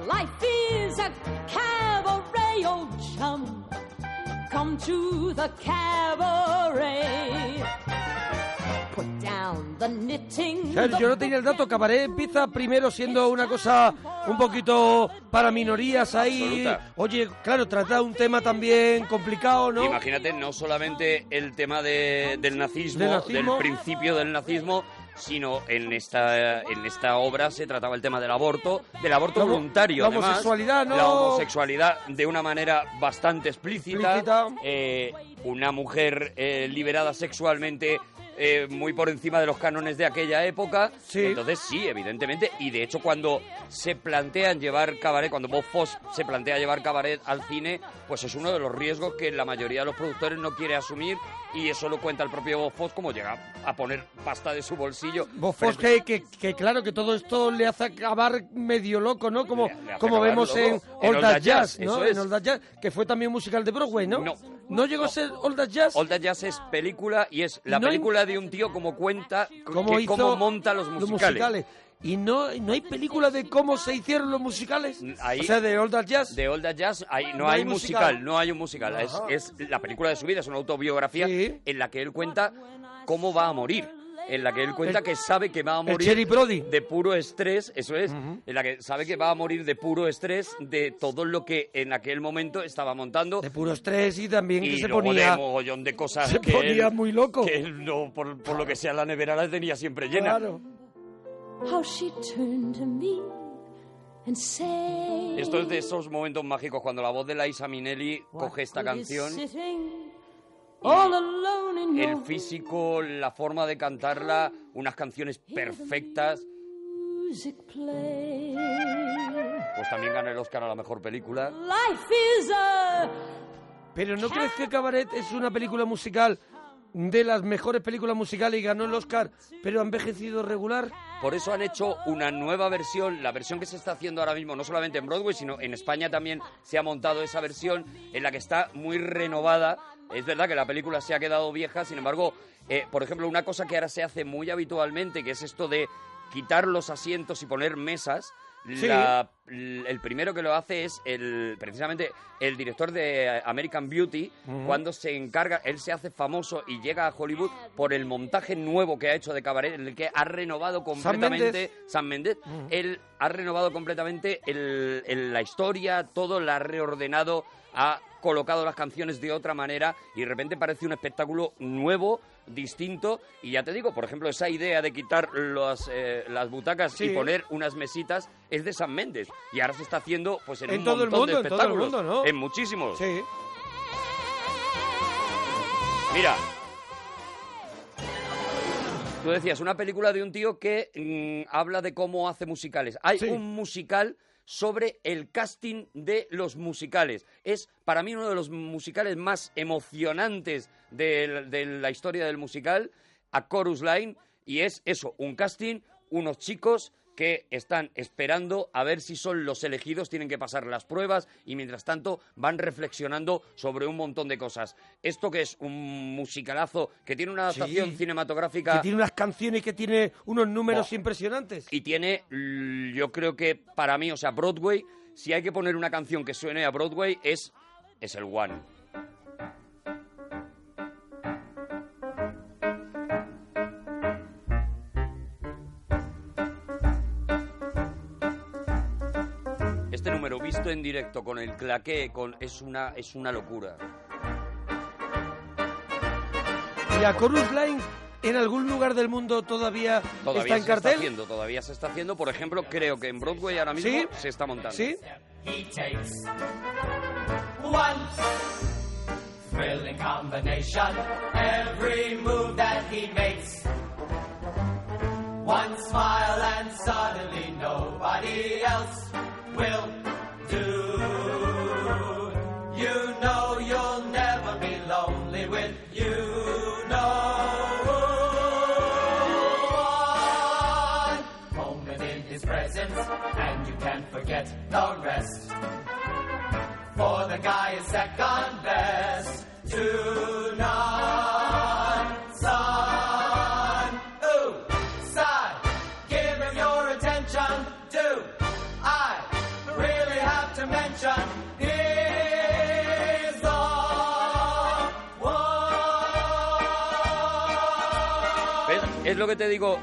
Speaker 6: Life is a cabaret, old chum. Come to the cabaret. Put down the knitting.
Speaker 1: Claro, yo no tenía el dato. Cabaret empieza primero siendo una cosa un poquito para minorías ahí.
Speaker 2: Absoluta.
Speaker 1: Oye, claro, trata un tema también complicado, ¿no?
Speaker 2: Imagínate no solamente el tema de- del, nazismo,
Speaker 1: Del nazismo.
Speaker 2: del principio del nazismo, sino en esta, en esta obra se trataba el tema del aborto, del aborto
Speaker 1: La homo-
Speaker 2: voluntario.
Speaker 1: la
Speaker 2: además.
Speaker 1: homosexualidad, ¿no?
Speaker 2: La homosexualidad de una manera bastante explícita. Eh, una mujer eh, liberada sexualmente. eh, muy por encima de los cánones de aquella época. Entonces, sí, evidentemente. Y de hecho, cuando se plantean llevar cabaret, cuando Bob Foss se plantea llevar cabaret al cine, pues es uno de los riesgos que la mayoría de los productores no quiere asumir. Y eso lo cuenta el propio Bob Foss, como llega a poner pasta de su bolsillo.
Speaker 1: Vos Fos, que, que, que claro, que todo esto le hace acabar medio loco, ¿no? Como,
Speaker 2: hace
Speaker 1: como
Speaker 2: acabar
Speaker 1: vemos
Speaker 2: loco.
Speaker 1: en All That Jazz,
Speaker 2: eso
Speaker 1: ¿no?
Speaker 2: es.
Speaker 1: En All That Jazz, que fue también musical de Broadway, ¿no?
Speaker 2: No.
Speaker 1: ¿No llegó a ser All That Jazz?
Speaker 2: All That Jazz es película y es la
Speaker 1: No hay-
Speaker 2: película de un tío como cuenta, que-
Speaker 1: ¿Cómo
Speaker 2: que-
Speaker 1: hizo
Speaker 2: cómo monta los musicales.
Speaker 1: Y no, no hay película de cómo se hicieron los musicales.
Speaker 2: Ahí-
Speaker 1: o sea, de All That Jazz.
Speaker 2: De Old Jazz ahí no, hay, musical, no hay un musical. Es,
Speaker 1: Ajá.
Speaker 2: es la película de su vida, es una autobiografía en la que él cuenta cómo va a morir. En la que él cuenta
Speaker 1: El-
Speaker 2: que sabe que va a
Speaker 1: el
Speaker 2: morir
Speaker 1: Cherry Brody.
Speaker 2: de puro estrés, eso es, en la que sabe que va a morir de puro estrés de todo lo que en aquel momento estaba montando. De
Speaker 1: puro estrés y también que
Speaker 2: y
Speaker 1: se
Speaker 2: luego
Speaker 1: ponía-
Speaker 2: de mogollón de cosas
Speaker 1: se
Speaker 2: que
Speaker 1: ponía
Speaker 2: él,
Speaker 1: muy loco.
Speaker 2: Que él no, por, por lo que sea la nevera la tenía siempre llena.
Speaker 1: Claro.
Speaker 6: How she turned to me and said,
Speaker 2: Esto es de esos momentos mágicos cuando la voz de Laisa Minelli coge esta canción.
Speaker 6: Sitting all alone in your
Speaker 2: el físico, la forma de cantarla, unas canciones perfectas.
Speaker 6: music play.
Speaker 2: Pues también gana el Oscar a la mejor película.
Speaker 6: Life is a
Speaker 1: Pero ¿no crees que Cabaret es una película musical de las mejores películas musicales y ganó el Oscar, pero ha envejecido regular.
Speaker 2: Por eso han hecho una nueva versión, la versión que se está haciendo ahora mismo, no solamente en Broadway, sino en España también se ha montado esa versión en la que está muy renovada. Es verdad que la película se ha quedado vieja, sin embargo, eh, por ejemplo, una cosa que ahora se hace muy habitualmente, que es esto de quitar los asientos y poner mesas.
Speaker 1: Sí.
Speaker 2: la- el primero que lo hace es el, precisamente el director de American Beauty,
Speaker 1: Ujú.
Speaker 2: cuando se encarga, él se hace famoso y llega a Hollywood por el montaje nuevo que ha hecho de Cabaret, en el que ha renovado completamente San Méndez. Él ha renovado completamente el- el- la historia, todo la ha reordenado, ha colocado las canciones de otra manera y de repente parece un espectáculo nuevo, distinto. Y ya te digo, por ejemplo, esa idea de quitar los, eh, las butacas
Speaker 1: Sí.
Speaker 2: y poner unas mesitas es de San Méndez. Y ahora se está haciendo pues en,
Speaker 1: En
Speaker 2: un
Speaker 1: todo el
Speaker 2: montón de
Speaker 1: mundo, en todo el
Speaker 2: espectáculos.
Speaker 1: mundo, ¿no?
Speaker 2: En muchísimos.
Speaker 1: Sí.
Speaker 2: Mira. Tú decías, una película de un tío que mm, habla de cómo hace musicales. Hay un musical sobre el casting de los musicales. Es para mí uno de los musicales más emocionantes del- de, la historia del musical, a Chorus Line, y es eso, un casting, unos chicos que están esperando a ver si son los elegidos, tienen que pasar las pruebas y mientras tanto van reflexionando sobre un montón de cosas. Esto que es un musicalazo que tiene una
Speaker 1: Sí.
Speaker 2: adaptación cinematográfica
Speaker 1: Que tiene unas canciones que tiene unos números
Speaker 2: Buah.
Speaker 1: impresionantes.
Speaker 2: Oh. y tiene, l- yo creo que para mí, o sea, Broadway, si hay que poner una canción que suene a Broadway, es, es el One. Este número visto en directo con el claqué con, es, una, es una locura.
Speaker 1: ¿Y a Chorus Line en algún lugar del mundo todavía,
Speaker 2: Todavía
Speaker 1: está en
Speaker 2: se
Speaker 1: cartel?
Speaker 2: está haciendo, todavía se está haciendo. Por ejemplo, creo que en Broadway ahora mismo
Speaker 1: ¿Sí?
Speaker 2: se está montando.
Speaker 1: ¿Sí?
Speaker 9: He takes one thrilling combination. Every move that he makes. One smile and suddenly nobody else will do. You know you'll never be lonely with you. know one moment in his presence, and you can't forget the rest. For the guy is second best to none. Son, ooh, side, give him your attention. Do I really have to mention? He's the
Speaker 2: ¿Ves? Es lo que te digo.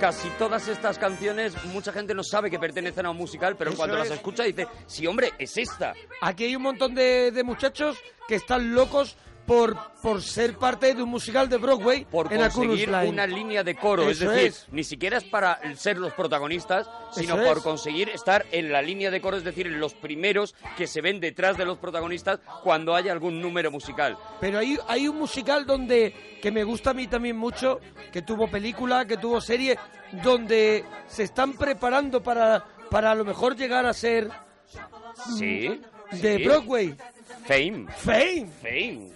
Speaker 2: Casi todas estas canciones, mucha gente no sabe que pertenecen a un musical, pero
Speaker 1: Eso
Speaker 2: cuando las
Speaker 1: es.
Speaker 2: escucha dice, sí, hombre, es esta.
Speaker 1: Aquí hay un montón de, de muchachos que están locos por, por ser parte de un musical de Broadway
Speaker 2: Por
Speaker 1: en la Chorus
Speaker 2: conseguir
Speaker 1: Line.
Speaker 2: una línea de coro, es
Speaker 1: Eso
Speaker 2: decir,
Speaker 1: es.
Speaker 2: ni siquiera es para ser los protagonistas, sino
Speaker 1: Eso
Speaker 2: por
Speaker 1: es.
Speaker 2: conseguir estar en la línea de coro, es decir, los primeros que se ven detrás de los protagonistas cuando haya algún número musical.
Speaker 1: Pero hay, hay un musical donde que me gusta a mí también mucho, que tuvo película, que tuvo serie, donde se están preparando para, para a lo mejor llegar a ser mm,
Speaker 2: Sí,
Speaker 1: de
Speaker 2: sí.
Speaker 1: Broadway.
Speaker 2: Fame.
Speaker 1: Fame.
Speaker 2: Fame.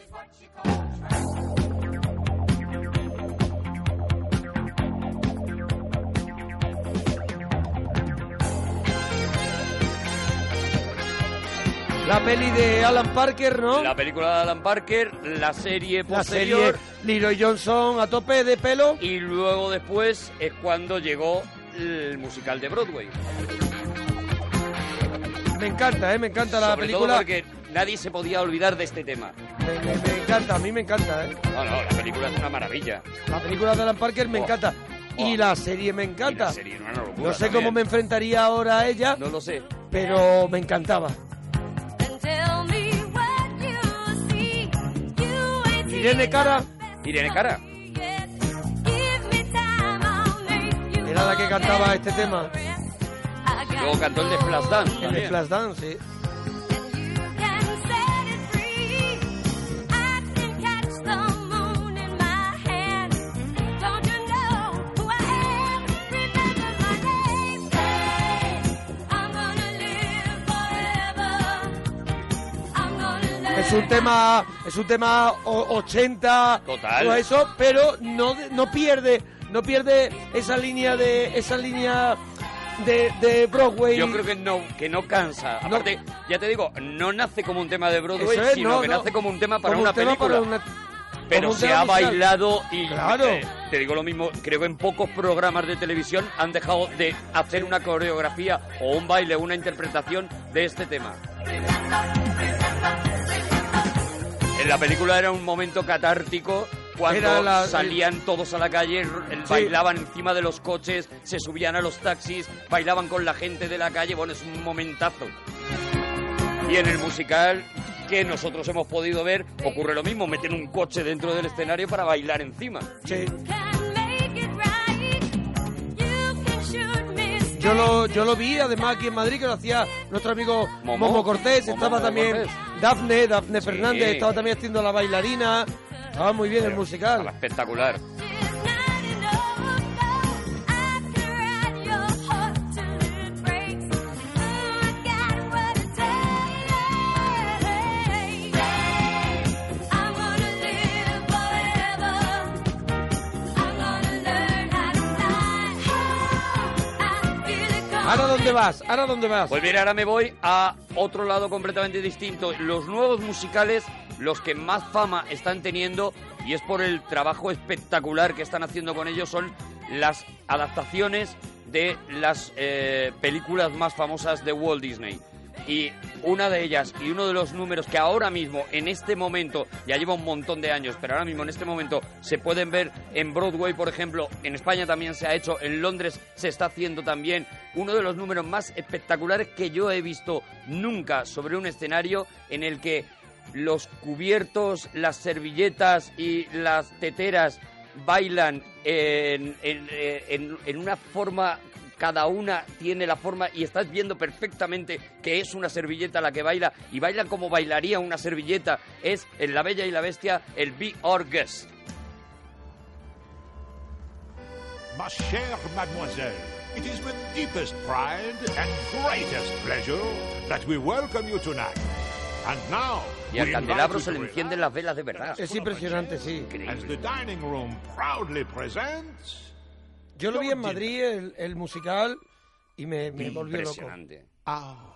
Speaker 1: La peli de Alan Parker, ¿no?
Speaker 2: La película de Alan Parker, la serie
Speaker 1: La
Speaker 2: posterior.
Speaker 1: serie Leroy Johnson a tope de pelo.
Speaker 2: Y luego después es cuando llegó el musical de Broadway.
Speaker 1: Me encanta, ¿eh? Me encanta la
Speaker 2: Sobre
Speaker 1: película.
Speaker 2: todo porque nadie se podía olvidar de este tema.
Speaker 1: Me, me- me encanta, a mí me encanta, ¿eh?
Speaker 2: No, no, la película es una maravilla.
Speaker 1: La película de Alan Parker me encanta. Y la serie me encanta.
Speaker 2: Sería una locura.
Speaker 1: no sé
Speaker 2: también.
Speaker 1: cómo me enfrentaría ahora a ella. No
Speaker 2: lo sé.
Speaker 1: Pero me encantaba.
Speaker 6: Tell me what you see. You ain't seen
Speaker 1: Irene Cara
Speaker 2: Irene Cara
Speaker 6: yet. Give me time, I'll make you
Speaker 1: era la que cantaba este tema.
Speaker 6: I got
Speaker 2: Luego cantó el de Flash Dance.
Speaker 1: En el
Speaker 2: también.
Speaker 1: Flash Dance, sí.
Speaker 6: can set it free. I can catch the moon in my hand. Don't you know who I am? Remember my name. Hey, I'm gonna live forever. I'm gonna live
Speaker 1: Me es un tema, es un tema o- 80,
Speaker 2: Total.
Speaker 1: todo eso, pero no, de- no pierde, no pierde esa línea de, esa línea de, de Broadway.
Speaker 2: Yo creo que no, que no cansa. Aparte, ya te digo, no nace como un tema de Broadway,
Speaker 1: Eso es,
Speaker 2: sino
Speaker 1: no,
Speaker 2: que
Speaker 1: no.
Speaker 2: nace como un tema para
Speaker 1: Como
Speaker 2: una
Speaker 1: un tema
Speaker 2: película.
Speaker 1: para una-
Speaker 2: pero
Speaker 1: como un
Speaker 2: se
Speaker 1: tema
Speaker 2: ha
Speaker 1: musical.
Speaker 2: bailado y
Speaker 1: Claro.
Speaker 2: eh, te digo lo mismo, creo que en pocos programas de televisión han dejado de hacer una coreografía o un baile, una interpretación de este tema. En la película era un momento catártico cuando
Speaker 1: Era la- eh,
Speaker 2: salían todos a la calle, r- el-
Speaker 1: Sí.
Speaker 2: bailaban encima de los coches, se subían a los taxis, bailaban con la gente de la calle, bueno, es un momentazo. Y en el musical que nosotros hemos podido ver, ocurre lo mismo, meten un coche dentro del escenario para bailar encima.
Speaker 1: Yo lo, yo lo vi además aquí en Madrid que lo hacía nuestro amigo Momo, Cortés,
Speaker 2: Momo
Speaker 1: estaba también
Speaker 2: Cortés.
Speaker 1: Dafne, Dafne Fernández, estaba también haciendo la bailarina, estaba muy bien el musical.
Speaker 2: Espectacular.
Speaker 1: ¿Ahora dónde vas? ¿Ahora dónde vas?
Speaker 2: Pues mira, ahora me voy a otro lado completamente distinto. Los nuevos musicales, los que más fama están teniendo, y es por el trabajo espectacular que están haciendo con ellos, son las adaptaciones de las eh, películas más famosas de Walt Disney. Y una de ellas, y uno de los números que ahora mismo, en este momento, ya lleva un montón de años, pero ahora mismo en este momento se pueden ver en Broadway, por ejemplo, en España también se ha hecho, en Londres se está haciendo también, uno de los números más espectaculares que yo he visto nunca sobre un escenario en el que los cubiertos, las servilletas y las teteras bailan en, en- eh, en- en una forma, cada una tiene la forma y estás viendo perfectamente que es una servilleta la que baila y baila como bailaría una servilleta. Es en La Bella y la Bestia el Be Our Guest.
Speaker 22: Ma chère mademoiselle, it is with deepest pride and greatest pleasure that we welcome you tonight. And now,
Speaker 2: Y al
Speaker 22: we
Speaker 2: candelabro se
Speaker 22: invite
Speaker 2: le
Speaker 22: you to
Speaker 2: encienden las velas de verdad.
Speaker 1: Es impresionante, sí.
Speaker 22: relax As the dining room proudly presents.
Speaker 1: Yo lo vi en Madrid, el, el musical, y me, me volvió loco.
Speaker 2: Impresionante.
Speaker 22: Our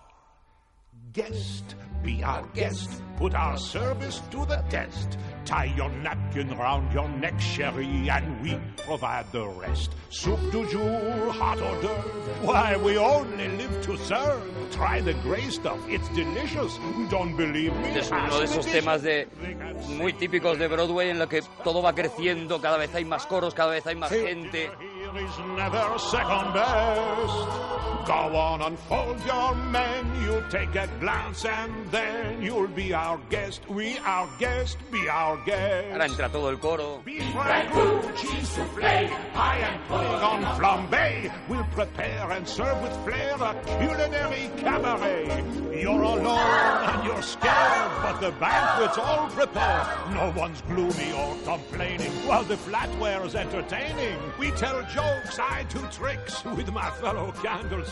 Speaker 22: guest, be our guest. Put our service to the test. Tie your napkin round your neck, sherry, and we provide the rest. Soup du jour, hot hors d'oeuvre. Why, we only live to serve. Try the gray stuff, it's delicious. Don't believe me?
Speaker 2: Es uno de
Speaker 22: Ask
Speaker 2: esos
Speaker 22: the
Speaker 2: temas de muy típicos de Broadway en los que todo va creciendo, cada vez hay más coros, cada vez hay más
Speaker 22: Sí.
Speaker 2: gente.
Speaker 22: is never second best. Go on, unfold your menu, take a glance, and then you'll be our guest. We our guest, be our
Speaker 2: Ahora
Speaker 22: guest.
Speaker 2: entra todo el coro.
Speaker 22: Ragout, cheese soufflé, pie and pudding on flambé. We'll prepare and serve with flair a culinary cabaret. You're alone and you're scared, but the banquet's all prepared. No one's gloomy or complaining while the flatware's entertaining. We tell jokes, I do tricks with my fellow candlesticks.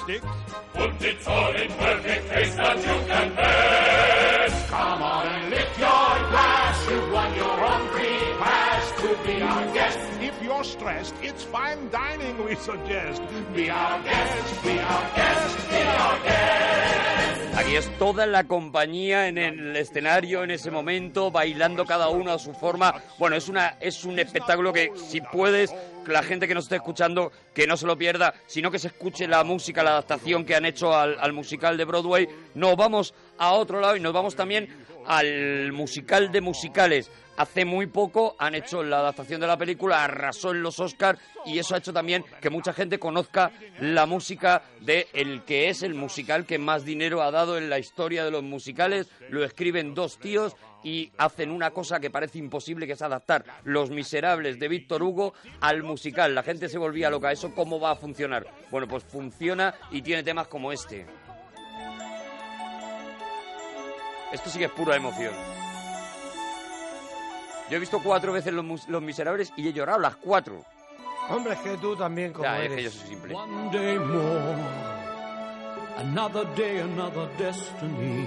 Speaker 22: Put it all in perfect taste that you can best. Come on and lift your glass. You won your own free pass to be our guest. If you're stressed, it's fine dining we suggest. Be our guest, be our guest, be our guest.
Speaker 2: Aquí es toda la compañía en el escenario en ese momento, bailando cada uno a su forma. Bueno, es, una, es un espectáculo que si puedes, la gente que nos esté escuchando, que no se lo pierda, sino que se escuche la música, la adaptación que han hecho al, al musical de Broadway. Nos vamos a otro lado y nos vamos también al musical de musicales. Hace muy poco han hecho la adaptación de la película, arrasó en los Oscars y eso ha hecho también que mucha gente conozca la música de el que es el musical que más dinero ha dado en la historia de los musicales. Lo escriben dos tíos y hacen una cosa que parece imposible, que es adaptar Los Miserables de Víctor Hugo al musical. La gente se volvía loca. ¿Eso cómo va a funcionar? Bueno, pues funciona y tiene temas como este. Esto sí que es pura emoción. Yo he visto cuatro veces Los, Mus- Los Miserables y he llorado las cuatro.
Speaker 1: Hombre, es que tú también como
Speaker 2: Ya, es
Speaker 1: eres.
Speaker 2: que yo soy simple.
Speaker 9: One day more, another day, another destiny.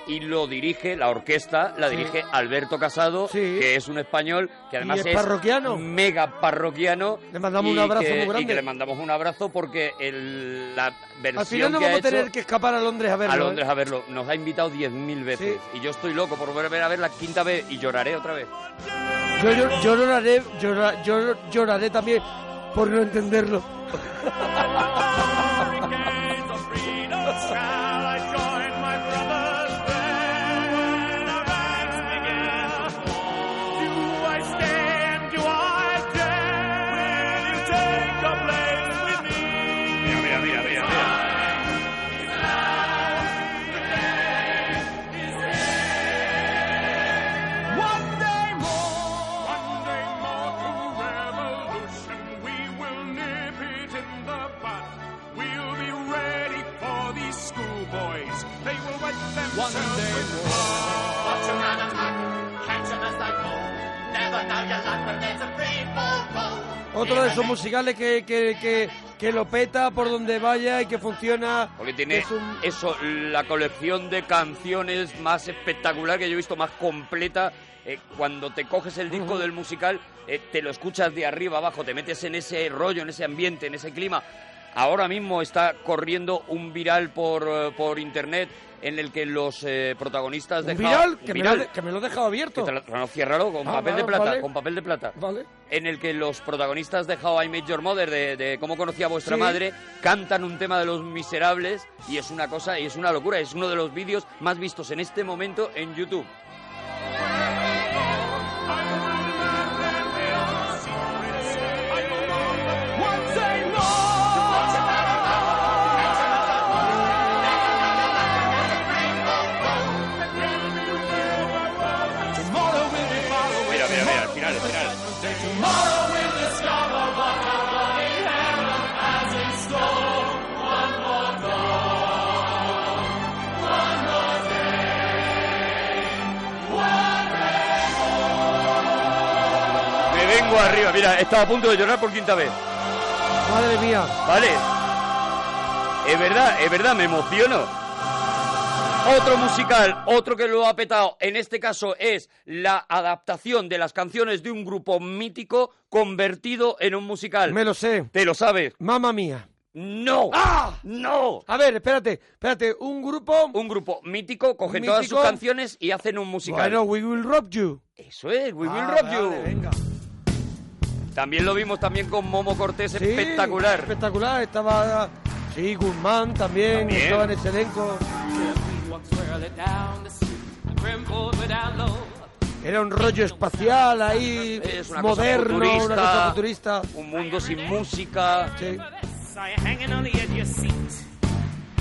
Speaker 2: y lo dirige la orquesta, la
Speaker 1: Sí.
Speaker 2: dirige Alberto Casado, que es un español que además
Speaker 1: es parroquiano.
Speaker 2: mega parroquiano. Le
Speaker 1: mandamos un abrazo muy
Speaker 2: Y
Speaker 1: grande.
Speaker 2: que le mandamos un abrazo porque el, la versión
Speaker 1: Al final no
Speaker 2: que ha
Speaker 1: vamos a
Speaker 2: hecho-
Speaker 1: tener que escapar a Londres a verlo.
Speaker 2: a Londres
Speaker 1: ¿eh?
Speaker 2: a verlo. Nos ha invitado 10.000 veces. Y yo estoy loco por volver a ver la quinta vez y lloraré otra vez.
Speaker 1: Yo, llor- yo lloraré, llora- yo lloraré también por no entenderlo.
Speaker 22: Mira, mira, mira, mira.
Speaker 23: One day more.
Speaker 22: One day more to revolution. We will nip it in the bud. We'll be ready for these schoolboys. They will wet themselves One day with blood.
Speaker 5: Watch a man attack, catch him as I go. Never know your luck when there's a free fall.
Speaker 1: Otro de esos musicales que, que, que, que lo peta por donde vaya y que funciona.
Speaker 2: Porque tiene
Speaker 1: Es un-
Speaker 2: eso, la colección de canciones más espectacular que yo he visto, más completa. Eh, cuando te coges el disco del musical, eh, te lo escuchas de arriba abajo, te metes en ese rollo, en ese ambiente, en ese clima. Ahora mismo está corriendo un viral por, eh, por internet en el que los eh, protagonistas
Speaker 1: ¿Un
Speaker 2: dejaban-
Speaker 1: viral?
Speaker 2: un
Speaker 1: Que,
Speaker 2: viral.
Speaker 1: Me lo, he de- que me lo he dejado abierto.
Speaker 2: No, ciérralo con
Speaker 1: Ah,
Speaker 2: papel de
Speaker 1: vale,
Speaker 2: plata,
Speaker 1: vale.
Speaker 2: con papel de plata.
Speaker 1: Vale.
Speaker 2: En el que los protagonistas de How I Met Your Mother, de, de cómo conocía a vuestra
Speaker 1: Sí.
Speaker 2: madre, cantan un tema de los miserables y es una cosa, y es una locura, es uno de los vídeos más vistos en este momento en YouTube.
Speaker 22: Mira, mira, mira, al final, al final.
Speaker 2: Me vengo arriba, mira, estaba a punto de llorar por quinta vez.
Speaker 1: Madre mía.
Speaker 2: Vale. Es verdad, es verdad, me emociono. Otro musical, otro que lo ha petado, en este caso es la adaptación de las canciones de un grupo mítico convertido en un musical.
Speaker 1: Me lo sé.
Speaker 2: Te lo sabes.
Speaker 1: Mamma mía.
Speaker 2: ¡No!
Speaker 1: ¡Ah!
Speaker 2: ¡No!
Speaker 1: A ver, espérate, espérate. Un grupo.
Speaker 2: Un grupo mítico, cogen todas sus canciones y hacen un musical.
Speaker 1: Bueno, We Will Rob You.
Speaker 2: Eso es, We Will
Speaker 1: Ah,
Speaker 2: Rock
Speaker 1: vale,
Speaker 2: You.
Speaker 1: venga.
Speaker 2: También lo vimos también con Momo Cortés,
Speaker 1: Sí,
Speaker 2: espectacular.
Speaker 1: Espectacular. Estaba. Sí, Guzmán también.
Speaker 2: También.
Speaker 1: Estaba en ese elenco. Era un rollo espacial ahí.
Speaker 2: Es una cosa
Speaker 1: moderno, una cosa futurista.
Speaker 2: Un mundo sin música.
Speaker 24: hanging on the edge of your seat.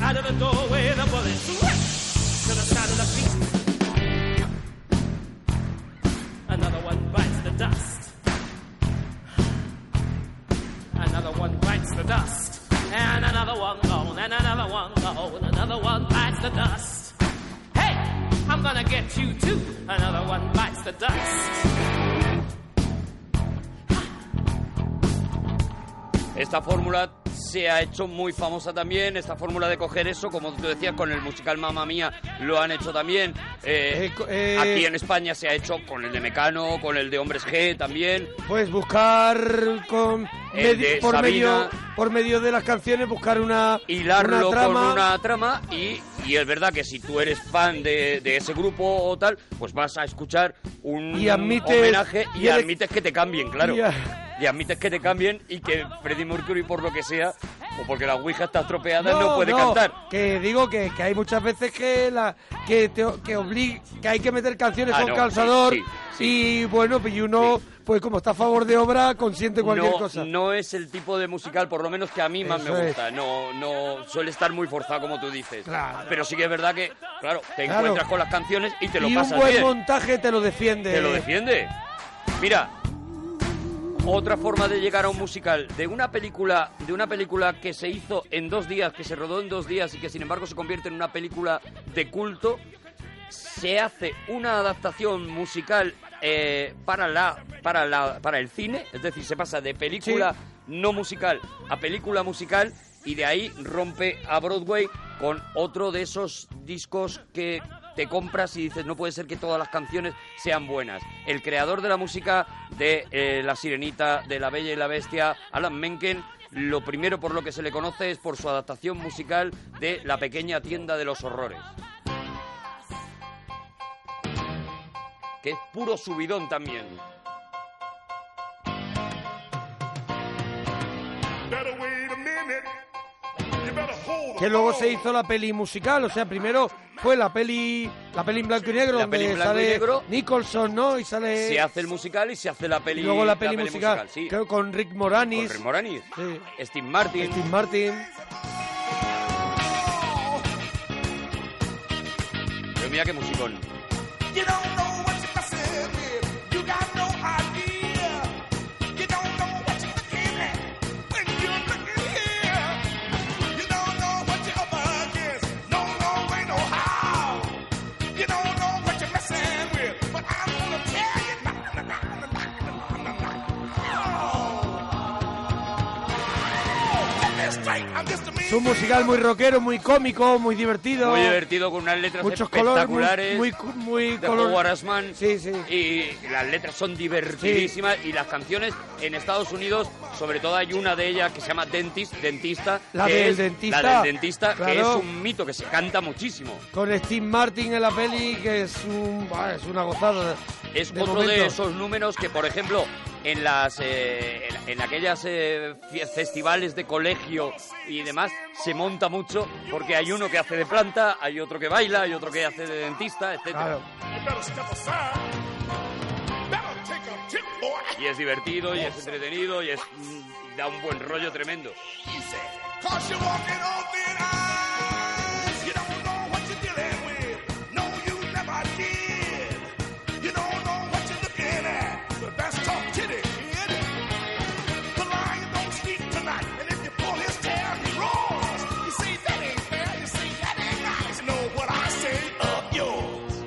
Speaker 24: Out of the doorway, the bullets whiz to the side of the feet. Another one bites the dust. Another one bites the dust. And another one gone, and another one gone, another one bites the dust. Hey, I'm gonna get you too. Another one bites the dust.
Speaker 2: Esta fórmula se ha hecho muy famosa también. Esta fórmula de coger eso, como tú decías, con el musical Mamma Mía lo han hecho también. Eh, aquí en España se ha hecho con el de Mecano, con el de Hombres G también.
Speaker 1: Pues buscar con
Speaker 2: El
Speaker 1: medi-
Speaker 2: de
Speaker 1: por
Speaker 2: Sabina.
Speaker 1: medio por medio de las canciones buscar una
Speaker 2: hilarlo
Speaker 1: una trama.
Speaker 2: con una trama y, y es verdad que si tú eres fan de, de ese grupo o tal, pues vas a escuchar un
Speaker 1: Y admites-
Speaker 2: homenaje y,
Speaker 1: y eres-
Speaker 2: admites que te cambien, claro.
Speaker 1: y a-
Speaker 2: y admites que te cambien y que Freddie Mercury, por lo que sea, o porque la Ouija está estropeada, no,
Speaker 1: No,
Speaker 2: puede
Speaker 1: no,
Speaker 2: cantar.
Speaker 1: Que digo que, que hay muchas veces que la que te, que obli- que hay que meter canciones
Speaker 2: Ah,
Speaker 1: a un
Speaker 2: no,
Speaker 1: calzador
Speaker 2: sí,
Speaker 1: y bueno, pues y uno pues como está a favor de obra consiente cualquier
Speaker 2: no,
Speaker 1: cosa.
Speaker 2: no es el tipo de musical, por lo menos que a mí más
Speaker 1: Eso
Speaker 2: me
Speaker 1: es.
Speaker 2: gusta. No, no suele estar muy forzado, como tú dices.
Speaker 1: Claro.
Speaker 2: Pero sí que es verdad que, claro, te
Speaker 1: Claro.
Speaker 2: encuentras con las canciones y te lo
Speaker 1: y un
Speaker 2: pasas
Speaker 1: buen
Speaker 2: bien.
Speaker 1: montaje te lo defiende.
Speaker 2: Te lo defiende. Mira, otra forma de llegar a un musical de una película, de una película que se hizo en dos días, que se rodó en dos días y que sin embargo se convierte en una película de culto, se hace una adaptación musical eh, para la para la para el cine, es decir, se pasa de película no musical a película musical y de ahí rompe a Broadway con otro de esos discos que te compras y dices no puede ser que todas las canciones sean buenas. El creador de la música de eh, La Sirenita, de La Bella y la Bestia, Alan Menken, lo primero por lo que se le conoce es por su adaptación musical de La pequeña tienda de los horrores. que es puro subidón también.
Speaker 1: Que luego se hizo la peli musical, o sea, primero fue la peli la peli en blanco y negro
Speaker 2: La
Speaker 1: donde
Speaker 2: peli en blanco y
Speaker 1: sale
Speaker 2: negro. ah,
Speaker 1: Nicholson, ¿no? Y sale
Speaker 2: Se hace el musical y se hace la peli.
Speaker 1: y Eh, luego la peli, musical,
Speaker 2: sí.
Speaker 1: creo con Rick Moranis.
Speaker 2: Con Rick Moranis.
Speaker 1: Sí.
Speaker 2: Steve Martin.
Speaker 1: Steve Martin.
Speaker 2: Pero mira qué musicón.
Speaker 9: You don't know what you're messing with. You got no idea. You don't know what you're looking at when you're looking here. You don't know what you're up against. No, no way, no how. You don't know what you're messing with, but I'm gonna tell you.
Speaker 1: Es un musical muy rockero, muy cómico, muy divertido.
Speaker 2: Muy divertido, con unas letras
Speaker 1: Muchos colores, muy-
Speaker 2: espectaculares.
Speaker 1: muy cu- muy
Speaker 2: de
Speaker 1: color-
Speaker 2: Howard Ashman. Y las letras son divertidísimas. Y las canciones en Estados Unidos, sobre todo hay una de ellas que se llama Dentist, Dentista.
Speaker 1: La
Speaker 2: que
Speaker 1: del
Speaker 2: es-
Speaker 1: dentista,
Speaker 2: La del Dentista, que es
Speaker 1: claro.
Speaker 2: un mito que se canta muchísimo.
Speaker 1: Con Steve Martin en la peli, que es, un, bah, es una gozada.
Speaker 2: Es
Speaker 1: De
Speaker 2: otro
Speaker 1: momento.
Speaker 2: de esos números que, por ejemplo, en las eh, en, en aquellas eh, fie- festivales de colegio y demás se monta mucho porque hay uno que hace de planta, hay otro que baila, hay otro que hace de dentista, etcétera.
Speaker 9: You better step aside. Better take a tip, boy.
Speaker 2: Y es divertido y es entretenido y es mm, da un buen rollo tremendo.
Speaker 9: Cause you're walking on thin ice. You don't know what you're dealing with. No, you never did. You don't know what you're looking at. But that's tough titty, kid. The lion don't sleep tonight. And if you pull his tail, he roars. You see, that ain't fair. You see, that ain't nice. You know what I say of yours.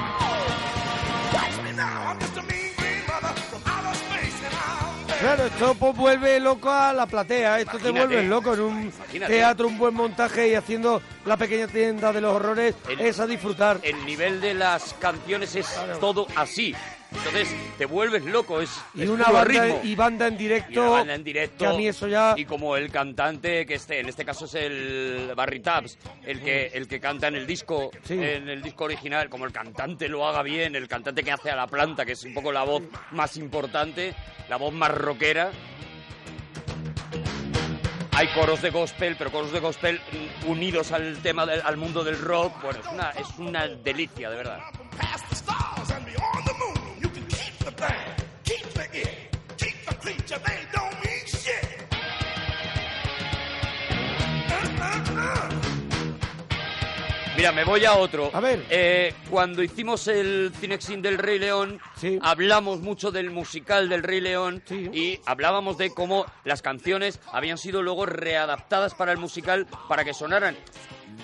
Speaker 9: Yeah! Watch me now. I'm just a mean green mother from outer space. And I'm
Speaker 1: Claro, esto pues, vuelve loco a la platea. Esto te
Speaker 2: Imagínate.
Speaker 1: vuelve loco en un
Speaker 2: Imagínate.
Speaker 1: teatro, un buen montaje y haciendo la pequeña tienda de los horrores.
Speaker 2: El-
Speaker 1: es a disfrutar.
Speaker 2: El nivel de las canciones es todo así. Entonces te vuelves loco, es,
Speaker 1: y
Speaker 2: es
Speaker 1: una
Speaker 2: puro
Speaker 1: banda,
Speaker 2: ritmo.
Speaker 1: y banda en directo.
Speaker 2: Y una banda en directo.
Speaker 1: Que a mí eso ya.
Speaker 2: Y como el cantante que esté, en este caso es el Barry Taps, el que, el que canta en el disco,
Speaker 1: Sí.
Speaker 2: en el disco original, como el cantante lo haga bien, el cantante que hace a la planta, que es un poco la voz más importante, la voz más rockera. Hay coros de gospel, pero coros de gospel mm, unidos al tema del, al mundo del rock. Bueno, es una, es una delicia, de verdad.
Speaker 9: past the stars and beyond the moon. You can keep the band, keep the ear, keep the creature. They don't mean shit.
Speaker 2: Mira, me voy a otro.
Speaker 1: A ver.
Speaker 2: Eh, cuando hicimos el Cinexin del Rey León, hablamos mucho del musical del Rey León y hablábamos de cómo las canciones habían sido luego readaptadas para el musical para que sonaran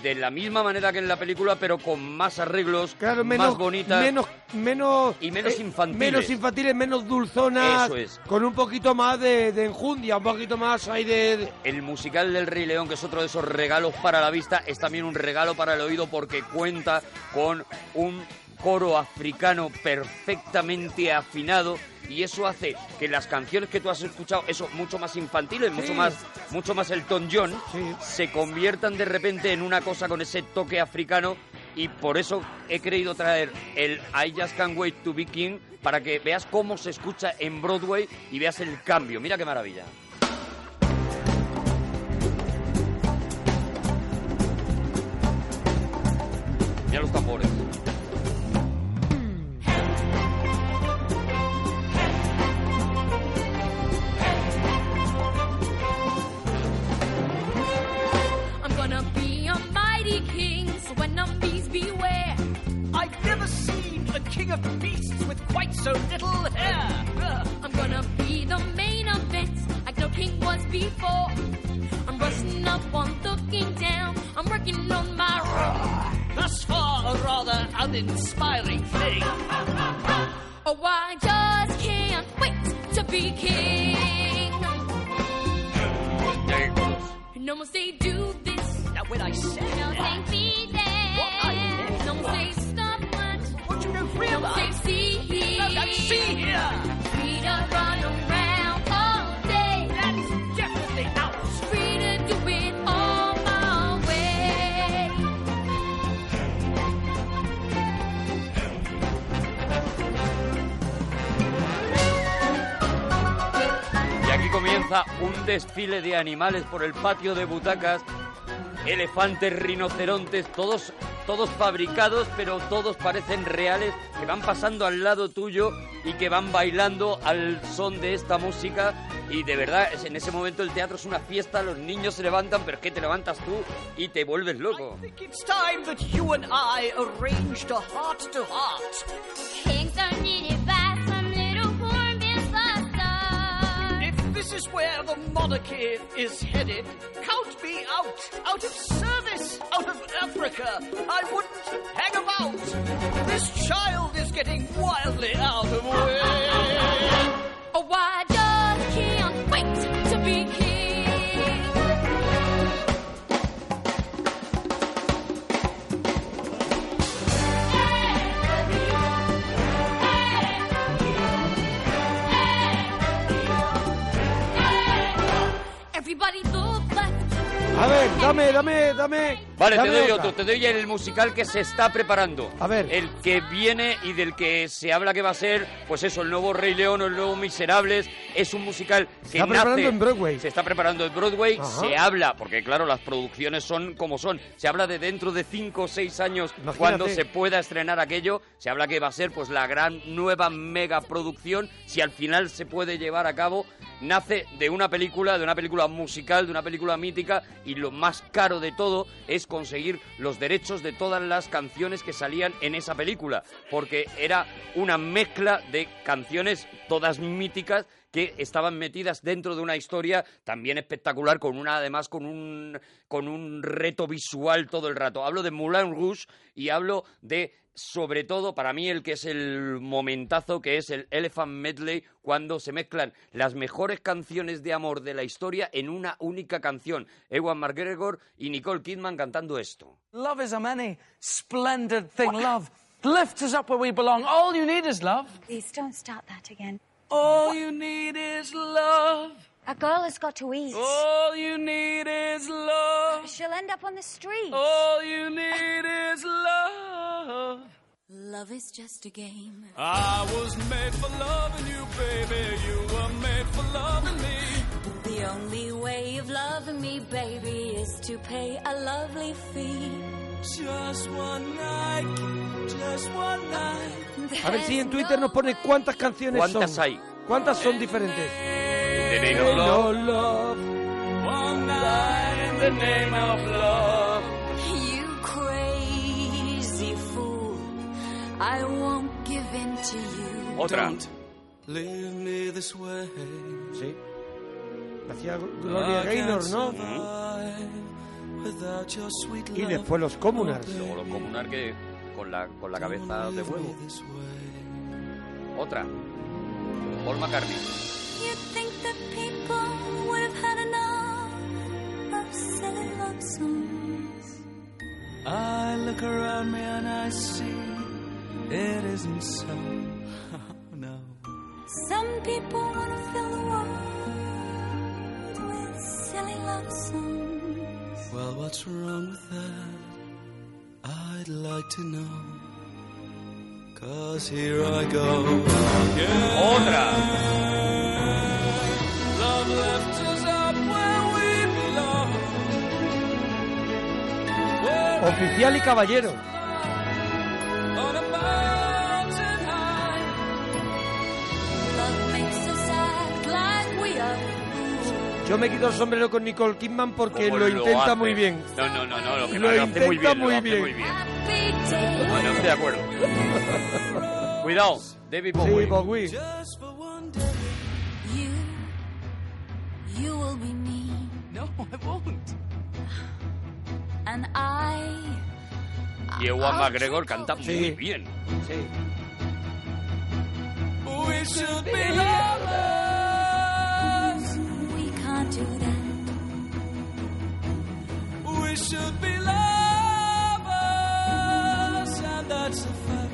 Speaker 2: de la misma manera que en la película, pero con más arreglos,
Speaker 1: Claro, menos,
Speaker 2: más bonitas.
Speaker 1: menos, menos eh,
Speaker 2: Y menos infantiles.
Speaker 1: menos infantiles, menos dulzonas,
Speaker 2: Eso es.
Speaker 1: con un poquito más de, de enjundia, un poquito más ahí de, de-
Speaker 2: El musical del Rey León, que es otro de esos regalos para la vista, es también un regalo para el oído porque cuenta con un coro africano perfectamente afinado y eso hace que las canciones que tú has escuchado, eso mucho más infantiles, mucho
Speaker 1: Sí.
Speaker 2: más mucho más Elton John, se conviertan de repente en una cosa con ese toque africano y por eso he querido traer el I Just Can't Wait to Be King para que veas cómo se escucha en Broadway y veas el cambio. Mira qué maravilla. Mira los tambores.
Speaker 6: I'm gonna be a mighty king, so when I'm bees, beware.
Speaker 25: I've never seen a king of beasts with quite so little hair.
Speaker 6: I'm gonna be the main event, like no king was before. I'm rushing up on looking down, I'm working on my roar.
Speaker 25: Thus far, a rather uninspiring thing.
Speaker 6: Oh, I just can't wait to be king. No more say do this.
Speaker 25: Now, when I say
Speaker 6: No say be there.
Speaker 25: What I meant
Speaker 6: No
Speaker 25: was-
Speaker 6: say stop much.
Speaker 25: What you don't
Speaker 6: No say
Speaker 25: realize.
Speaker 6: see here.
Speaker 25: No, no, see here.
Speaker 6: Free to run around all day.
Speaker 25: That's definitely out.
Speaker 6: Free to do it all my way.
Speaker 2: Y aquí comienza un desfile de animales por el patio de butacas. Elefantes, rinocerontes, todos, todos fabricados, pero todos parecen reales, que van pasando al lado tuyo y que van bailando al son de esta música. Y de verdad, es- en ese momento el teatro es una fiesta, los niños se levantan, pero es que te levantas tú y te vuelves loco.
Speaker 25: It's time that you and I arranged a heart to heart.
Speaker 6: Kings are needed by some little hornbill buster.
Speaker 25: If this is where the monarchy is headed, count me out, out of service, out of Africa. I wouldn't hang about. This child is getting wildly out of way.
Speaker 6: Oh, I just can't wait to be king. Everybody look left.
Speaker 1: A ver, dame, dame, dame.
Speaker 2: Vale, te
Speaker 1: dame
Speaker 2: doy
Speaker 1: otra.
Speaker 2: otro, te doy el musical que se está preparando. A ver. El que viene y del que se habla que va a ser, pues eso, el nuevo Rey León o el nuevo Miserables. Es un musical que
Speaker 1: está preparando
Speaker 2: nace-
Speaker 1: en Broadway.
Speaker 2: Se está preparando en Broadway,
Speaker 1: Ajá.
Speaker 2: se habla, porque claro, las producciones son como son. Se habla de dentro de 5 o 6 años
Speaker 1: Imagínate.
Speaker 2: cuando se pueda estrenar aquello. Se habla que va a ser pues la gran nueva mega producción, si al final se puede llevar a cabo. Nace de una película, de una película musical, de una película mítica, y lo más caro de todo es conseguir los derechos de todas las canciones que salían en esa película, porque era una mezcla de canciones todas míticas que estaban metidas dentro de una historia también espectacular, con una además con un, con un reto visual todo el rato. Hablo de Moulin Rouge y hablo de, sobre todo, para mí el que es el momentazo, que es el Elephant Medley, cuando se mezclan las mejores canciones de amor de la historia en una única canción. Ewan McGregor y Nicole Kidman cantando esto.
Speaker 9: Love is a many splendid thing, love. Lift us up where we belong. All you need is love.
Speaker 26: Please don't start that again.
Speaker 9: All you need is love.
Speaker 26: A girl has got to eat.
Speaker 9: All you need is love.
Speaker 26: She'll end up on the street.
Speaker 9: All you need is love.
Speaker 6: Love is just a game.
Speaker 9: I was made for loving you, baby. You were made for loving me.
Speaker 6: The only way of loving me, baby, is to pay a lovely fee.
Speaker 9: Just one night. Just one night.
Speaker 1: A ver si en Twitter nos pone cuántas canciones
Speaker 2: ¿Cuántas
Speaker 1: son.
Speaker 2: hay?
Speaker 1: ¿Cuántas son diferentes?
Speaker 2: There ain't no
Speaker 1: Ain't no
Speaker 2: love.
Speaker 1: love.
Speaker 9: One night in the name of love.
Speaker 6: You crazy fool, I won't give in to you.
Speaker 9: Otra. Leave me this way.
Speaker 1: Sí. Hacía
Speaker 2: Ah,
Speaker 1: Gloria Gaynor, ¿no? Y después los Communards.
Speaker 2: Luego lo comunar que con la, con la cabeza de huevo. Otra. Paul McCartney.
Speaker 6: You think that people would have had enough of silly love songs?
Speaker 9: I look around me and I see it isn't so. no.
Speaker 6: Some people want to fill the world with silly love songs.
Speaker 9: Well, what's wrong with that? I I'd like to know. Cause here I go.
Speaker 2: Otra.
Speaker 9: Love left us up where we belong.
Speaker 1: Oficial y caballero.
Speaker 9: On a mountain high.
Speaker 6: Love makes us act like we are fools.
Speaker 1: Yo me quito el sombrero con Nicole Kidman porque
Speaker 2: Como
Speaker 1: lo
Speaker 2: hace.
Speaker 1: intenta muy bien.
Speaker 2: No, no, no, no, lo, que
Speaker 1: Lo
Speaker 2: lo hace muy
Speaker 1: intenta
Speaker 2: bien. Lo
Speaker 1: muy
Speaker 2: hace
Speaker 1: bien.
Speaker 2: muy bien.
Speaker 6: Happy day.
Speaker 2: No, no estoy de acuerdo. Cuidado, David Bowie.
Speaker 1: Sí, Bowie.
Speaker 9: Just for one day.
Speaker 6: You, you will be me,
Speaker 9: No, I won't.
Speaker 6: and I.
Speaker 2: Y Ewan McGregor canta muy bien. Sí.
Speaker 9: We should be lovers.
Speaker 6: We can't do that.
Speaker 9: We should be lovers. And that's a fact.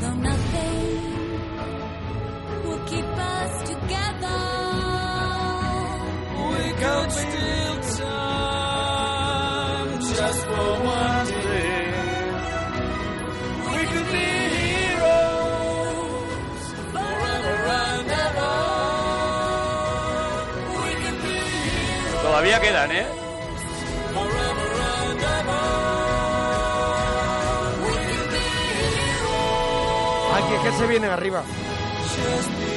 Speaker 6: Though nothing will keep us together.
Speaker 9: We can still time just for one day. We could be heroes forever and ever. We can be heroes
Speaker 2: Todavía quedan, ¿eh?
Speaker 9: forever and ever. We can be
Speaker 1: Aquí es que se vienen arriba.
Speaker 9: just because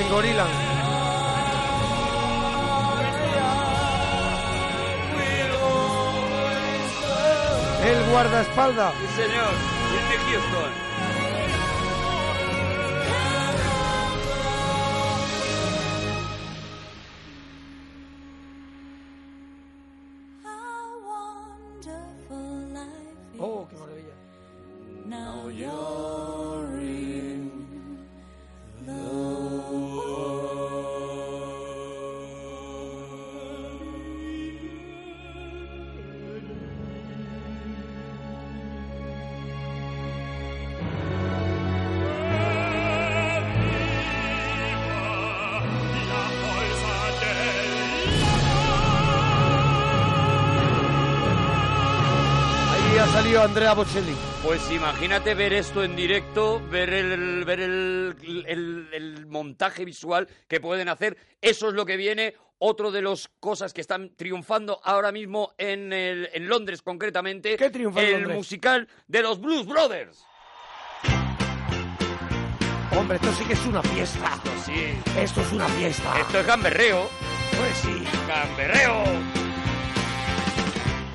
Speaker 1: En Gorillaz. El guardaespaldas.
Speaker 2: Sí, señor. Whitney Houston.
Speaker 1: Oh, qué maravilla.
Speaker 6: Now
Speaker 9: you're in
Speaker 1: Ahí ha salido Andrea Bocelli.
Speaker 2: Pues imagínate ver esto en directo, ver el, ver el, el- el montaje visual que pueden hacer. Eso es lo que viene. Otro de las cosas que están triunfando ahora mismo en, el- en Londres, concretamente. ¿Qué
Speaker 1: triunfa en
Speaker 2: El
Speaker 1: Londres?
Speaker 2: musical de los Blues Brothers.
Speaker 1: Hombre, esto sí que es una fiesta.
Speaker 2: Esto sí.
Speaker 1: Esto es una fiesta.
Speaker 2: Esto es gamberreo.
Speaker 1: Pues sí.
Speaker 2: Gamberreo.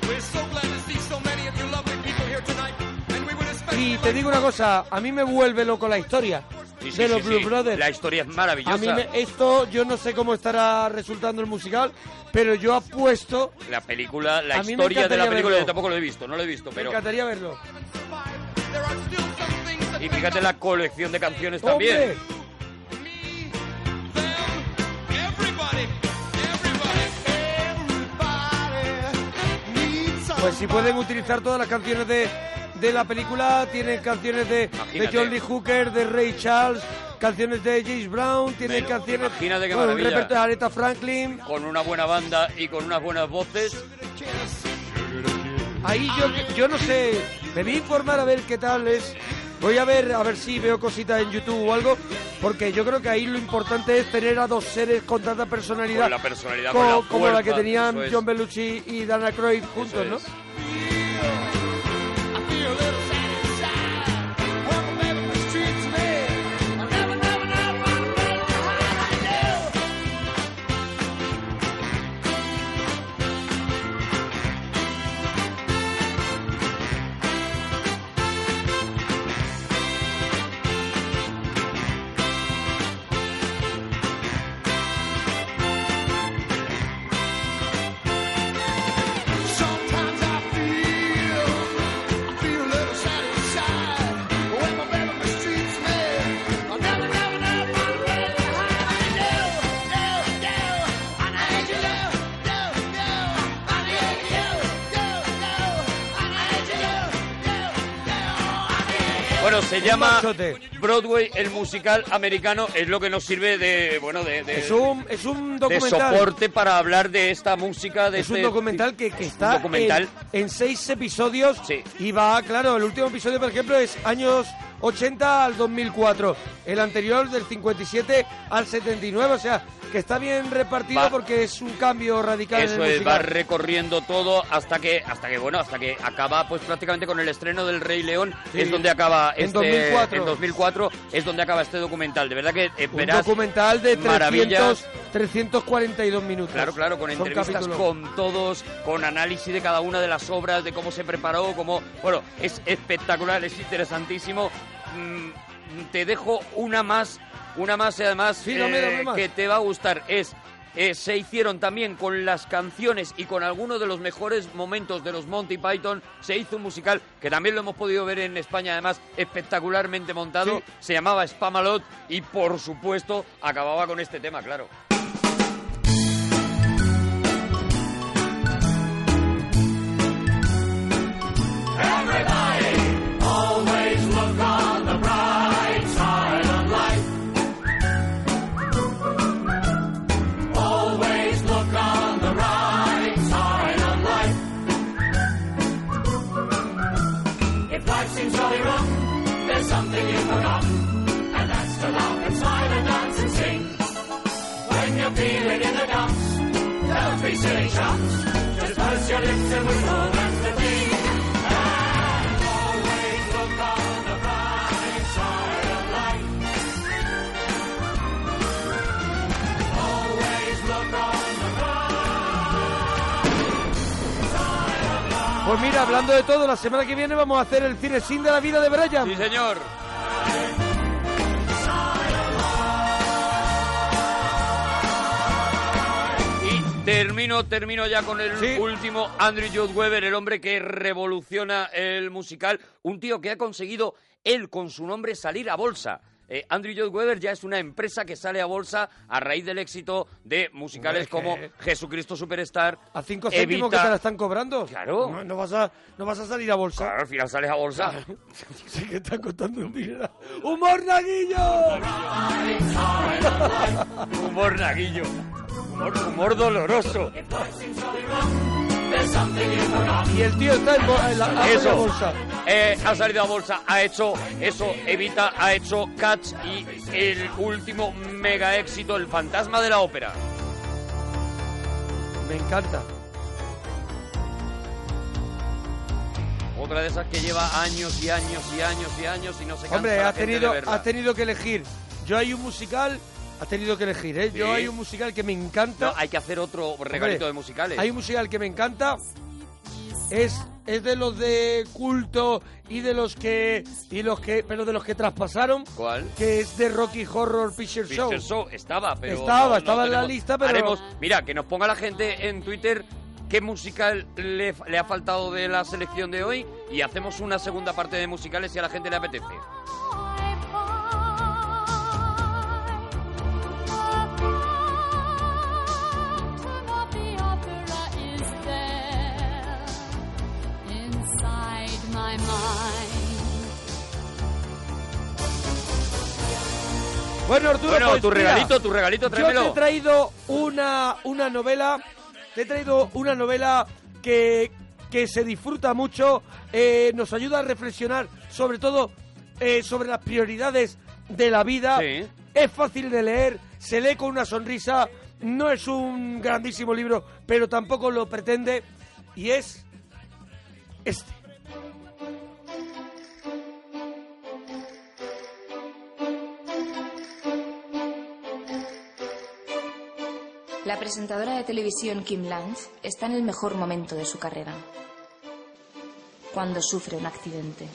Speaker 9: We're so glad to see so many of you lovely people here tonight, and we would especially
Speaker 1: Y te digo una cosa, a mí me vuelve loco la historia
Speaker 2: Sí, sí,
Speaker 1: de
Speaker 2: sí,
Speaker 1: los Blue
Speaker 2: sí.
Speaker 1: Brothers.
Speaker 2: La historia es
Speaker 1: A mí
Speaker 2: maravillosa.
Speaker 1: me- esto, yo no sé cómo estará resultando el musical, pero yo apuesto,
Speaker 2: La película, la
Speaker 1: A mí me
Speaker 2: historia de la
Speaker 1: encantaría
Speaker 2: película,
Speaker 1: verlo.
Speaker 2: yo tampoco lo he visto, no lo he visto,
Speaker 1: me
Speaker 2: pero...
Speaker 1: encantaría verlo.
Speaker 2: Y fíjate la colección de canciones también.
Speaker 1: ¡Hombre! Pues si pueden utilizar todas las canciones de, de la película, tienen canciones de, de
Speaker 2: Imagínate.
Speaker 1: John Lee Hooker, de Ray Charles, canciones de James Brown, tienen
Speaker 2: Pero
Speaker 1: canciones
Speaker 2: imagínate qué
Speaker 1: bueno, un
Speaker 2: maravilla.
Speaker 1: repertorio de Aretha Franklin.
Speaker 2: con una buena banda y con unas buenas voces.
Speaker 1: Ahí yo, yo no sé, me voy a informar a ver qué tal es. Voy a ver, a ver si veo cositas en YouTube o algo, porque yo creo que ahí lo importante es tener a dos seres con tanta personalidad.
Speaker 2: Con la personalidad,
Speaker 1: co-
Speaker 2: con la
Speaker 1: como la
Speaker 2: fuerza,
Speaker 1: que tenían
Speaker 2: eso es.
Speaker 1: John Bellucci y Dana Croyd juntos, ¿no?
Speaker 9: Sometimes I
Speaker 2: Bueno, se llama
Speaker 1: machote.
Speaker 2: Broadway, el musical americano, es lo que nos sirve de, bueno, de, de-
Speaker 1: Es un, es un
Speaker 2: de
Speaker 1: documental.
Speaker 2: soporte para hablar de esta música. De
Speaker 1: es un
Speaker 2: este-
Speaker 1: documental que, que está
Speaker 2: un documental.
Speaker 1: En, en seis episodios y va, claro, el último episodio, por ejemplo, es años 80 al 2004, el anterior del 57 al 79, o sea, que está bien repartido
Speaker 2: Va.
Speaker 1: porque es un cambio radical en
Speaker 2: Eso
Speaker 1: el
Speaker 2: es, va
Speaker 1: musical.
Speaker 2: recorriendo todo hasta que, hasta que, bueno, hasta que acaba pues prácticamente con el estreno del Rey León,
Speaker 1: Sí.
Speaker 2: es donde acaba
Speaker 1: En
Speaker 2: este...
Speaker 1: 2004.
Speaker 2: en 2004 es donde acaba este documental. De verdad que eh,
Speaker 1: un
Speaker 2: verás
Speaker 1: documental de 300,
Speaker 2: maravillas.
Speaker 1: 342 minutos.
Speaker 2: Claro, claro, con
Speaker 1: Son
Speaker 2: entrevistas
Speaker 1: capítulos.
Speaker 2: con todos, con análisis de cada una de las obras, de cómo se preparó, cómo... Bueno, es espectacular, es interesantísimo. Mm, te dejo una más, una más y además eh,
Speaker 1: Sí, dame, dame más.
Speaker 2: que te va a gustar. Es... eh, se hicieron también con las canciones y con algunos de los mejores momentos de los Monty Python. Se hizo un musical que también lo hemos podido ver en España, además espectacularmente montado.
Speaker 1: Sí.
Speaker 2: Se llamaba Spamalot y, por supuesto, acababa con este tema, claro.
Speaker 9: Everybody, always look on the bright side of life. Always look on the right side of life. If life seems jolly rough, there's something you've forgotten, and that's to laugh and smile and dance and sing. When you're feeling in the dumps, don't be silly chumps. Just purse your lips and whistle, that's the thing. And always look on the bright side of life. Always look on the
Speaker 1: Pues mira, hablando de todo, la semana que viene vamos a hacer el cine sin de la vida de Brian.
Speaker 2: Sí, señor. Y termino, termino ya con el último, Andrew Lloyd Webber, el hombre que revoluciona el musical, un tío que ha conseguido él con su nombre salir a bolsa. Eh, Andrew Lloyd Webber ya es una empresa que sale a bolsa a raíz del éxito de musicales
Speaker 1: Hombre,
Speaker 2: como
Speaker 1: es que-
Speaker 2: Jesucristo Superstar.
Speaker 1: A cinco céntimos
Speaker 2: Evita-
Speaker 1: que te la están cobrando.
Speaker 2: Claro.
Speaker 1: No, no vas, a, no vas a salir a bolsa.
Speaker 2: Claro, al final sales a bolsa.
Speaker 1: sí que está contando un dinero. ¡Humor naguillo!
Speaker 2: Humor naguillo. Humor, humor doloroso.
Speaker 1: Y el tío está en, bo- en la, ha salido a
Speaker 2: Eso.
Speaker 1: bolsa.
Speaker 2: Eh, ha salido a bolsa, ha hecho eso, Evita, ha hecho Cats y el último mega éxito, El fantasma de la ópera.
Speaker 1: Me encanta.
Speaker 2: Otra de esas que lleva años y años y años y años y no se cansa
Speaker 1: Hombre,
Speaker 2: la
Speaker 1: has
Speaker 2: gente de
Speaker 1: tenido,
Speaker 2: verla.
Speaker 1: has tenido que elegir. Yo hay un musical, has tenido que elegir, ¿eh? Yo
Speaker 2: Sí.
Speaker 1: hay un musical que me
Speaker 2: No,
Speaker 1: encanta.
Speaker 2: hay que hacer otro regalito
Speaker 1: Hombre,
Speaker 2: de musicales.
Speaker 1: Hay un musical que me encanta. Es, es de los de culto y de los que y los que pero de los que traspasaron.
Speaker 2: ¿Cuál?
Speaker 1: Que es de Rocky Horror Picture Show.
Speaker 2: Mr. Show estaba, pero
Speaker 1: Estaba,
Speaker 2: no- no
Speaker 1: estaba en la
Speaker 2: tenemos.
Speaker 1: lista, pero-
Speaker 2: Haremos- mira, que nos ponga la gente en Twitter qué musical le, le ha faltado de la selección de hoy y hacemos una segunda parte de musicales si a la gente le apetece.
Speaker 6: the opera is there inside my mind.
Speaker 1: Bueno, Arturo,
Speaker 2: Bueno,
Speaker 1: pues,
Speaker 2: tu
Speaker 1: mira,
Speaker 2: regalito, tu regalito,
Speaker 1: Yo te
Speaker 2: tráemelo.
Speaker 1: he traído una, una novela, te he traído una novela que, que se disfruta mucho, eh, nos ayuda a reflexionar sobre todo eh, sobre las prioridades de la vida. Es fácil de leer, se lee con una sonrisa, no es un grandísimo libro, pero tampoco lo pretende, y es este.
Speaker 27: La presentadora de televisión Kim Lanz está en el mejor momento de su carrera. Cuando sufre un accidente.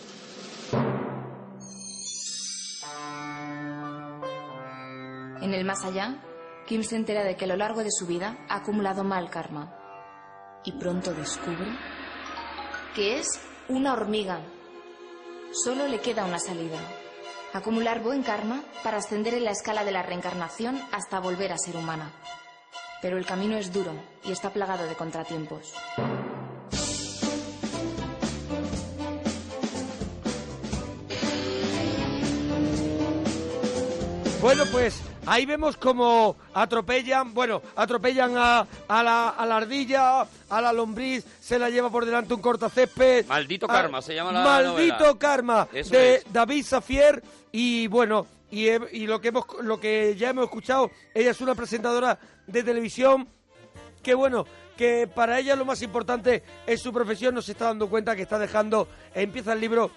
Speaker 27: En el más allá, Kim se entera de que a lo largo de su vida ha acumulado mal karma. Y pronto descubre que es una hormiga. Solo le queda una salida. Acumular buen karma para ascender en la escala de la reencarnación hasta volver a ser humana. Pero el camino es duro y está plagado de contratiempos.
Speaker 1: Bueno, pues ahí vemos como atropellan, bueno, atropellan a, a la, a la ardilla, a la lombriz, se la lleva por delante un cortacésped. Ah,
Speaker 2: Maldito karma, se llama la
Speaker 1: Maldito
Speaker 2: novela.
Speaker 1: karma
Speaker 2: Eso
Speaker 1: de
Speaker 2: es.
Speaker 1: David Safier y bueno, y, he- y lo que hemos lo que ya hemos escuchado, ella es una presentadora de televisión que bueno, que para ella lo más importante es su profesión, no se está dando cuenta que está dejando, empieza el libro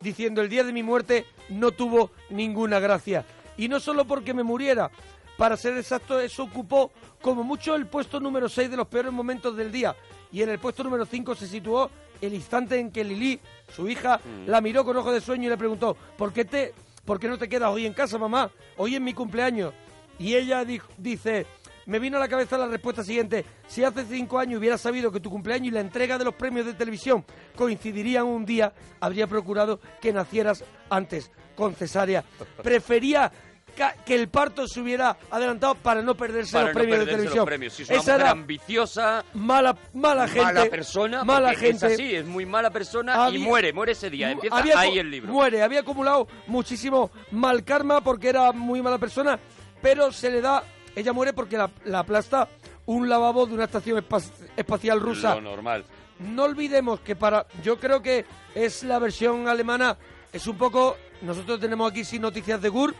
Speaker 1: diciendo el día de mi muerte no tuvo ninguna gracia. Y no solo porque me muriera, para ser exacto, eso ocupó como mucho el puesto número 6 de los peores momentos del día. Y en el puesto número 5 se situó el instante en que Lili, su hija, la miró con ojos de sueño y le preguntó, ¿por qué, te, ¿por qué no te quedas hoy en casa, mamá? Hoy es mi cumpleaños. Y ella dijo- dice, me vino a la cabeza la respuesta siguiente. Si hace cinco años hubiera sabido que tu cumpleaños y la entrega de los premios de televisión coincidirían un día, habría procurado que nacieras antes, con cesárea. Prefería ca- que el parto se hubiera adelantado para no perderse
Speaker 2: Para
Speaker 1: los
Speaker 2: no
Speaker 1: premios de
Speaker 2: perderse los
Speaker 1: televisión.
Speaker 2: premios. Si es una
Speaker 1: Esa
Speaker 2: mujer
Speaker 1: era
Speaker 2: ambiciosa,
Speaker 1: mala, mala gente.
Speaker 2: mala persona,
Speaker 1: Mala
Speaker 2: porque
Speaker 1: gente.
Speaker 2: Es así, es muy mala persona y
Speaker 1: Había-
Speaker 2: muere, muere ese día. Empieza
Speaker 1: Había
Speaker 2: ahí
Speaker 1: acu-
Speaker 2: el libro.
Speaker 1: Muere, había acumulado muchísimo mal karma porque era muy mala persona, pero se le da. Ella muere porque la, la aplasta un lavabo de una estación espa- espacial rusa.
Speaker 2: Lo normal.
Speaker 1: No olvidemos que para. Yo creo que es la versión alemana. Es un poco. Nosotros tenemos aquí sin noticias de Gur,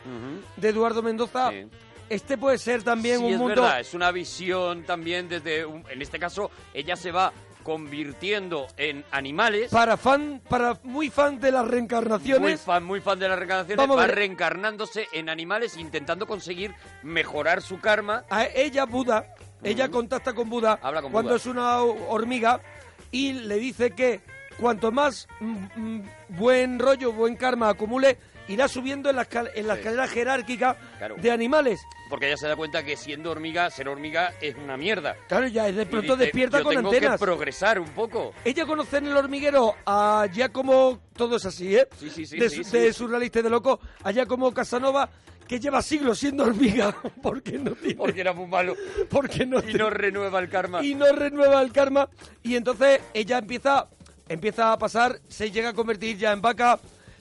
Speaker 1: de Eduardo Mendoza. Este puede ser también
Speaker 2: Sí,
Speaker 1: un
Speaker 2: es
Speaker 1: mundo.
Speaker 2: verdad, es una visión también desde... un- en este caso, ella se va convirtiendo en animales.
Speaker 1: Para fan, para muy fan de las reencarnaciones.
Speaker 2: Muy fan, muy fan de las reencarnaciones.
Speaker 1: Vamos a
Speaker 2: va
Speaker 1: ver.
Speaker 2: reencarnándose en animales intentando conseguir mejorar su karma.
Speaker 1: a ella Buda, ella contacta con Buda
Speaker 2: con
Speaker 1: cuando
Speaker 2: Buda.
Speaker 1: es una ho- hormiga y le dice que cuanto más mm, mm, buen rollo, buen karma acumule, irá subiendo en la, escal- en la
Speaker 2: Sí.
Speaker 1: escalera jerárquica
Speaker 2: Claro.
Speaker 1: de animales.
Speaker 2: Porque ella se da cuenta que siendo hormiga, ser hormiga es una mierda.
Speaker 1: Claro, ya de
Speaker 2: Y
Speaker 1: pronto
Speaker 2: dice,
Speaker 1: despierta
Speaker 2: yo
Speaker 1: con
Speaker 2: tengo
Speaker 1: antenas.
Speaker 2: que progresar un poco.
Speaker 1: Ella conoce en el hormiguero a Giacomo, todo es así, ¿eh?
Speaker 2: Sí, sí, sí,
Speaker 1: de,
Speaker 2: sí,
Speaker 1: su- de
Speaker 2: sí.
Speaker 1: surrealista y de loco, a Giacomo Casanova, que lleva siglos siendo hormiga, porque no tiene...
Speaker 2: Porque era muy malo.
Speaker 1: Porque no
Speaker 2: y no renueva el karma.
Speaker 1: y no renueva el karma. Y entonces ella empieza, empieza a pasar, se llega a convertir ya en vaca,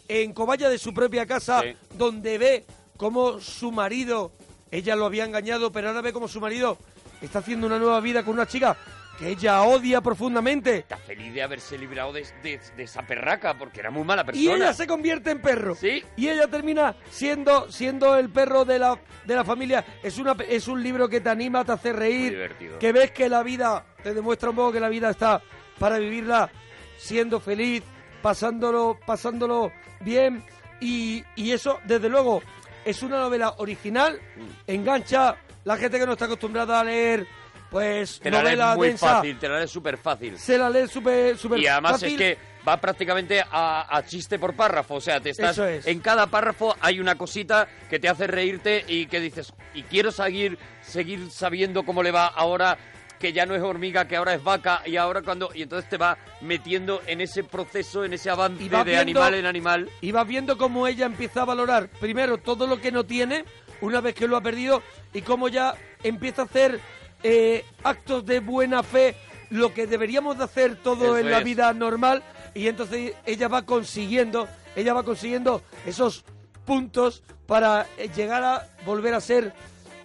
Speaker 1: en cobaya de su propia casa, donde ve cómo su marido, ella lo había engañado, pero ahora ve cómo su marido está haciendo una nueva vida con una chica que ella odia profundamente.
Speaker 2: Feliz de haberse librado de, de- de esa perraca, porque era muy mala
Speaker 1: Y
Speaker 2: persona.
Speaker 1: ella se convierte en perro. Y ella termina siendo, siendo el perro de la, de la familia. Es, una, pe- es un libro que te anima, te hace reír.
Speaker 2: divertido.
Speaker 1: Que ves que la vida, te demuestra un poco que la vida está para vivirla siendo feliz, pasándolo, pasándolo bien. Y, y eso, desde luego, es una novela original,
Speaker 2: Mm.
Speaker 1: engancha la gente que no está acostumbrada a leer, pues,
Speaker 2: Te la lees
Speaker 1: novela
Speaker 2: muy
Speaker 1: densa.
Speaker 2: fácil, te la lees súper fácil.
Speaker 1: Se la lee súper súper
Speaker 2: Y además
Speaker 1: fácil.
Speaker 2: es que va prácticamente a, a chiste por párrafo. O sea, te estás.
Speaker 1: Eso es.
Speaker 2: En cada párrafo hay una cosita que te hace reírte y que dices, y quiero seguir, seguir sabiendo cómo le va ahora que ya no es hormiga, que ahora es vaca, y ahora cuando. Y entonces te va metiendo en ese proceso, en ese avance de
Speaker 1: vas viendo-
Speaker 2: animal en animal.
Speaker 1: Y vas viendo cómo ella empieza a valorar primero todo lo que no tiene una vez que lo ha perdido y cómo ya empieza a hacer eh, actos de buena fe, lo que deberíamos de hacer
Speaker 2: Eso
Speaker 1: todo en la
Speaker 2: es.
Speaker 1: vida normal. Y entonces ella va consiguiendo, ella va consiguiendo esos puntos para eh, llegar a volver a ser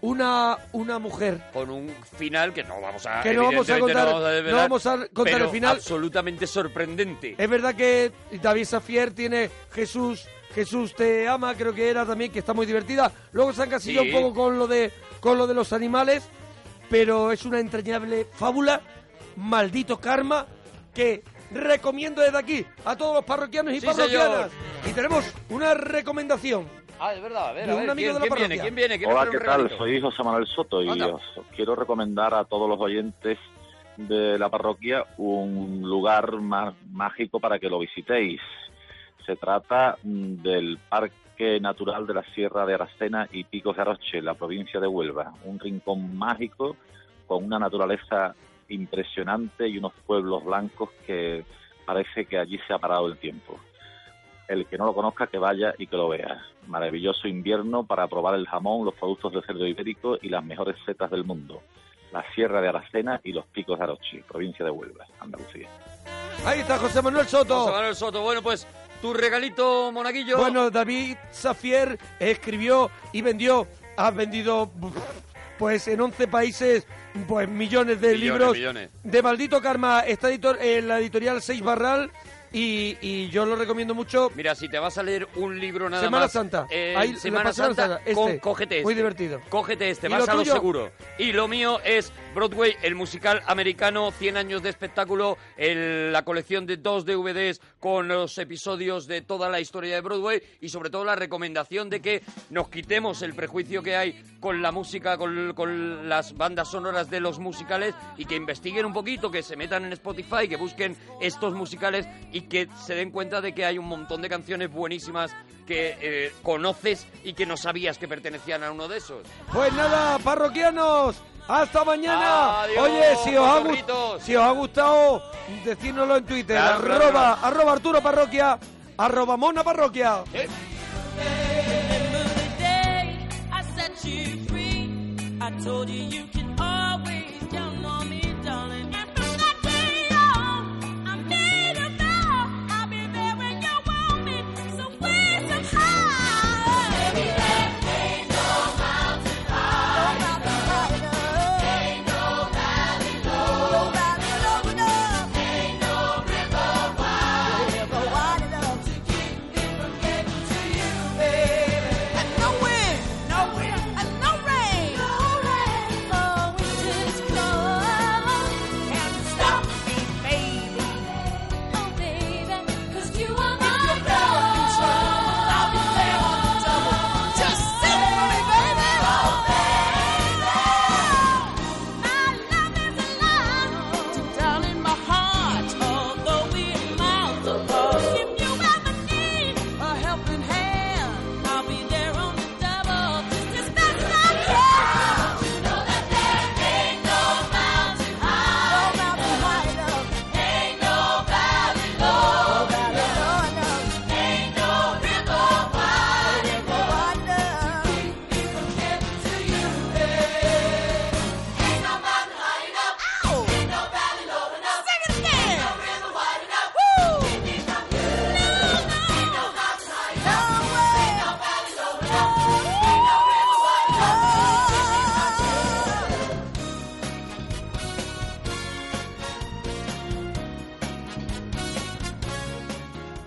Speaker 1: una, una mujer.
Speaker 2: Con un final que no vamos a.
Speaker 1: Que no vamos a
Speaker 2: evidentemente
Speaker 1: contar-
Speaker 2: no vamos a, desvelar,
Speaker 1: no vamos a contar
Speaker 2: pero
Speaker 1: el final.
Speaker 2: Absolutamente sorprendente.
Speaker 1: Es verdad que David Safier tiene Jesús, Jesús te ama, creo que era también, que está muy divertida. Luego se han casillado
Speaker 2: Sí.
Speaker 1: un poco con lo, de, con lo de los animales, pero es una entrañable fábula, maldito karma, que recomiendo desde aquí a todos los parroquianos y
Speaker 2: Sí,
Speaker 1: parroquianas.
Speaker 2: señor.
Speaker 1: Y tenemos una recomendación.
Speaker 2: Ah, es verdad, a ver,
Speaker 1: De
Speaker 2: a
Speaker 1: un
Speaker 2: ver,
Speaker 1: amigo
Speaker 2: ¿quién,
Speaker 1: de
Speaker 2: quién viene?
Speaker 1: la parroquia.
Speaker 2: ¿Quién viene? ¿Quién
Speaker 28: Hola,
Speaker 2: viene?
Speaker 28: ¿qué tal? Soy José Manuel Soto y os quiero recomendar a todos los oyentes de la parroquia un lugar más mágico para que lo visitéis. Se trata mm, del Parque Natural de la Sierra de Aracena y Picos de Aroche, la provincia de Huelva. Un rincón mágico con una naturaleza impresionante y unos pueblos blancos que parece que allí se ha parado el tiempo el que no lo conozca que vaya y que lo vea. Maravilloso invierno para probar el jamón, los productos del cerdo ibérico y las mejores setas del mundo. La Sierra de Aracena y los Picos de Arochi, provincia de Huelva, Andalucía.
Speaker 1: Ahí está José Manuel Soto.
Speaker 2: José Manuel Soto, bueno, pues Tu regalito, monaguillo.
Speaker 1: Bueno, David Safier escribió y vendió, ha vendido pues en 11 países pues millones de
Speaker 2: Millones,
Speaker 1: libros
Speaker 2: millones.
Speaker 1: de Maldito Karma. Está editor, en la editorial 6 Barral y, y yo lo recomiendo mucho.
Speaker 2: Mira, si te vas a leer un libro nada
Speaker 1: Semana
Speaker 2: más.
Speaker 1: Santa.
Speaker 2: eh,
Speaker 1: Ahí, la
Speaker 2: Semana
Speaker 1: Pasada
Speaker 2: Santa.
Speaker 1: Santa,
Speaker 2: con-
Speaker 1: este.
Speaker 2: cógete este.
Speaker 1: Muy divertido.
Speaker 2: Cógete este,
Speaker 1: ¿Y
Speaker 2: vas
Speaker 1: lo
Speaker 2: a lo
Speaker 1: tuyo?
Speaker 2: seguro. Y lo mío es Broadway, el musical americano, 100 años de espectáculo, el- la colección de dos DVDs con los episodios de toda la historia de Broadway y sobre todo la recomendación de que nos quitemos el prejuicio que hay con la música, con, con las bandas sonoras de los musicales y que investiguen un poquito, que se metan en Spotify, que busquen estos musicales y que se den cuenta de que hay un montón de canciones buenísimas que eh, conoces y que no sabías que pertenecían a uno de esos.
Speaker 1: Pues nada, parroquianos, hasta mañana.
Speaker 2: Adiós,
Speaker 1: Oye, si os, ha, gust-
Speaker 2: cotorritos.
Speaker 1: si os ha gustado, decídnoslo en Twitter.
Speaker 2: Claro, claro,
Speaker 1: arroba,
Speaker 2: claro.
Speaker 1: arroba Arturo Parroquia, arroba Mona Parroquia.
Speaker 6: Remember the day I set you free. I told you you can.